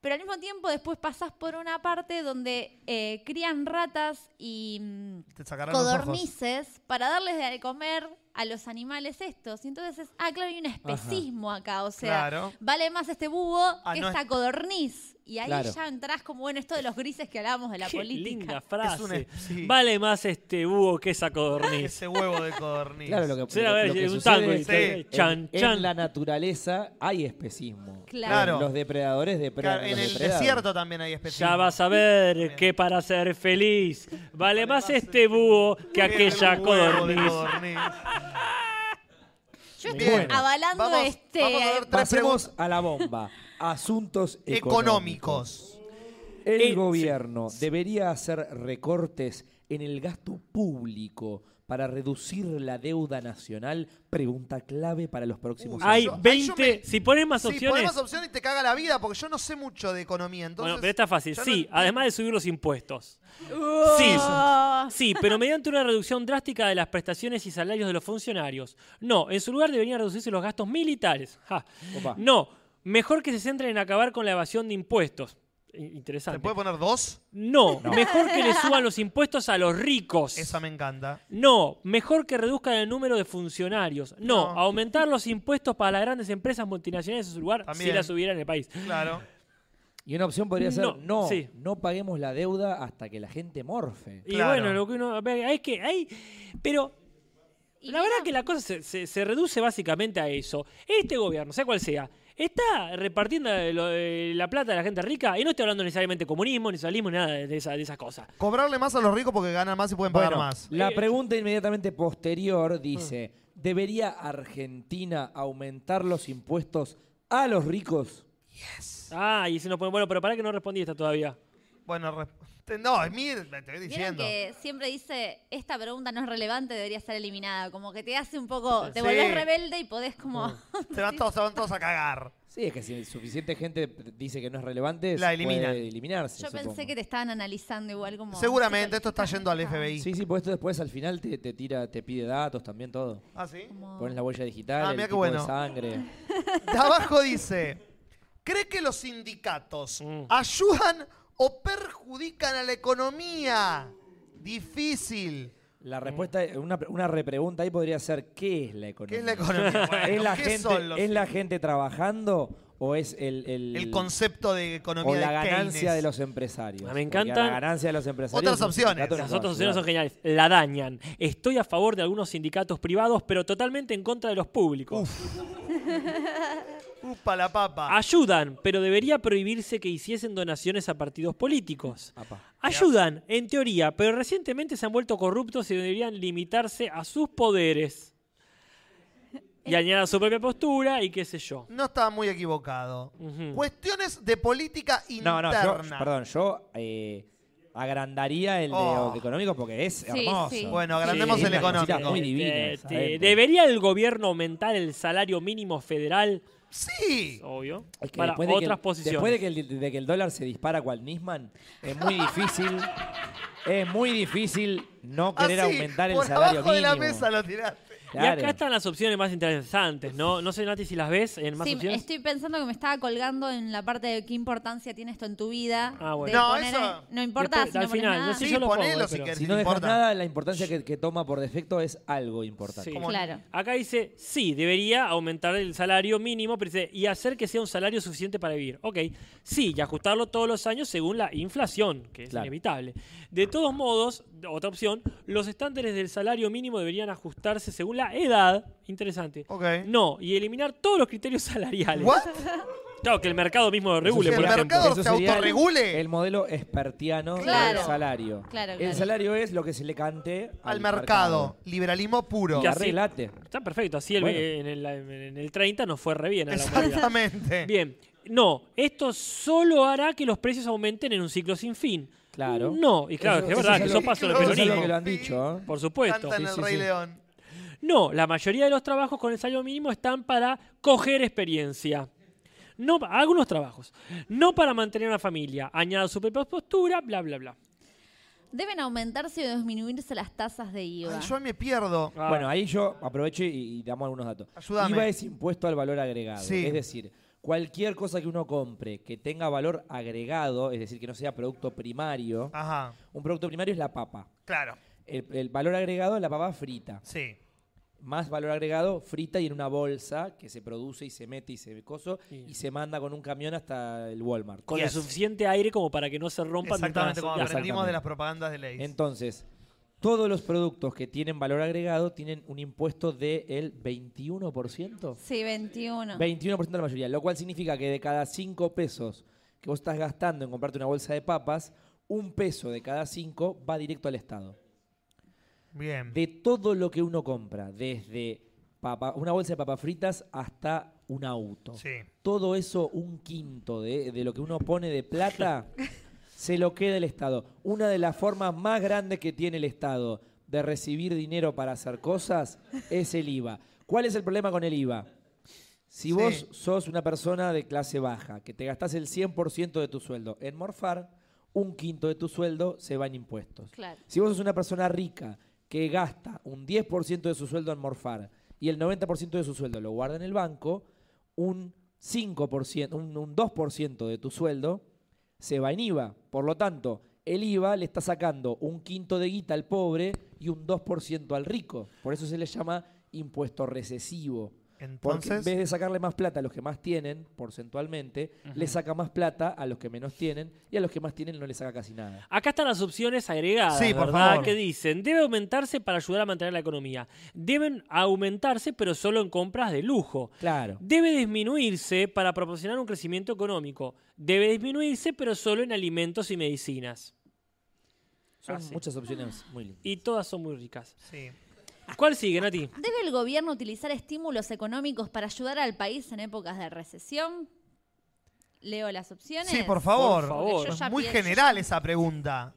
D: Pero al mismo tiempo, después pasás por una parte donde eh, crían ratas y mm,
A: Te sacarán los ojos.
D: codornices para darles de comer a los animales estos. Y entonces, es, ah, claro, hay un especismo acá. O sea,
A: Claro.
D: vale más este búho
A: Ah,
D: que
A: no
D: esta
A: es-
D: codorniz. Y ahí
F: Claro.
D: ya entrás como, bueno, esto de los grises que hablábamos de la
C: Qué
D: política.
C: linda frase.
A: Es una- sí.
C: Vale más este búho que esa codorniz.
A: Ese huevo de codorniz.
F: Claro, lo que,
C: Sí, a
F: lo-
C: ver,
F: lo que
C: un
F: sucede
C: tango y
F: es
A: sí.
F: que
C: tal.
F: en-
C: Chan,
F: en,
C: chan.
F: la naturaleza hay especismo.
D: Claro.
F: Eh, Los depredadores depredan.
A: Claro,
F: a
A: en
F: los
A: el
F: depredados.
A: desierto también hay especies.
C: Ya vas a ver que para ser feliz vale más
A: eh,
C: este búho que aquella codorniz.
D: Yo estoy
F: Bueno,
D: avalando
A: vamos-
D: este.
A: vamos a ver tres
F: Pasemos a la bomba. Asuntos
A: Económicos.
F: económicos. El
C: Eh,
F: gobierno debería hacer recortes en el gasto público para reducir la deuda nacional? Pregunta clave para los próximos
A: Uy,
F: años.
C: Hay
A: yo- ahí yo
C: 20.
A: me-
C: Si pones más
A: Sí,
C: opciones.
A: ponemos opciones y te caga la vida porque yo no sé mucho de economía. Entonces,
C: bueno, pero está fácil.
A: ya
C: Sí,
A: no- ¡Oh!
C: además de subir los impuestos. Sí. Sí, pero mediante una reducción drástica de las prestaciones y salarios de los funcionarios. No, en su lugar deberían reducirse los gastos militares. Ja.
F: Opa.
C: No, mejor que se centren en acabar con la evasión de impuestos. I-
A: ¿Te
C: Interesante.
A: puede poner dos?
C: No, mejor que le suban los impuestos a los ricos.
A: Esa me encanta.
C: No, mejor que reduzcan el número de funcionarios. No,
A: No.
C: aumentar los impuestos para las grandes empresas multinacionales en su lugar si
A: También.
C: las hubieran en el país.
A: Claro.
F: Y una opción podría ser,
C: No,
F: no, no,
C: sí.
F: paguemos la deuda hasta que la gente morfe.
C: Y
A: Claro.
C: bueno, lo que uno ve es que hay... Pero
D: Y
C: la verdad
D: mira,
C: que la cosa se, se- se reduce básicamente a eso. Este gobierno, sea cual sea, está repartiendo lo- eh, la plata de la gente rica y no estoy hablando necesariamente de comunismo, ni socialismo, ni nada de, esa- de esas cosas.
A: Cobrarle más a los ricos porque ganan más y pueden pagar
F: Bueno,
A: más.
F: La pregunta inmediatamente posterior dice, ¿debería Argentina aumentar los impuestos a los ricos?
C: Ah, y se nos pone, bueno, pero para que no respondí esta todavía.
A: Bueno, re- te- no, es mí, te estoy
D: Vieron
A: diciendo.
D: que siempre dice, esta pregunta no es relevante, debería ser eliminada. Como que te hace un poco, te
A: Sí.
D: volvés rebelde y podés como...
A: Se van todos, se van todos a cagar.
F: Sí, es que si suficiente gente dice que no es relevante,
A: La
F: se
A: eliminan.
F: puede eliminarse.
D: Yo pensé
F: supongo.
D: que te estaban analizando igual como...
A: Seguramente esto está yendo al FBI.
F: Sí, sí, porque esto después al final te, te tira, te pide datos también, todo.
A: ¿Ah, sí?
D: Como-
F: Pones la huella digital,
A: Ah,
F: el
A: mirá qué
F: tipo de
A: bueno.
F: sangre.
A: De abajo dice, ¿cree que los sindicatos
C: Mm.
A: ayudan o perjudican a la economía? Difícil.
F: La respuesta, una, una repregunta ahí podría ser, ¿qué es la
A: ¿Qué
F: economía?
A: es la economía? Bueno,
F: ¿Es, la
A: ¿qué
F: gente,
A: son los-
F: ¿Es la gente trabajando o es el, el,
A: el concepto de economía
F: o la
A: de
F: ganancia
A: Keynes?
F: de los empresarios?
C: Ah, Me
F: Porque
C: encantan
F: La ganancia de los empresarios.
A: otras
F: es un
A: opciones.
F: sindicato que
C: Las
F: nos
C: otras
F: ayuda.
C: opciones son geniales. La dañan. Estoy a favor de algunos sindicatos privados, pero totalmente en contra de los públicos.
A: Upa la papa.
C: Ayudan, pero debería prohibirse que hiciesen donaciones a partidos políticos.
F: Apa.
C: Ayudan, en teoría, pero recientemente se han vuelto corruptos y deberían limitarse a sus poderes. Y añadan su propia postura y qué sé yo.
A: No estaba muy equivocado.
C: Ujú.
A: Cuestiones de política
F: No,
A: interna.
F: no, yo, perdón, yo eh, agrandaría el de
A: Oh.
F: económico porque es
D: Sí,
F: hermoso.
D: sí.
A: Bueno, agrandemos
C: Sí,
A: el
C: una
F: cosita
A: económico.
F: muy divina,
C: Eh,
F: esa,
C: te-
F: adentro.
C: ¿Debería el gobierno aumentar el salario mínimo federal?
A: Sí.
C: Obvio.
F: Es que
C: para
F: después de que el-
C: otras posiciones.
F: Después de que, el, de que el dólar se dispara cual Nisman, es muy difícil. es muy difícil no querer
A: Así,
F: aumentar el
A: por
F: salario
A: abajo de la
F: mínimo.
A: mesa lo tiraste.
C: Y
F: Claro.
C: acá están las opciones más interesantes, ¿no? No sé, Nati, si las ves en más
D: Sí, este,
C: opciones.
D: estoy pensando que me estaba colgando en la parte de qué importancia tiene esto en tu vida.
C: Ah, bueno.
D: de
A: No,
D: poner-
A: eso-
D: No importa
C: Después,
D: si no
C: al
D: pones
C: final,
D: nada.
C: no sé- Sí,
A: Sí,
C: yo lo pongo,
A: ponelo
C: eh,
A: si
C: pero-
A: querés.
F: Si no
A: te
F: dejas
A: importa.
F: nada, la importancia que, que toma por defecto es algo importante.
C: Sí.
A: Como-
D: Claro.
C: Acá dice, sí, debería aumentar el salario mínimo pero dice, y hacer que sea un salario suficiente para vivir. Ok, sí, y ajustarlo todos los años según la inflación, que es
F: Claro.
C: inevitable. De todos modos, otra opción, los estándares del salario mínimo deberían ajustarse según la edad. Interesante.
A: Ok.
C: No, y eliminar todos los criterios salariales.
A: ¿What?
C: Claro, que el mercado mismo lo regule,
A: Que
C: por
A: el
C: ejemplo.
A: mercado
F: Eso
A: se
F: sería el-
A: autorregule.
F: El modelo expertiano
D: Claro.
F: del salario.
D: Claro,
F: El
D: claro.
F: salario es lo que se le cante
A: Al mercado. Liberalismo puro.
C: Y
F: Que
C: así-
F: arreglate.
C: Está perfecto, así el-
F: Bueno.
C: en, el, en el 30 nos fue re bien a la humanidad.
A: Exactamente.
C: Bien, no, esto solo hará que los precios aumenten en un ciclo sin fin.
F: Claro.
C: No, y claro,
F: Eso-
C: que es
F: eso
C: verdad,
F: ya
C: que
F: lo-
C: eso pasa en el
A: eso ya
F: Es algo
C: peronismo.
F: que lo han dicho. ¿eh?
C: Por supuesto.
A: Canta en
F: Sí,
A: el
F: sí,
A: Rey
F: sí.
A: León.
C: No, la mayoría de los trabajos con el salario mínimo están para coger experiencia. No, pa- algunos trabajos. No para mantener una familia. Añada su propia postura, bla, bla, bla.
D: Deben aumentarse o disminuirse las tasas de IVA.
A: Ay, yo ahí me pierdo.
C: Ah,
F: Bueno, ahí yo aprovecho y, y damos algunos datos.
A: Ayúdame.
F: IVA es impuesto al valor agregado.
A: Sí.
F: Es decir, cualquier cosa que uno compre que tenga valor agregado, es decir, que no sea producto primario.
A: Ajá,
F: Un producto primario es la papa.
A: claro,
F: El, el valor agregado es la papa frita.
A: sí.
F: Más valor agregado frita y en una bolsa que se produce y se mete y se coso
C: Sí.
F: y se manda con un camión hasta el Walmart.
C: con
A: yes.
C: el suficiente aire como para que no se rompan.
A: Exactamente, como
C: mientras-
F: Exactamente.
A: aprendimos de las propagandas de ley.
F: Entonces, todos los productos que tienen valor agregado tienen un impuesto del 21%.
D: Sí, 21.
F: 21% de la mayoría, lo cual significa que de cada 5 pesos que vos estás gastando en comprarte una bolsa de papas, un peso de cada 5 va directo al Estado.
A: Bien.
F: De todo lo que uno compra, desde papa- una bolsa de papas fritas hasta un auto.
A: Sí.
F: Todo eso, un quinto de, de lo que uno pone de plata, se lo queda el Estado. Una de las formas más grandes que tiene el Estado de recibir dinero para hacer cosas es el IVA. ¿Cuál es el problema con el IVA? Si
A: Sí.
F: vos sos una persona de clase baja, que te gastás el 100% de tu sueldo en morfar, un quinto de tu sueldo se va en impuestos.
D: Claro.
F: Si vos sos una persona rica que gasta un 10% de su sueldo en morfar y el 90% de su sueldo lo guarda en el banco, un 5%, un, un 2% de tu sueldo se va en IVA. Por lo tanto, el IVA le está sacando un quinto de guita al pobre y un 2% al rico. Por eso se le llama impuesto recesivo. Porque en
A: Entonces,
F: vez de sacarle más plata a los que más tienen, porcentualmente, le saca más plata a los que menos tienen y a los que más tienen no le saca casi nada.
C: Acá están las opciones agregadas,
A: Sí, por
C: ¿verdad?
A: favor.
C: Que dicen, debe aumentarse para ayudar a mantener la economía. Deben aumentarse, pero solo en compras de lujo.
F: Claro.
C: Debe disminuirse para proporcionar un crecimiento económico. Debe disminuirse, pero solo en alimentos y medicinas.
F: Son
C: Ah, sí.
F: muchas opciones muy lindas.
C: Y todas son muy ricas.
A: sí.
C: ¿Cuál sigue, Nati?
D: ¿Debe el gobierno utilizar estímulos económicos para ayudar al país en épocas de recesión? Leo las opciones.
A: Sí, por favor.
C: Por favor.
D: Yo ya
A: Muy
D: pienso-
A: general esa pregunta.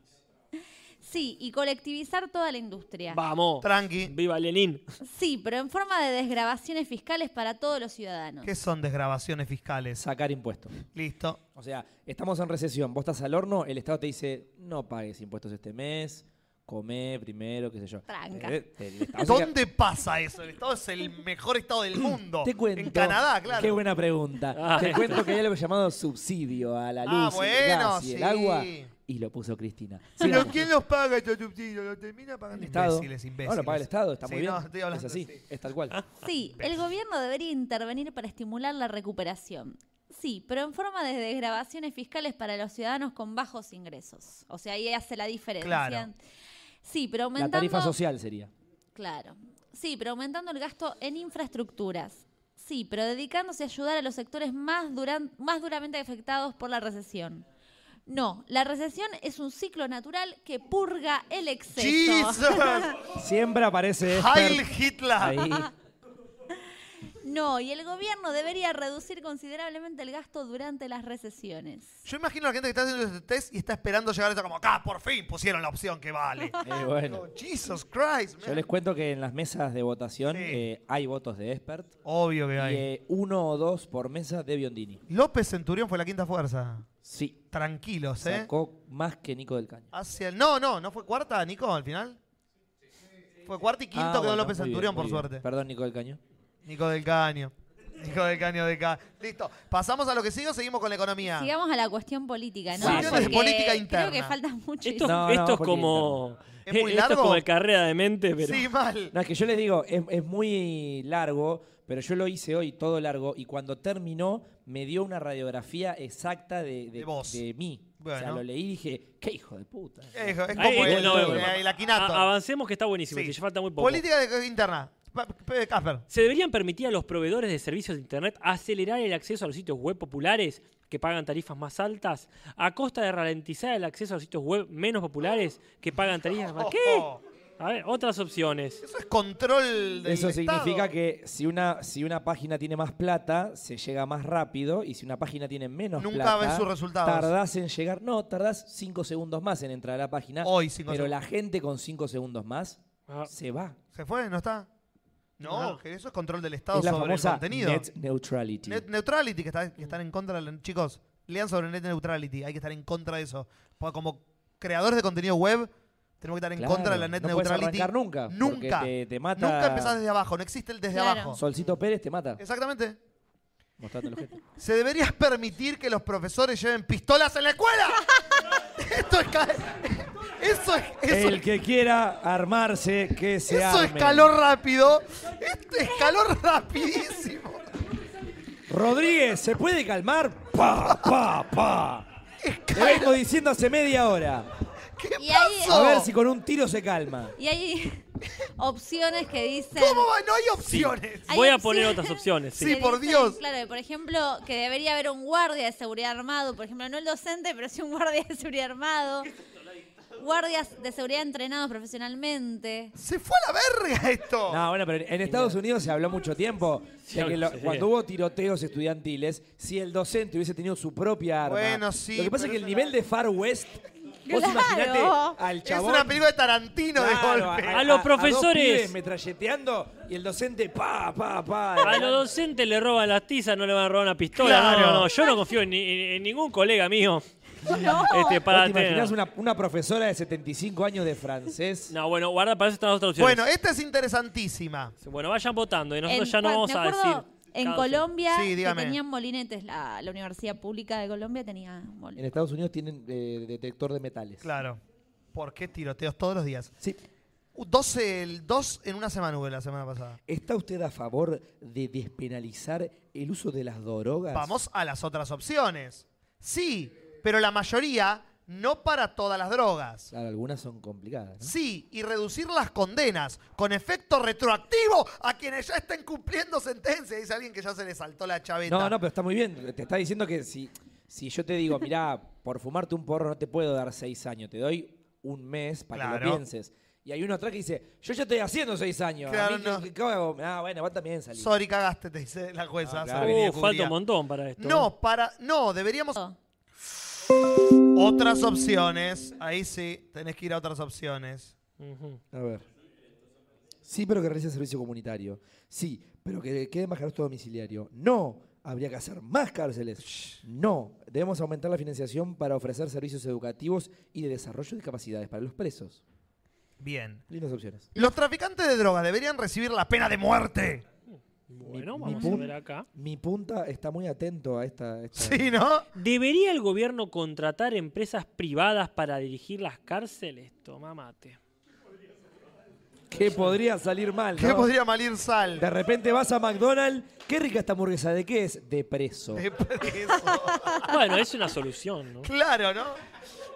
D: Sí, y colectivizar toda la industria.
C: Vamos.
A: Tranqui.
C: Viva Lenin.
D: Sí, pero en forma de desgrabaciones fiscales para todos los ciudadanos.
A: ¿Qué son desgrabaciones fiscales?
F: Sacar impuestos.
A: Listo.
F: O sea, estamos en recesión, vos estás al horno, el Estado te dice, no pagues impuestos este mes, come primero, qué sé yo.
D: Tranca.
F: Eh, el Estado se
A: ¿Dónde pasa eso? El Estado es el mejor Estado del mundo.
F: queda- Te cuento.
A: En Canadá, claro.
F: Qué buena pregunta.
C: Ah,
F: Te
C: esto.
F: cuento que hay algo llamado subsidio a la luz,
A: Ah,
F: el
A: bueno,
F: gas y
A: sí.
F: el agua. Y lo puso Cristina.
A: Pero
F: Sigamos.
A: ¿quién los paga estos subsidios? Lo termina pagando
F: El Estado.
A: imbéciles, imbéciles.
F: No, lo paga el Estado, está
A: Sí,
F: muy bien.
A: no, estoy hablando,
F: es así,
A: sí.
F: es tal cual.
D: Sí, el gobierno debería intervenir para estimular la recuperación. Sí, pero en forma de desgrabaciones fiscales para los ciudadanos con bajos ingresos. O sea, ahí hace la diferencia.
A: Claro.
D: Sí, pero
F: La
D: aumentando...
F: tarifa social sería.
D: Claro. Sí, pero aumentando el gasto en infraestructuras. Sí, pero dedicándose a ayudar a los sectores más, duran- más duramente afectados por la recesión. No, la recesión es un ciclo natural que purga el exceso.
A: Jesus.
F: Siempre aparece
A: Heil
F: Esper
A: Hitler.
F: ahí.
D: No, y el gobierno debería reducir considerablemente el gasto durante las recesiones.
A: Yo imagino a la gente que está haciendo este test y está esperando llegar a eso como, acá por fin pusieron la opción que vale.
F: Eh, bueno.
A: No, Jesus Christ,
F: Yo
A: man.
F: les cuento que en las mesas de votación
A: Sí.
F: eh, hay votos de expert
A: Obvio que
F: y
A: hay.
F: eh, uno o dos por mesa de Biondini.
A: López Centurión fue la quinta fuerza.
F: Sí,
A: Tranquilos, ¿eh?
F: sacó más que Nico del Caño.
A: Hacia el- No, no, no fue cuarta, Nico, al final. Fue cuarta y quinto
F: Ah,
A: quedó
F: bueno,
A: López
F: muy bien,
A: Centurión,
F: muy
A: por
F: bien.
A: suerte.
F: Perdón, Nico del Caño.
A: Nico del Caño. Nico del Caño de acá. Listo. Pasamos a lo que sigue o seguimos con la economía.
D: Sigamos a la cuestión política, ¿no?
F: Sí, no,
D: Porque
A: Ah. de política
D: Creo que
A: interna.
D: falta mucho.
C: Esto,
F: No,
C: esto
F: no,
C: es
F: porque-
C: como.
A: ¿Es muy
C: eh, esto
A: largo?
C: es como el carrera de mente, pero.
A: Sí, mal.
F: No, es que yo les digo, es, es muy largo, pero yo lo hice hoy todo largo y cuando terminó me dio una radiografía exacta de,
A: De vos.
F: de mí. O sea,
A: Bueno.
F: lo leí y dije, qué hijo de puta.
A: Eh, hijo, Es como
C: Ahí-
F: eh,
A: el,
C: no,
A: el-
C: eh,
A: el Akinator.
C: a- Avancemos que está buenísimo,
A: Sí.
C: que ya falta muy poco.
A: Política de- interna. Pa- Pe- Casper.
C: ¿Se deberían permitir a los proveedores de servicios de Internet acelerar el acceso a los sitios web populares que pagan tarifas más altas a costa de ralentizar el acceso a los sitios web menos populares que pagan tarifas más... ¿Qué?
A: Ojo.
C: A ver, otras opciones.
A: Eso es control del
F: Eso significa
A: Estado.
F: que si una, si una página tiene más plata, se llega más rápido. Y si una página tiene menos
A: Nunca
F: plata.
A: ves sus resultados.
F: Tardás en llegar. No, tardás 5 segundos más en entrar a la página.
A: Hoy cinco
F: pero
A: segundos.
F: la gente con 5 segundos más
C: Ah,
F: se va.
A: ¿Se fue? ¿No está? No,
C: No.
A: que eso es control del Estado
F: es la
A: sobre el
F: famosa
A: contenido.
F: net neutrality.
A: Net neutrality, que,
F: Mm.
A: está- que están en contra. de la- Chicos, lean sobre net neutrality. Hay que estar en contra de eso. Porque como creadores de contenido web, tenemos que estar en
F: Claro,
A: contra de la net
F: no puedes
A: neutrality.
F: arrancar nunca, porque
A: Nunca.
F: te- te mata-
A: Nunca empezás desde abajo. No existe el desde
D: Claro.
A: abajo.
F: Solcito Pérez te mata.
A: Exactamente.
F: Mostrate los gestos.
A: ¿Se debería permitir que los profesores lleven pistolas en la escuela? Esto es. ca- Eso es. Eso
F: El
A: es-
F: que quiera armarse, que se
A: eso
F: arme.
A: escaló rápido. Esto escaló rapidísimo.
F: Rodríguez, ¿se puede calmar? ¡Pa, pa, pa! Le vengo diciendo hace media hora.
A: ¿Qué
D: Y ahí-
A: pasó?
F: A ver si con un tiro se calma.
D: Y hay opciones que dicen...
A: ¿Cómo va? No hay opciones.
D: Hay
C: Voy a
D: opciones-
C: poner otras opciones. sí.
A: Sí.
D: que
A: por
D: dicen,
A: Dios.
D: Claro, por ejemplo, que debería haber un guardia de seguridad armado, por ejemplo, no el docente, pero sí un guardia de seguridad armado. Guardias de seguridad entrenados profesionalmente.
A: Se fue a la verga esto.
F: No, bueno, pero en Estados Unidos se habló mucho tiempo de que lo-
C: sí.
F: cuando hubo tiroteos estudiantiles, si el docente hubiese tenido su propia arma.
A: Bueno, sí,
F: Lo que pasa es
A: pero
F: que el
A: eso
F: nivel de Far West Vos imaginate
D: Claro.
F: al
A: Es
F: chabón.
A: una película de Tarantino de
F: Claro,
A: golpe.
C: A los profesores.
F: dos pibes metralleteando y el docente pa, pa, pa.
C: A los docentes le roban las tizas, no le van a robar una pistola. No,
A: Claro.
C: No, no, yo no confío en, ni- en ningún colega mío.
D: No.
C: Este,
F: ¿Vos
C: para
F: te imaginás
C: tener-
F: una, una profesora de 75 años de francés?
C: No, bueno, guarda, para eso están las otras opciones.
A: Bueno, esta es interesantísima.
C: Bueno, vayan votando y nosotros
D: En
C: ya no
D: cua-
C: vamos
D: me
C: a
D: acuerdo,
C: decir.
D: En
C: cada
D: Colombia
A: Sí,
D: que
A: dígame.
D: tenían molinetes, la, la Universidad Pública de Colombia tenía
F: En
D: molinetes.
F: Estados Unidos tienen eh, detector de metales.
A: Claro. ¿Por qué tiroteos todos los días?
F: Sí.
A: Uh, 12, el 2 en una semana hubo la semana pasada.
F: ¿Está usted a favor de despenalizar el uso de las drogas?
A: Vamos a las otras opciones. Sí, pero la mayoría no para todas las drogas.
F: Claro, algunas son complicadas. ¿no?
A: Sí, y reducir las condenas con efecto retroactivo a quienes ya estén cumpliendo sentencia. Dice alguien que ya se le saltó la chaveta.
F: No, no, pero está muy bien. Te está diciendo que si, si yo te digo, mirá, por fumarte un porro no te puedo dar seis años, te doy un mes para que
A: Claro.
F: lo pienses. Y hay uno atrás que dice, yo ya estoy haciendo seis años.
A: Claro,
F: a mí, ¿qué-
A: no.
F: qué- qué hago? Ah, bueno, vos también salís.
A: Sorry, cagaste, te dice la jueza.
F: Ah, claro.
A: Sabrina
C: Uh, falta
A: Curia.
C: un montón para esto.
A: No, para. No, deberíamos. Otras opciones. Ahí sí, tenés que ir a otras opciones.
C: ¿eh? Ujú.
F: A ver. Sí, pero que realice servicio comunitario. Sí, pero que quede más caro esto domiciliario. No, habría que hacer más cárceles. No, debemos aumentar la financiación para ofrecer servicios educativos y de desarrollo de capacidades para los presos.
A: Bien.
F: Lindas opciones.
A: Los traficantes de drogas deberían recibir la pena de muerte.
C: Bueno,
F: Mi- mi
C: vamos a
F: pun-
C: ver acá.
F: Mi punta está muy atento a esta. a esta-
A: Sí, ¿no?
C: ¿Debería el gobierno contratar empresas privadas para dirigir las cárceles? Toma mate.
F: ¿Qué podría salir mal?
A: ¿Qué
F: no?
A: podría malir sal?
F: De repente vas a McDonald's. Qué rica esta hamburguesa. ¿De qué es? De preso.
A: De preso.
C: Bueno, es una solución, ¿no?
A: claro, ¿no?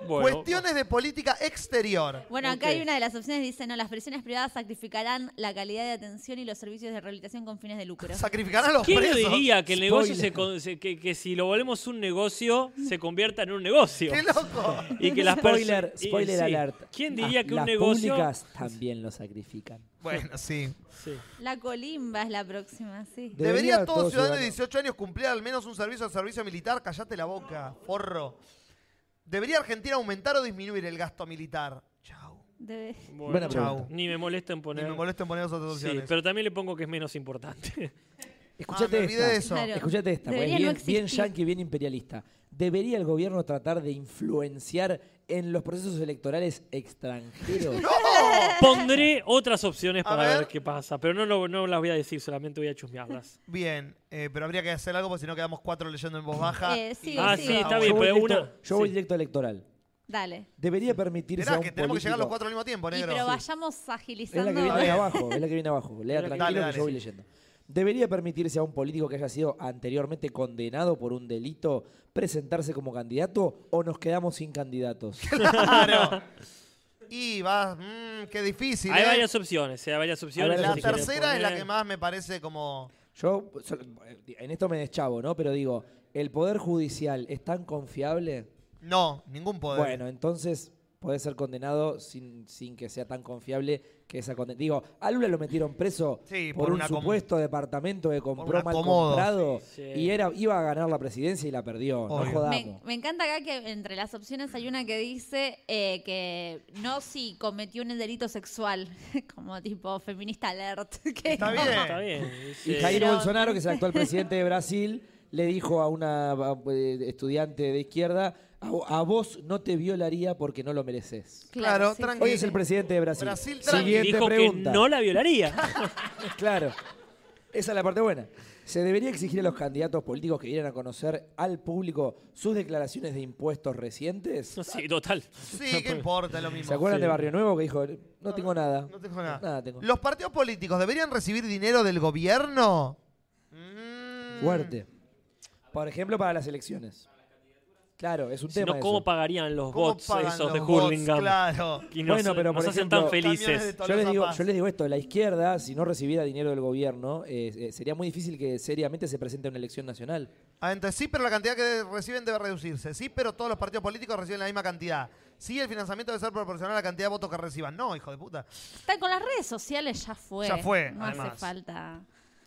C: Bueno,
A: Cuestiones de política exterior.
D: Bueno, acá
C: Ok.
D: hay una de las opciones, dice, no, las prisiones privadas sacrificarán la calidad de atención y los servicios de rehabilitación con fines de lucro.
A: Sacrificarán a los
C: ¿Quién le
A: presos.
C: diría que el negocio se
F: Spoiler.
C: con- se- que, que si lo volvemos un negocio, se convierta en un negocio?
A: ¡Qué loco!
C: Y que las perso-
F: spoiler
C: y-
F: spoiler
C: sí.
F: alert.
C: ¿Quién diría
F: Las-
C: que un
F: las
C: negocio...
F: públicas también lo sacrifican.
A: Bueno, sí.
C: Sí.
D: La colimba es la próxima, sí.
A: Debería, todo, ciudadano de
F: ciudadano-
A: 18 años cumplir al menos un servicio de servicio militar. Callate la boca, forro. ¿Debería Argentina aumentar o disminuir el gasto militar? Chau.
D: Debe-
C: Bueno,
F: Buena
A: Chau.
F: pregunta.
C: Ni me molesta en
A: Ni
C: poner...
A: me molesto en poner esas otras
C: Sí,
A: opciones.
C: pero también le pongo que es menos importante.
F: Escuchate
A: Ah, me olvidé de
F: esta.
A: eso.
D: Claro.
F: Escuchate esta, pues,
D: Debería no
F: bien,
D: existir.
F: bien yanqui, bien imperialista. ¿Debería el gobierno tratar de influenciar en los procesos electorales extranjeros?
C: Pondré otras opciones
A: A
C: para ver.
A: ver.
C: qué pasa, pero no, lo- no las voy a decir, solamente voy a chusmearlas.
A: Bien, eh, pero habría que hacer algo porque si no quedamos cuatro leyendo en voz baja.
D: Eh, sí,
C: Ah,
D: sí.
C: sí, está
A: Ah,
C: bien,
F: yo voy
C: pero
F: directo,
C: una...
F: yo voy
C: sí.
F: directo electoral.
D: Dale.
F: ¿Debería permitirse
A: Esperá,
F: a un
A: que tenemos que llegar los
F: político-
A: cuatro al mismo tiempo,
D: Y,
A: negro.
D: pero
A: Sí.
D: vayamos
F: Es
D: agilizando.
F: la que viene
A: Dale.
F: abajo, es la que viene abajo. Lea
C: Dale,
F: tranquilo que
A: dale,
F: yo voy
A: sí.
F: leyendo. ¿Debería permitirse a un político que haya sido anteriormente condenado por un delito presentarse como candidato o nos quedamos sin candidatos?
A: Claro. Y vas, mmm, qué difícil.
C: Hay
A: ¿eh?
C: varias opciones, hay varias opciones.
F: Ahora,
A: La
C: si quieren
A: tercera es la
C: poner.
A: que más me parece como...
F: Yo so- eh, en esto me deschavo, ¿no? Pero digo, ¿el poder judicial es tan confiable?
A: No, ningún poder.
F: Bueno, entonces puede ser condenado sin, sin que sea tan confiable que esa condena. Digo, a Lula lo metieron preso
A: Sí,
F: por,
A: por
F: un
A: una com-
F: supuesto departamento que
A: por
F: compró
A: un
F: mal
A: acomodo.
F: comprado
C: Sí, sí.
F: y era, iba a ganar la presidencia y la perdió.
A: Obvio.
F: No
D: Me,
F: jodamos.
D: me encanta acá que entre las opciones hay una que dice eh, que no si cometió un delito sexual, como tipo feminista alert. que
A: Está
D: no.
A: bien.
C: Ah, Está bien.
F: Y
C: dice-
F: Jair
D: Pero-
F: Bolsonaro, que es el actual presidente de Brasil, le dijo a una a- eh, estudiante de izquierda, a, a vos no te violaría porque no lo mereces.
A: Claro,
D: sí,
A: tranqui.
F: Hoy es el presidente de Brasil.
A: Brasil, tranqui.
F: Siguiente
C: dijo
F: pregunta.
C: que no la violaría.
F: Claro. Esa es la parte buena. ¿Se debería exigir a los candidatos políticos que dieran a conocer al público sus declaraciones de impuestos recientes?
C: No sé, total.
A: Sí, qué importa, es lo mismo.
F: ¿Se acuerdan
C: Sí.
F: de Barrio Nuevo que dijo, no tengo nada?
A: No tengo nada.
F: Nada tengo.
A: ¿Los partidos políticos deberían recibir dinero del gobierno? Mm.
F: Fuerte. Por ejemplo, para las elecciones. Claro, es un
C: Si
F: tema
C: no, ¿cómo
F: eso.
C: pagarían los
A: ¿Cómo
C: bots
A: pagan
C: esos de
A: los bots?
C: Hurlingham?
A: Claro.
C: Y nos,
F: Bueno, pero,
C: nos
F: por
C: hacen
F: ejemplo,
C: tan
A: camiones de
C: felices.
A: to-
F: Yo les,
A: Tolosa
F: digo,
A: Paz.
F: yo les digo esto, la izquierda, si no recibiera dinero del gobierno, eh, eh, sería muy difícil que seriamente se presente a una elección nacional.
A: Ah, entonces sí, pero la cantidad que reciben debe reducirse. Sí, pero todos los partidos políticos reciben la misma cantidad. Sí, el financiamiento debe ser proporcional a la cantidad de votos que reciban. No, hijo de puta.
D: Está con las redes sociales, ya fue.
A: Ya fue,
D: No
A: además.
D: hace falta.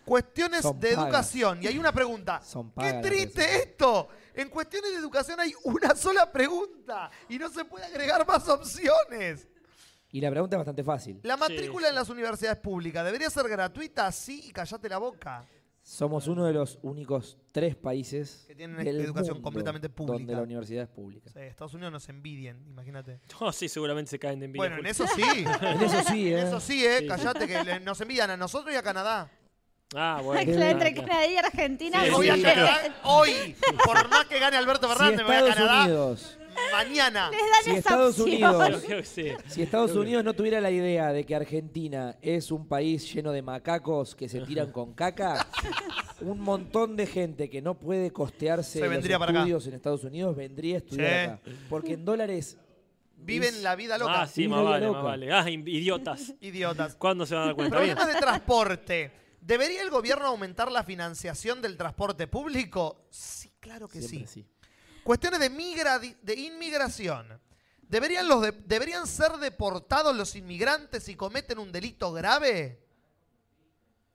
A: Cuestiones
F: Son
A: de
F: pagas.
A: educación. Y hay una pregunta.
F: Son
A: ¡Qué
F: pagas las
A: triste
F: redes
A: esto! En cuestiones de educación hay una sola pregunta y no se puede agregar más opciones.
F: Y la pregunta es bastante fácil.
A: La matrícula
C: sí.
A: en las universidades públicas debería ser gratuita, sí, y callate la boca.
F: Somos uno de los únicos tres países
A: Que tienen
F: del
A: educación
F: mundo
A: completamente
F: donde
A: pública.
F: la universidad es pública.
A: O sea, Estados Unidos nos envidien, imagínate.
C: Oh, sí, seguramente se caen de envidia.
A: Bueno, en
C: Juli.
A: eso sí.
F: En eso sí, ¿eh?
A: En eso sí, eh,
C: Sí.
A: callate, que le- nos envidian a nosotros y a Canadá.
C: Ah, bueno.
F: Claro,
C: Ah,
F: entre
C: claro.
D: Canadá y Argentina.
C: Sí,
A: Hoy,
F: sí,
A: a
F: yo
A: Canadá, hoy, por más que gane Alberto
F: Si
A: Fernández, me voy a
F: Estados
A: Canadá
F: Unidos,
A: mañana.
F: si Estados Unidos,
C: Creo que sí.
F: si Estados Unidos no tuviera la idea de que Argentina es un país lleno de macacos que se tiran con caca, un montón de gente que no puede costearse
A: Se vendría
F: los
A: para acá.
F: estudios en Estados Unidos vendría a estudiar acá, porque en dólares
A: Viven la vida loca.
C: Ah, sí,
F: Una
C: más
F: vida
C: vale, más
F: loca.
C: vale. Ah, in- idiotas.
A: Idiotas.
C: ¿Cuándo se van a dar cuenta? Bien.
A: Problemas de transporte. ¿Debería el gobierno aumentar la financiación del transporte público? Sí, claro que sí.
F: siempre
A: Cuestiones de, migra- de inmigración. ¿Deberían, los de- ¿Deberían ser deportados los inmigrantes si cometen un delito grave?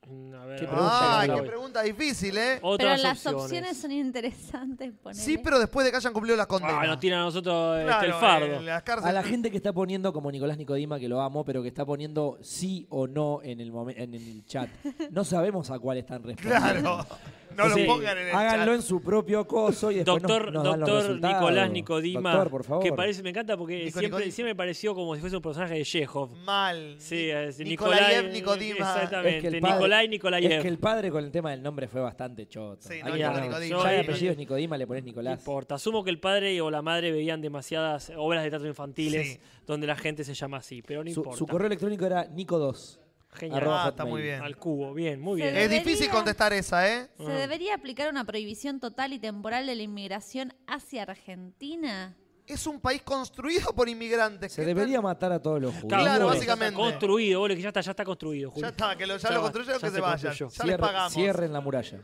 C: Mm, A ver, a
F: Qué
C: ver,
F: pregunta,
A: Ay,
C: ya
A: qué
C: voy.
A: pregunta difícil, ¿eh?
D: Pero
C: Otras
D: las opciones son interesantes. Ponele.
A: Sí, pero después de que hayan cumplido la condena.
C: Ah, nos tiran a nosotros este,
A: Claro, eh,
C: el fardo.
A: en las cárceles.
F: A la gente que está poniendo, como Nicolás Nicodima, que lo amo, pero que está poniendo sí o no en el, momen- en el chat. No sabemos a cuál están respondiendo.
A: Claro. No
C: Sí.
A: lo pongan en el
F: Háganlo
A: chat.
F: en su propio coso y después nos-
C: Doctor,
F: nos dan los
C: doctor
F: resultados.
C: Nicolás Nicodima,
F: Doctor, por favor.
C: que parece, me encanta porque
A: Nico
C: siempre,
A: Nicodima.
C: siempre me pareció como si fuese un personaje de Chekhov.
F: Mm.
A: Mal.
C: Sí, es
A: Nicolaev,
C: Nicolai-
A: Nicodima.
C: Exactamente,
F: el padre-
C: Nicolai Nicolaev.
F: es que el padre con el tema del nombre fue bastante choto.
A: Sí,
F: Hay
A: no,
F: que
A: Nicolás
F: poner-
A: Nicodima.
F: Ya el
A: Yo-
F: apellido es Nicodima, le pones
C: No
F: Nicolás.
C: importa, asumo que el padre o la madre veían demasiadas obras de teatro infantiles
A: Sí.
C: donde la gente se llama así, pero no
F: Su,
C: importa.
F: su correo electrónico era Nico2.
C: Genial.
A: arroba Ah, está muy bien. Eh,
C: Al cubo, bien, muy
D: Se
C: bien.
D: ve-
A: Es difícil
D: Debería.
A: contestar esa, ¿eh?
D: ¿Se
C: Mm.
D: debería aplicar una prohibición total y temporal de la inmigración hacia Argentina?
A: Es un país construido por inmigrantes.
F: Se
A: ¿Qué
F: debería
A: tal?
F: matar a todos los judíos.
A: Claro,
C: boludo,
A: básicamente.
C: ya está Construido, boludo, que ya está, ya está construido. Juli.
A: Ya está, que lo- ya,
C: Ya
A: lo
C: va,
A: construyeron,
C: ya
A: que se,
C: se
A: vayan.
C: construyó.
A: Ya les
F: Cierre-
A: pagamos.
F: Cierren la muralla.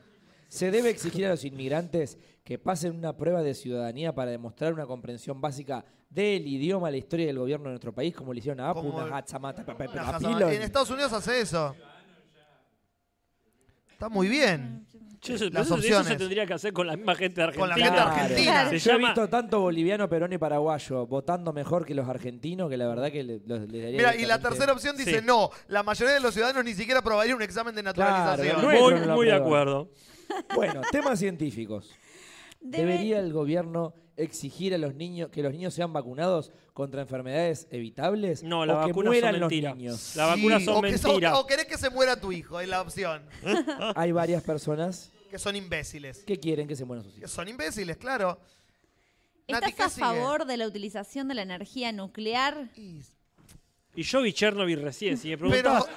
F: Se debe exigir a los inmigrantes que pasen una prueba de ciudadanía para demostrar una comprensión básica del idioma, la historia y del gobierno de nuestro país, como le hicieron a Apu,
A: Como-
F: una Hatzamata, pa, pa, pa,
A: Una
F: pa,
A: jazama-
F: Pilon.
A: En Estados Unidos hace eso. Está muy bien.
C: Yo eso-
A: Las
C: eso- eso se
A: opciones.
C: tendría que hacer con la misma gente de Argentina.
A: Con la gente
F: Claro.
A: argentina.
C: Se
F: Yo he
C: llama-
F: visto tanto boliviano, peruano y paraguayo votando mejor que los argentinos, que la verdad que le- los- les
A: Mira,
F: daría
A: y la
F: directamente-
A: tercera opción dice
C: Sí.
A: no. La mayoría de los ciudadanos ni siquiera aprobaría un examen de naturalización.
F: Claro, Nuestro
C: Muy,
F: no lo
C: muy de
F: aprueba.
C: acuerdo.
F: Bueno, temas científicos.
D: Debe-
F: ¿Debería el gobierno exigir a los niños que los niños sean vacunados contra enfermedades evitables?
C: No, la
F: o que
C: vacuna
F: mueran
C: son
F: los
C: mentira.
F: niños.
C: Las vacunas
A: Sí,
C: son
A: o que son-
C: mentiras.
A: o querés que se muera tu hijo, es la opción.
F: Hay varias personas
A: Que son imbéciles.
F: que quieren que se mueran sus
A: Que
F: hijos.
A: son imbéciles, claro. Nati, ¿qué
D: ¿Estás a
A: sigue?
D: favor de la utilización de la energía nuclear?
A: Y-
C: Y yo vi Chernobyl recién. Si me
A: Pero,
C: preguntabas,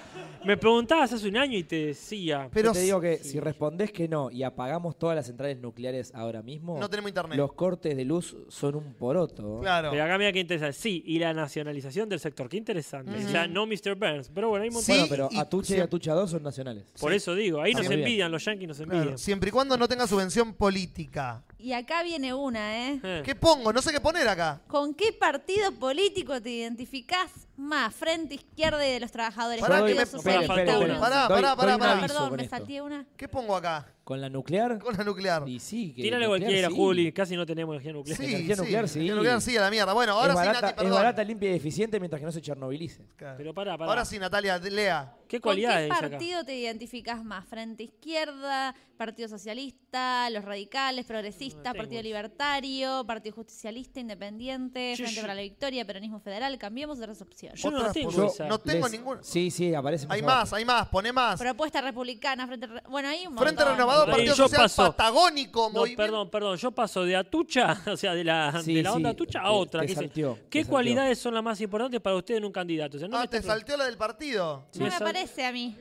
C: me preguntabas hace un año y te decía.
A: pero
F: Yo te digo que si respondés que no y apagamos todas las centrales nucleares ahora mismo,
A: no tenemos internet.
F: los cortes de luz son un poroto.
A: Claro.
C: Pero acá mira qué interesante. Sí, y la nacionalización del sector, qué interesante. O sea, no Mr. Burns, pero bueno, hay un montón.
A: Sí,
F: Bueno, pero
A: y-
F: Atucha y
A: sí.
F: Atucha 2 son nacionales.
C: Por eso digo, ahí
F: Ah,
C: nos
F: muy bien.
C: envidian, los yankees nos envidian.
A: Claro, Siempre y cuando no tenga subvención política.
D: Y acá viene una, ¿eh?
C: Eh.
A: ¿Qué pongo? No sé qué poner acá.
D: ¿Con qué partido político te identificás más? Frente Izquierda y de los Trabajadores.
A: Pará,
D: Partido
A: que me-
D: Socialista,
C: pará, falta
D: uno.
C: una.
A: Pará, pará,
F: Doy-
A: pará,
F: doy un
A: pará.
F: aviso
D: Perdón,
F: con
D: me
F: esto.
D: salté una.
A: ¿Qué pongo acá?
F: Con la nuclear.
A: Con la nuclear.
F: Y sí, que
C: Tírale
F: nuclear
C: cualquiera,
F: sí.
C: Juli, casi no tenemos energía nuclear.
A: Sí,
F: energía
A: sí,
F: nuclear, sí.
A: energía nuclear, sí, a la mierda. Bueno, ahora
F: es,
A: sí,
F: barata,
A: Nati,
F: es
A: perdón.
F: barata, limpia y eficiente mientras que no se chernobilice.
A: Claro.
C: Pero pará, pará.
A: Ahora sí, Natalia, lea.
C: ¿Qué
D: ¿Con qué
C: cualidades acá?
D: partido te identificás más? ¿Frente Izquierda, Partido Socialista, Los Radicales, Progresista,
C: tengo
D: Partido
C: eso.
D: Libertario, Partido Justicialista, Independiente,
C: Yo-
D: Frente
C: yo-
D: para la Victoria, Peronismo Federal? Cambiemos de otras opciones.
C: Yo no
A: Otras
C: la tengo
A: por-
C: esa.
A: No tengo
F: Les-
A: ninguna.
F: Sí, sí, aparece.
A: Hay
F: abajo.
A: más, hay más, pone más.
D: Propuesta Republicana, Frente... Re- Bueno, hay un
A: Frente
D: montón.
A: Renovador,
C: Ahí
A: Partido
C: yo
A: Social
C: paso.
A: Patagónico,
C: No,
A: movimiento-
C: perdón, perdón. Yo paso de Atucha, o sea, de la,
F: Sí,
C: de la onda
F: sí,
C: Atucha
F: te-
C: a otra.
F: te
C: que dice,
F: salteó, te
C: ¿Qué
F: salteó.
C: cualidades son las más importantes para usted en un candidato? O sea, no
A: Ah,
C: me
A: te
C: está-
A: salteó la del partido.
D: No me
C: Esa-
D: parece a mí.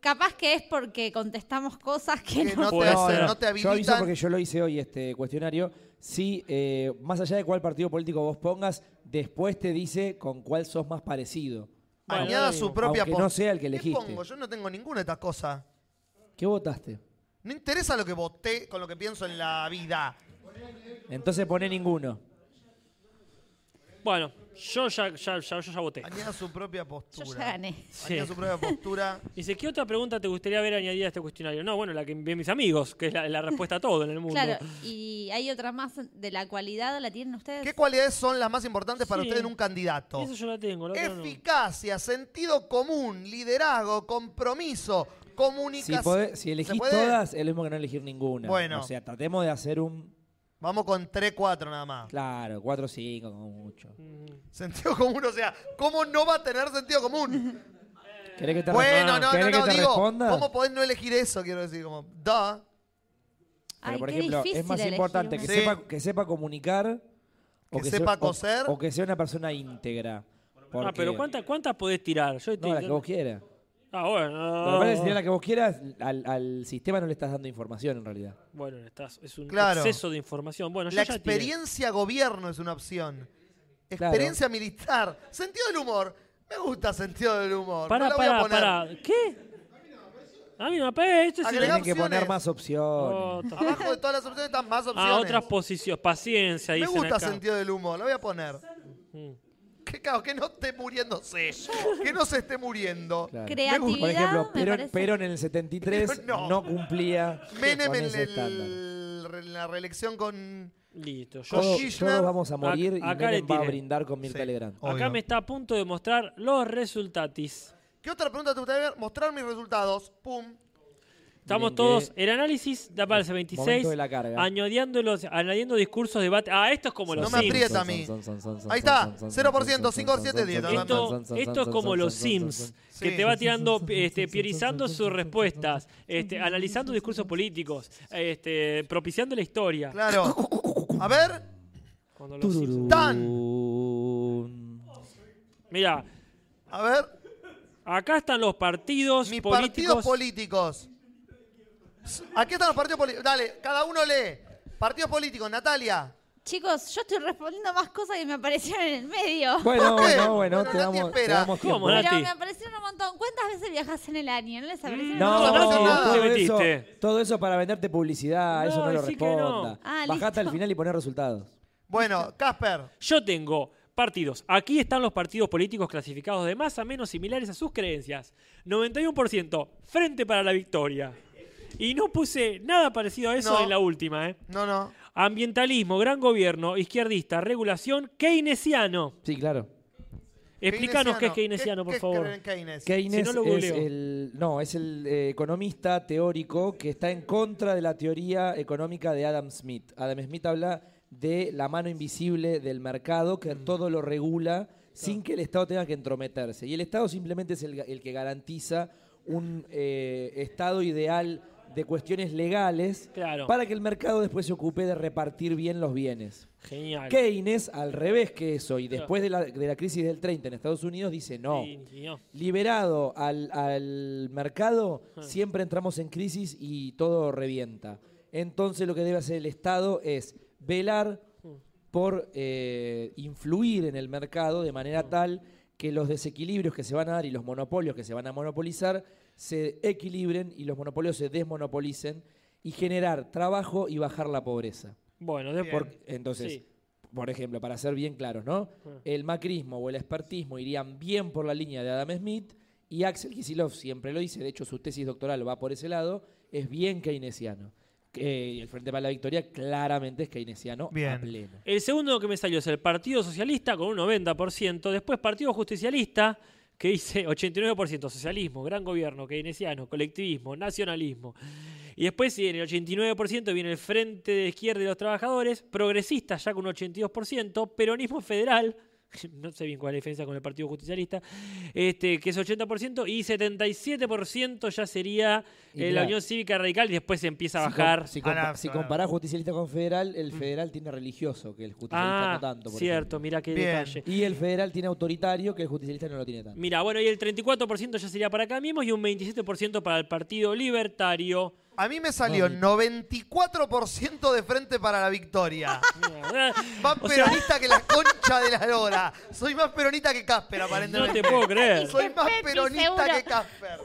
D: Capaz que es porque contestamos cosas que,
A: Que
D: no.
A: no, te,
C: puede
A: hace-
C: ser.
A: no te
F: Yo aviso
A: habilitan.
F: porque yo lo hice hoy, este cuestionario. Si, eh, más allá de cuál partido político vos pongas, después te dice con cuál sos más parecido.
C: Bueno,
A: Añada
C: no
A: su
C: digo.
A: propia
F: Aunque
A: pos-
F: no sea el que
A: ¿Qué
F: elegiste.
A: pongo? Yo no tengo ninguna de estas cosas.
F: ¿Qué votaste?
A: No interesa lo que voté con lo
F: Eh.
A: que pienso en la vida.
F: Entonces pone ninguno.
C: Bueno, yo ya, ya, ya- yo ya voté.
A: Añada su propia
D: Yo
A: postura.
D: ya gané.
A: Añada
C: Sí.
A: su propia postura.
C: Dice, ¿qué otra pregunta te gustaría ver añadida a este cuestionario? No, bueno, la que envié mis amigos, que es la, la respuesta a todo en el mundo.
D: Claro, y hay otra más de la cualidad, ¿la tienen ustedes?
A: ¿Qué cualidades son las más importantes para
C: Sí.
A: usted en un candidato?
C: Eso yo la tengo, la otra no.
A: Eficacia, sentido común, liderazgo, compromiso,
F: Si,
A: comunicación.
F: podés- si
A: ¿Se
F: elegís
A: puede?
F: todas, es lo mismo que no elegir ninguna.
A: Bueno.
F: O sea, tratemos de hacer un.
A: Vamos con 3, 4 nada más.
F: Claro, 4 o 5, como mucho.
A: Sentido común, o sea, ¿cómo no va a tener sentido común?
F: ¿Querés que te,
A: bueno, no, no,
F: ¿querés que
A: no,
F: te
A: digo,
F: responda?
A: ¿cómo podés no elegir eso? Quiero decir, como, da.
F: Pero,
D: Ay,
F: por
D: qué
F: ejemplo,
D: difícil
F: es más
D: elegir
F: importante
D: una.
F: que,
A: Sí.
F: sepa, que sepa comunicar
A: Que sepa
F: o-
A: coser.
F: O, que sea una persona íntegra.
C: Ah, pero
F: Porque-
C: ¿cuántas cuántas podés tirar? Yo te-
F: No, la que vos quieras.
C: Ah, bueno.
F: Lo que pasa es que si tirás la que vos quieras, al, al sistema no le estás dando información en realidad.
C: Bueno, estás, es un
A: Claro.
C: exceso de información. Bueno, yo
A: La
C: ya tiré.
A: experiencia gobierno es una opción.
F: Claro.
A: Experiencia militar. Sentido del humor. Me gusta sentido del humor.
C: Pará,
A: no la voy a
C: pará,
A: poner.
C: pará. ¿Qué? A mí no me parece. Esto es
A: Agregá
F: Tienen que
A: opciones.
F: poner más opciones.
C: Otra.
A: Abajo de todas las opciones están más opciones.
C: Ah, otras posiciones. Paciencia,
A: Me
C: dicen
A: gusta
C: acá. Mm.
A: sentido del humor, lo voy a poner. Que claro, que no esté muriéndose. Que no se esté muriendo.
F: Claro.
D: Creatividad,
F: Por ejemplo,
D: me
F: Perón,
D: parece.
F: Perón en el 73
A: No.
F: no, cumplía
A: Menem
F: con
A: en,
F: ese
A: el-
F: estándar.
A: en la reelección con.
C: Listo. yo-
A: Con
F: Todos,
A: Kirchner,
F: todos vamos a morir
C: ac-
F: y
C: acá le
F: Menem va a
C: tiré.
F: brindar con Mirta
A: Sí.
F: Legrand.
A: Obvio.
C: acá me está a punto de mostrar los resultatis.
A: ¿Qué otra pregunta te gustaría ver? Mostrar mis resultados. Pum.
C: Estamos
F: Miren que-
C: todos. El análisis da para el 26.
F: Momento de la carga.
C: Añadiéndolos, añadiendo discursos, debate. Ah, esto es como
A: No
C: los
A: me
C: Sims.
A: aprieta. a mí. Ahí está, 0%, 10, no me
C: Esto, esto es como los Sims, que
A: Sí.
C: te va tirando, este, priorizando sus respuestas, este, analizando discursos políticos, este, propiciando la historia.
A: Claro. A ver.
C: Cuando los Sims- Mirá,
A: A ver.
C: acá están los partidos
A: Mis
C: políticos.
A: partidos políticos. Aquí están los partidos políticos. Dale, cada uno lee. Partidos políticos, Natalia.
D: Chicos, yo estoy respondiendo más cosas que me aparecieron en el medio.
F: Bueno,
A: ¿Por qué?
F: bueno, bueno,
A: Bueno, Nati
F: te damos, te
A: espera.
F: damos
C: ¿Cómo,
F: tiempo.
C: Nati?
D: Pero me aparecieron un montón. ¿Cuántas veces viajas en el año? ¿No les aparecieron
C: No,
F: Mm, No,
D: un montón?
A: no, no,
F: todo,
C: te
F: eso,
C: metiste.
F: todo eso para venderte publicidad,
C: No,
F: eso no lo
C: decí que no.
F: responda.
D: Ah,
F: Bajate
D: listo.
F: al final y poné resultados.
A: Bueno, Casper.
C: Yo tengo partidos. Aquí están los partidos políticos clasificados de más a menos similares a sus creencias. 91% frente para la victoria. Y no puse nada parecido a eso
A: No.
C: en la última, ¿eh?
A: No, no.
C: Ambientalismo, gran gobierno, izquierdista, regulación, keynesiano.
F: Sí, claro.
C: Explícanos qué es keynesiano, por
A: ¿Qué- qué
C: favor.
A: creen Keynes?
F: Keynes
C: Si no lo
F: es
C: googleo.
F: el no, es el eh, economista teórico que está en contra de la teoría económica de Adam Smith. Adam Smith habla de la mano invisible del mercado
C: Mm.
F: que todo lo regula sin que el Estado tenga que entrometerse. Y el Estado simplemente es el, ga- el que garantiza un eh, estado ideal de cuestiones legales
C: Claro.
F: para que el mercado después se ocupe de repartir bien los bienes.
C: Genial.
F: Keynes, al revés que eso, y después de la, de la crisis del 30 en Estados Unidos, dice no
C: Sí, no.
F: liberado al, al mercado, siempre entramos en crisis y todo revienta. Entonces lo que debe hacer el Estado es velar por eh, influir en el mercado de manera tal que los desequilibrios que se van a dar y los monopolios que se van a monopolizar se equilibren y los monopolios se desmonopolicen y generar trabajo y bajar la pobreza.
C: Bueno, de
A: Bien.
C: por...
F: Por- entonces,
C: Sí. Ah.
F: por ejemplo, para ser bien claros, ¿no? El macrismo o el espertismo irían bien por la línea de Adam Smith y Axel Kisilov siempre lo dice, de hecho su tesis doctoral va por ese lado, es bien keynesiano. Que- y el Frente para la Victoria claramente es keynesiano
A: Bien.
F: a pleno.
C: El segundo que me salió es el Partido Socialista con un 90%, después Partido Justicialista que dice 89% socialismo, gran gobierno, keynesiano, colectivismo, nacionalismo. Y después sí, en el 89% viene el Frente de Izquierda y los Trabajadores, progresistas ya con un 82%, peronismo federal, no sé bien cuál es la diferencia con el Partido Justicialista, este, que es 80% y 77% ya sería eh,
F: Y
C: la
F: mirá.
C: Unión Cívica Radical y después empieza a
F: Si com-
C: bajar.
F: Si,
A: A la-
F: compa- si comparás justicialista con federal, el federal tiene religioso, que el justicialista
C: ah,
F: no tanto. por
C: cierto, mira qué
A: Bien.
C: detalle.
F: ejemplo. Y el federal tiene autoritario, que el justicialista no lo tiene tanto.
C: Mira, bueno, y el 34% ya sería para acá mismo y un 27% para el Partido Libertario.
A: A mí me salió 94% de frente para la victoria. Más
C: O sea,
A: peronista que la concha de la lora. Soy más peronista que Casper,
C: no te
A: aparentemente.
C: puedo creer.
A: Soy más
D: Pepi,
A: peronista
D: seguro.
A: que Casper.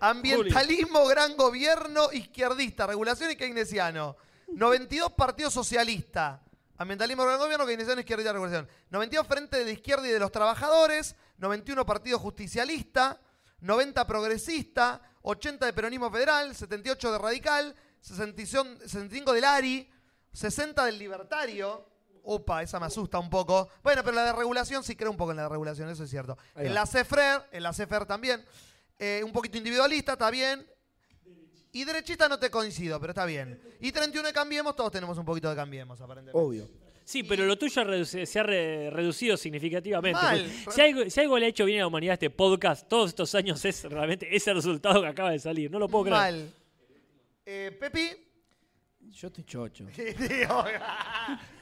A: Ambientalismo, gran gobierno, izquierdista, regulación y keynesiano. 92 partido socialista. Ambientalismo del gobierno, organización izquierda y la revolución. 92 Frente de Izquierda y de los Trabajadores, 91 Partido Justicialista, 90 Progresista, 80 de Peronismo Federal, 78 de Radical, 61 65 del ARI, 60 del Libertario. Opa, esa me asusta un poco. Bueno, pero la de regulación sí creo un poco en la de regulación, eso es cierto.
F: Ahí
A: En
F: va.
A: la CEFRER, en la CEFER también. Eh, un poquito individualista, está bien. Y derechista no te coincido, pero está bien. Y 31 de Cambiemos, todos tenemos un poquito de Cambiemos, aparentemente.
F: Obvio.
C: Sí, pero lo tuyo reduce- se ha re- reducido significativamente.
A: Mal.
C: Pues, Si algo, si algo le ha hecho bien a la humanidad este podcast todos estos años es realmente ese resultado que acaba de salir. No lo puedo creer.
A: Mal. Eh, Pepi.
G: Yo estoy chocho.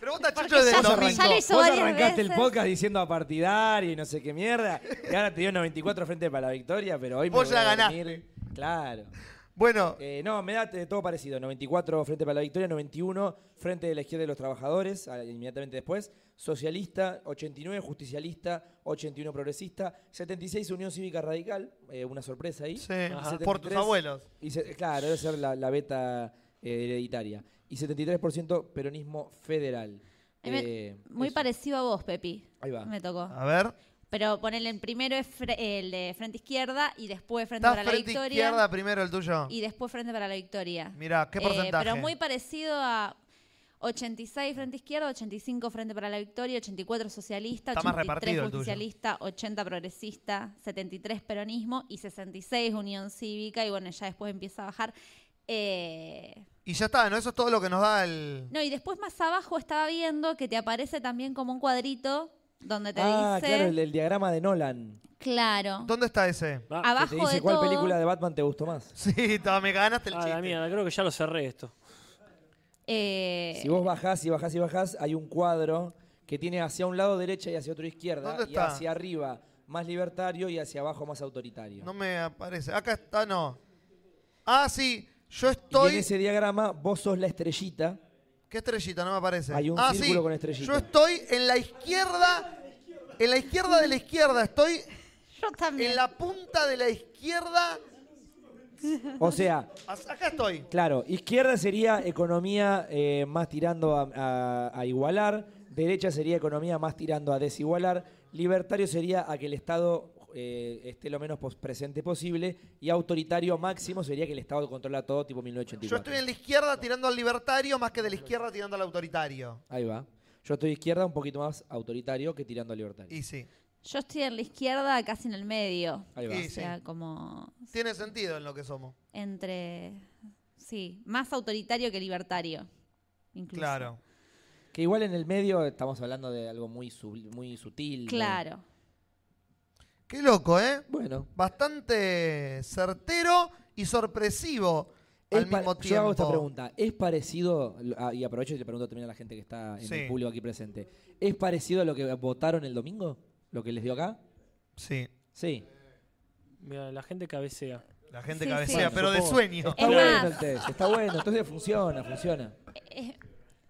A: pero vos estás
D: Porque
A: chucho desde
D: ya
A: el
D: se-
A: domingo.
D: ya le- Eso
F: Vos
D: varias
F: arrancaste el
D: veces.
F: podcast diciendo a partidario y no sé qué mierda. Y ahora te dio 94 frente para la victoria, pero hoy me
A: Vos
F: voy
A: ya
F: a
A: ganaste.
F: dormir. Claro.
A: Bueno,
F: Eh, no, me da eh, todo parecido. 94 frente para la victoria, 91 frente de la izquierda de los trabajadores, ah, inmediatamente después. Socialista, 89 justicialista, 81 progresista, 76 Unión Cívica Radical, eh, una sorpresa ahí.
A: sí,
F: Ajá.
A: por tus
F: 73.
A: abuelos.
F: Y se- claro, debe ser la, la beta eh, hereditaria. Y 73% peronismo federal.
D: Ahí me-
F: Eh,
D: Muy
F: eso.
D: parecido a vos, Pepi.
F: Ahí va. Ah.
D: Me tocó.
A: A ver.
D: Pero ponele en primero es fre- el de frente izquierda y después frente
A: ¿Estás
D: para la
A: frente
D: victoria.
A: izquierda primero el tuyo?
D: Y después frente para la victoria.
A: Mirá, ¿qué
D: Eh,
A: porcentaje?
D: pero muy parecido a 86 frente izquierda, 85 frente para la victoria, 84 socialista,
A: Está más
D: 83
A: repartido el tuyo.
D: justicialista, 80 progresista, 73 peronismo y 66 unión cívica. Y bueno, ya después empieza a bajar. Eh,
A: Y ya está, ¿no? Eso es todo lo que nos da el.
D: no, y después más abajo estaba viendo que te aparece también como un cuadrito donde te
F: Ah,
D: dice.
F: claro, el, el diagrama de Nolan.
D: claro.
A: ¿Dónde está ese?
C: Va.
F: Que
D: abajo
F: te dice
D: de
F: cuál
D: todo.
F: película de Batman te gustó más.
A: Sí, ta, me ganaste el
C: Ah, la
A: chiste.
C: mierda, creo que ya lo cerré esto.
D: eh,
F: Si vos bajás y bajás y bajás, hay un cuadro que tiene hacia un lado derecha y hacia otro izquierda.
A: ¿Dónde
F: y
A: está?
F: hacia arriba más libertario y hacia abajo más autoritario.
A: No me aparece. Acá está, no. Ah, sí. Yo
F: Y en
A: estoy.
F: ese diagrama vos sos la estrellita.
A: ¿Qué estrellita? No me aparece.
F: Hay un
A: ah,
F: círculo
A: sí.
F: con estrellita.
A: Yo estoy en la izquierda. En la izquierda de la izquierda. Estoy
D: yo también.
A: en la punta de la izquierda.
F: O sea,
A: As- Acá estoy.
F: claro, izquierda sería economía eh, más tirando a, a- a igualar, derecha sería economía más tirando a desigualar, libertario sería a que el Estado eh, esté lo menos pos- presente posible y autoritario máximo sería que el Estado controla todo tipo
A: Yo
F: 1984.
A: estoy en la izquierda tirando al libertario más que de la izquierda tirando al autoritario.
F: Ahí va. Yo estoy izquierda un poquito más autoritario que tirando a libertario.
A: Y sí.
D: Yo estoy en la izquierda, casi en el medio.
F: Ahí va.
A: Y
D: O
A: sí.
D: sea, como
A: Tiene sentido en lo que somos.
D: entre. Sí, más autoritario que libertario. incluso.
A: Claro.
F: Que igual en el medio está
G: Estamos hablando de algo muy, subli- muy sutil. ¿no?
D: Claro.
A: Qué loco, ¿eh?
F: bueno.
A: Bastante certero y sorpresivo al
F: Es pa-
A: mismo tiempo.
F: Yo hago esta pregunta. ¿Es parecido, lo- ah, y aprovecho y le pregunto también a la gente que está en
A: Sí.
F: el público aquí presente, ¿es parecido a lo que votaron el domingo? ¿Lo que les dio acá?
A: Sí.
F: Sí.
C: Mira, la gente cabecea.
A: La gente
D: Sí,
A: cabecea,
D: sí.
A: pero de
F: Supongo.
A: sueño.
F: Está
D: Es
F: bueno
D: más.
F: el test, está bueno. Entonces funciona, funciona.
D: Es,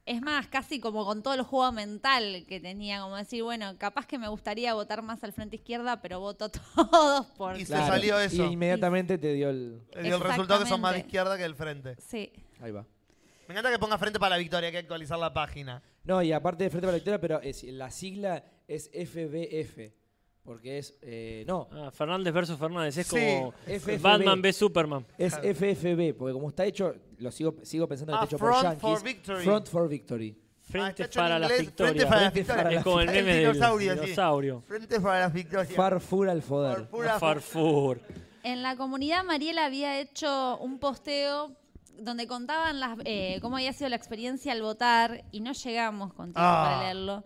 D: es más, casi como con todo el juego mental que tenía, como decir, bueno, capaz que me gustaría votar más al frente izquierda, pero voto todos por.
A: Y se- salió eso.
F: Y inmediatamente te dio el...
A: Le dio el resultado que son más de
D: Exactamente.
A: izquierda que del frente.
D: Sí.
F: Ahí va.
A: Me encanta que ponga frente para la victoria, hay que actualizar la página. Ah,
F: No, y aparte de Frente para la Victoria, pero es- la sigla es FBF. Porque es... eh, no,
C: Ah, Fernández versus Fernández. Es
A: Sí,
C: como
F: FFB.
C: Batman v Superman.
F: es FFB. Porque como está hecho, lo sigo, sigo pensando que
A: Ah,
F: está hecho por
A: Front
F: Yankees.
A: for Victory.
F: Front for Victory.
A: Ah,
C: Frente
A: está hecho en
C: para la
A: inglés,
C: victoria.
A: Frente para la
F: Frente para
A: victoria.
C: es como el
A: El
C: meme del
A: dinosaurio, sí.
C: dinosaurio.
A: Frente para la victoria.
F: Farfur al foder.
A: Por pura-
C: Farfur.
D: En la comunidad Mariela había hecho un posteo donde contaban las, eh, cómo había sido la experiencia al votar y no llegamos con tiempo
A: Ah.
D: para leerlo.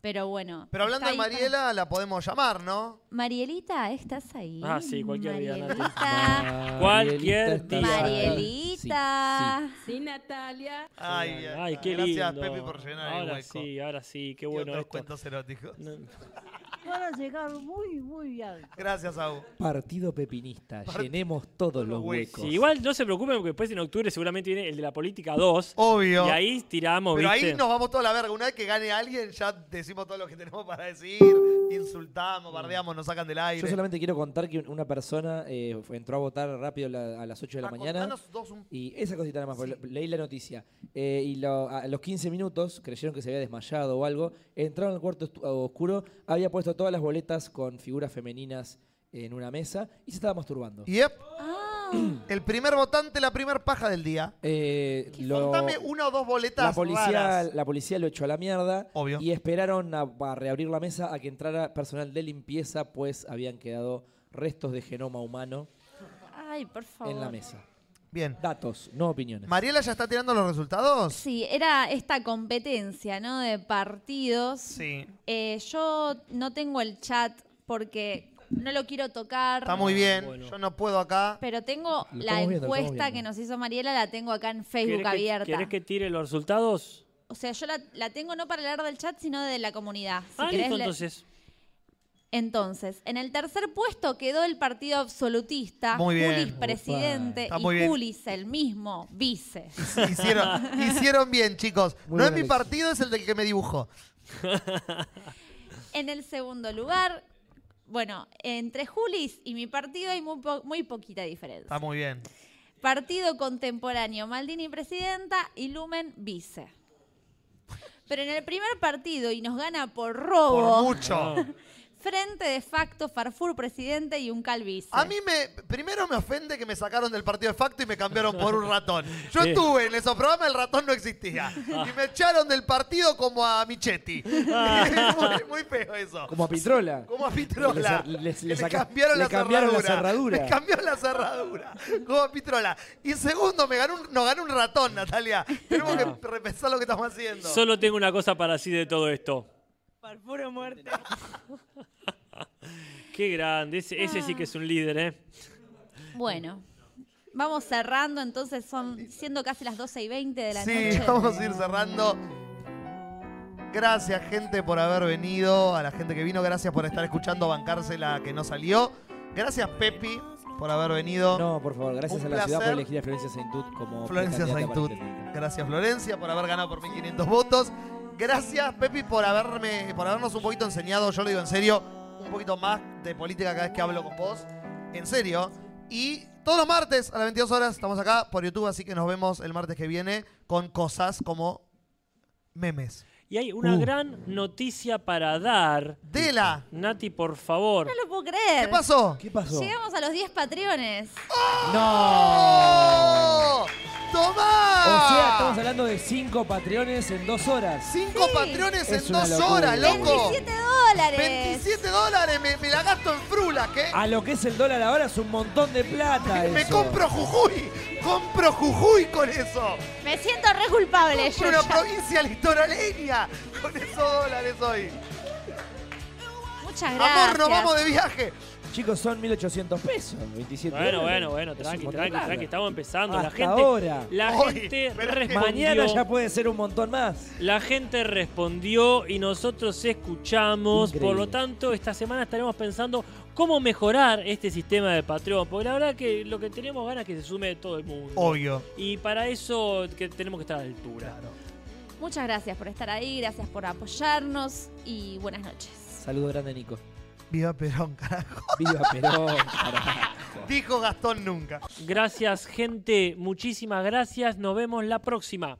D: Pero bueno.
A: Pero hablando
D: está
A: de
D: ahí para-
A: Mariela, la podemos llamar, ¿no?
D: Marielita, ¿estás ahí?
C: Ah, sí, cualquier día, Nati.
D: Marielita.
C: Cualquier
F: Marielita está-
C: día.
D: Marielita.
B: Sí, Natalia.
A: Ay, bien.
C: Ay, qué lindo.
A: Gracias, Pepe, por llenar
C: ahora
A: el hueco.
C: sí, ahora sí, qué
A: Y
C: bueno
A: otros
C: esto.
A: cuentos eróticos.
C: No.
H: van a llegar muy, muy alto.
A: Gracias, Abu.
F: Partido pepinista. Llenemos todos los
A: los
F: huecos.
A: huecos.
C: Sí, igual no se preocupen porque después en octubre seguramente viene el de la política 2.
A: Obvio.
C: Y ahí tiramos,
A: Pero
C: ¿viste?
A: ahí nos vamos toda la verga. Una vez que gane alguien, ya decimos todo lo que tenemos para decir. Insultamos, bardeamos, nos sacan del aire.
F: Mm. Yo solamente quiero contar que una persona eh, fue- entró a votar rápido la- a las 8 de la
A: Ah,
F: mañana.
A: contanos dos un-
F: Y esa cosita nada más, porque le- leí la noticia. Eh, y lo- a los 15 minutos creyeron que se había desmayado o algo. Entraron al cuarto estu- oscuro, había puesto todas las boletas con figuras femeninas en una mesa y se estaba masturbando.
A: Yep.
D: Ah,
A: El primer votante, la primer paja del día.
F: Eh, lo-
A: Contame una o dos boletas
F: la, policía,
A: raras.
F: la policía lo echó a la mierda
A: Obvio.
F: y esperaron a, a reabrir la mesa a que entrara personal de limpieza, pues habían quedado restos de genoma humano
D: ay, por favor.
F: en la mesa.
A: Bien.
F: Datos, no opiniones.
A: ¿Mariela ya está tirando los resultados?
D: Sí, era esta competencia, ¿no? De partidos.
A: Sí.
D: Eh, yo no tengo el chat porque no lo quiero tocar.
A: Está muy bien.
C: bueno.
A: Yo no puedo acá.
D: Pero tengo
F: Lo
D: la
F: estamos viendo, lo estamos
D: encuesta
F: viendo.
D: que nos hizo Mariela, la tengo acá en
C: ¿Querés
D: Facebook
C: que-
D: abierta.
C: ¿Querés que tire los resultados?
D: O sea, yo la, la tengo no para hablar del chat, sino de la comunidad. Si
C: ah,
D: querés
C: listo,
D: le-
C: entonces.
D: Entonces, en el tercer puesto quedó el partido absolutista,
A: Muy bien.
D: Julis presidente
A: Está
D: y
A: muy bien.
D: Julis el mismo vice.
A: Hicieron, hicieron bien, chicos.
F: Muy
A: no es
F: buena
A: mi
F: elección.
A: partido, es el del que me dibujó.
D: En el segundo lugar, bueno, entre Julis y mi partido hay muy, po- muy poquita diferencia.
A: Está muy bien.
D: Partido contemporáneo, Maldini presidenta y Lumen vice. Pero en el primer partido, y nos gana por robo,
A: Por mucho.
D: frente de facto, Farfur presidente y un calvice.
A: A mí me primero me ofende que me sacaron del partido de facto y me cambiaron por un ratón. Yo estuve en esos programas, el ratón no existía. Y me echaron del partido como a Michetti. muy, muy feo eso.
F: Como a Pitrola.
A: Como a Pitrola.
F: Les- les-
A: Que
F: les
A: le
F: saca-
A: cambiaron,
F: le
A: la,
F: cambiaron la
A: cerradura.
F: cerradura.
A: Le cambiaron la cerradura. Como a Pitrola. Y segundo, me ganó un, nos ganó un ratón, Natalia. Tenemos
F: Ah.
A: que repensar lo que estamos haciendo.
C: Solo tengo una cosa para decir de todo esto.
H: Parfuro muerte.
C: Qué grande. Ese, ese sí que es un líder, ¿eh?
D: Bueno, vamos cerrando, entonces son siendo casi las 12 y 20 de la
A: Sí,
D: noche.
A: vamos a ir cerrando. Gracias, gente, por haber venido. A la gente que vino, gracias por estar escuchando bancarse la que no salió. Gracias, Pepi, por haber venido.
F: No, por favor, gracias
A: Un
F: a la ciudad
A: placer.
F: por elegir a Florencia Saintut como
A: Florencia
F: precandidata
A: Saintut.
F: para intendente.
A: Gracias, Florencia, por haber ganado por 1500 votos. Gracias, Pepi, por haberme, por habernos un poquito enseñado, yo lo digo en serio, un poquito más de política cada vez que hablo con vos. En serio. Y todos los martes a las 22 horas estamos acá por YouTube, así que nos vemos el martes que viene con cosas como memes.
C: Y hay
A: Uh.
C: una gran noticia para dar.
A: Dela.
C: Nati, por favor.
D: No lo puedo creer.
A: ¿Qué pasó?
F: ¿Qué pasó?
D: Llegamos a los 10 patrones.
A: ¡Oh!
F: O
A: ¡Tomá!
F: sea, estamos hablando de cinco patreones en dos horas.
A: Cinco
D: Sí.
A: patrones
F: Es
A: en
F: una
A: dos
F: locura.
A: horas, loco.
D: 27 dólares.
A: 27 dólares, me, me la gasto en frula, ¿qué?
F: A lo que es el dólar ahora es un montón de plata.
A: me
F: Ah, eso.
A: compro Jujuy, compro Jujuy con eso.
D: Me siento re culpable.
A: Compro
D: Yo
A: una
D: ya.
A: provincia litoraleña con esos dólares hoy.
D: Muchas gracias.
A: Amor, nos vamos de viaje.
F: Chicos, son 1.800 pesos. 27
C: Bueno,
F: dólares.
C: bueno, bueno,
F: Es
C: tranqui,
F: un montón de
C: tranqui,
F: plata.
C: tranqui, estamos empezando. la
F: Hasta
C: gente,
F: ahora.
C: La
A: Hoy,
C: gente
A: pero es que-
C: respondió.
F: Mañana ya puede ser un montón más.
C: La gente respondió y nosotros escuchamos. Por
F: Increíble.
C: lo tanto, esta semana estaremos pensando cómo mejorar este sistema de Patreon. Porque la verdad que lo que tenemos ganas es que se sume todo el mundo.
A: Obvio.
C: Y para eso que tenemos que estar a la altura.
D: Muchas gracias por estar ahí, gracias por apoyarnos y buenas noches.
F: Saludo grande, Nico.
A: Viva Perón, carajo.
F: Viva Perón. carajo.
A: Dijo Gastón nunca.
C: Gracias, gente. Muchísimas gracias. Nos vemos la próxima.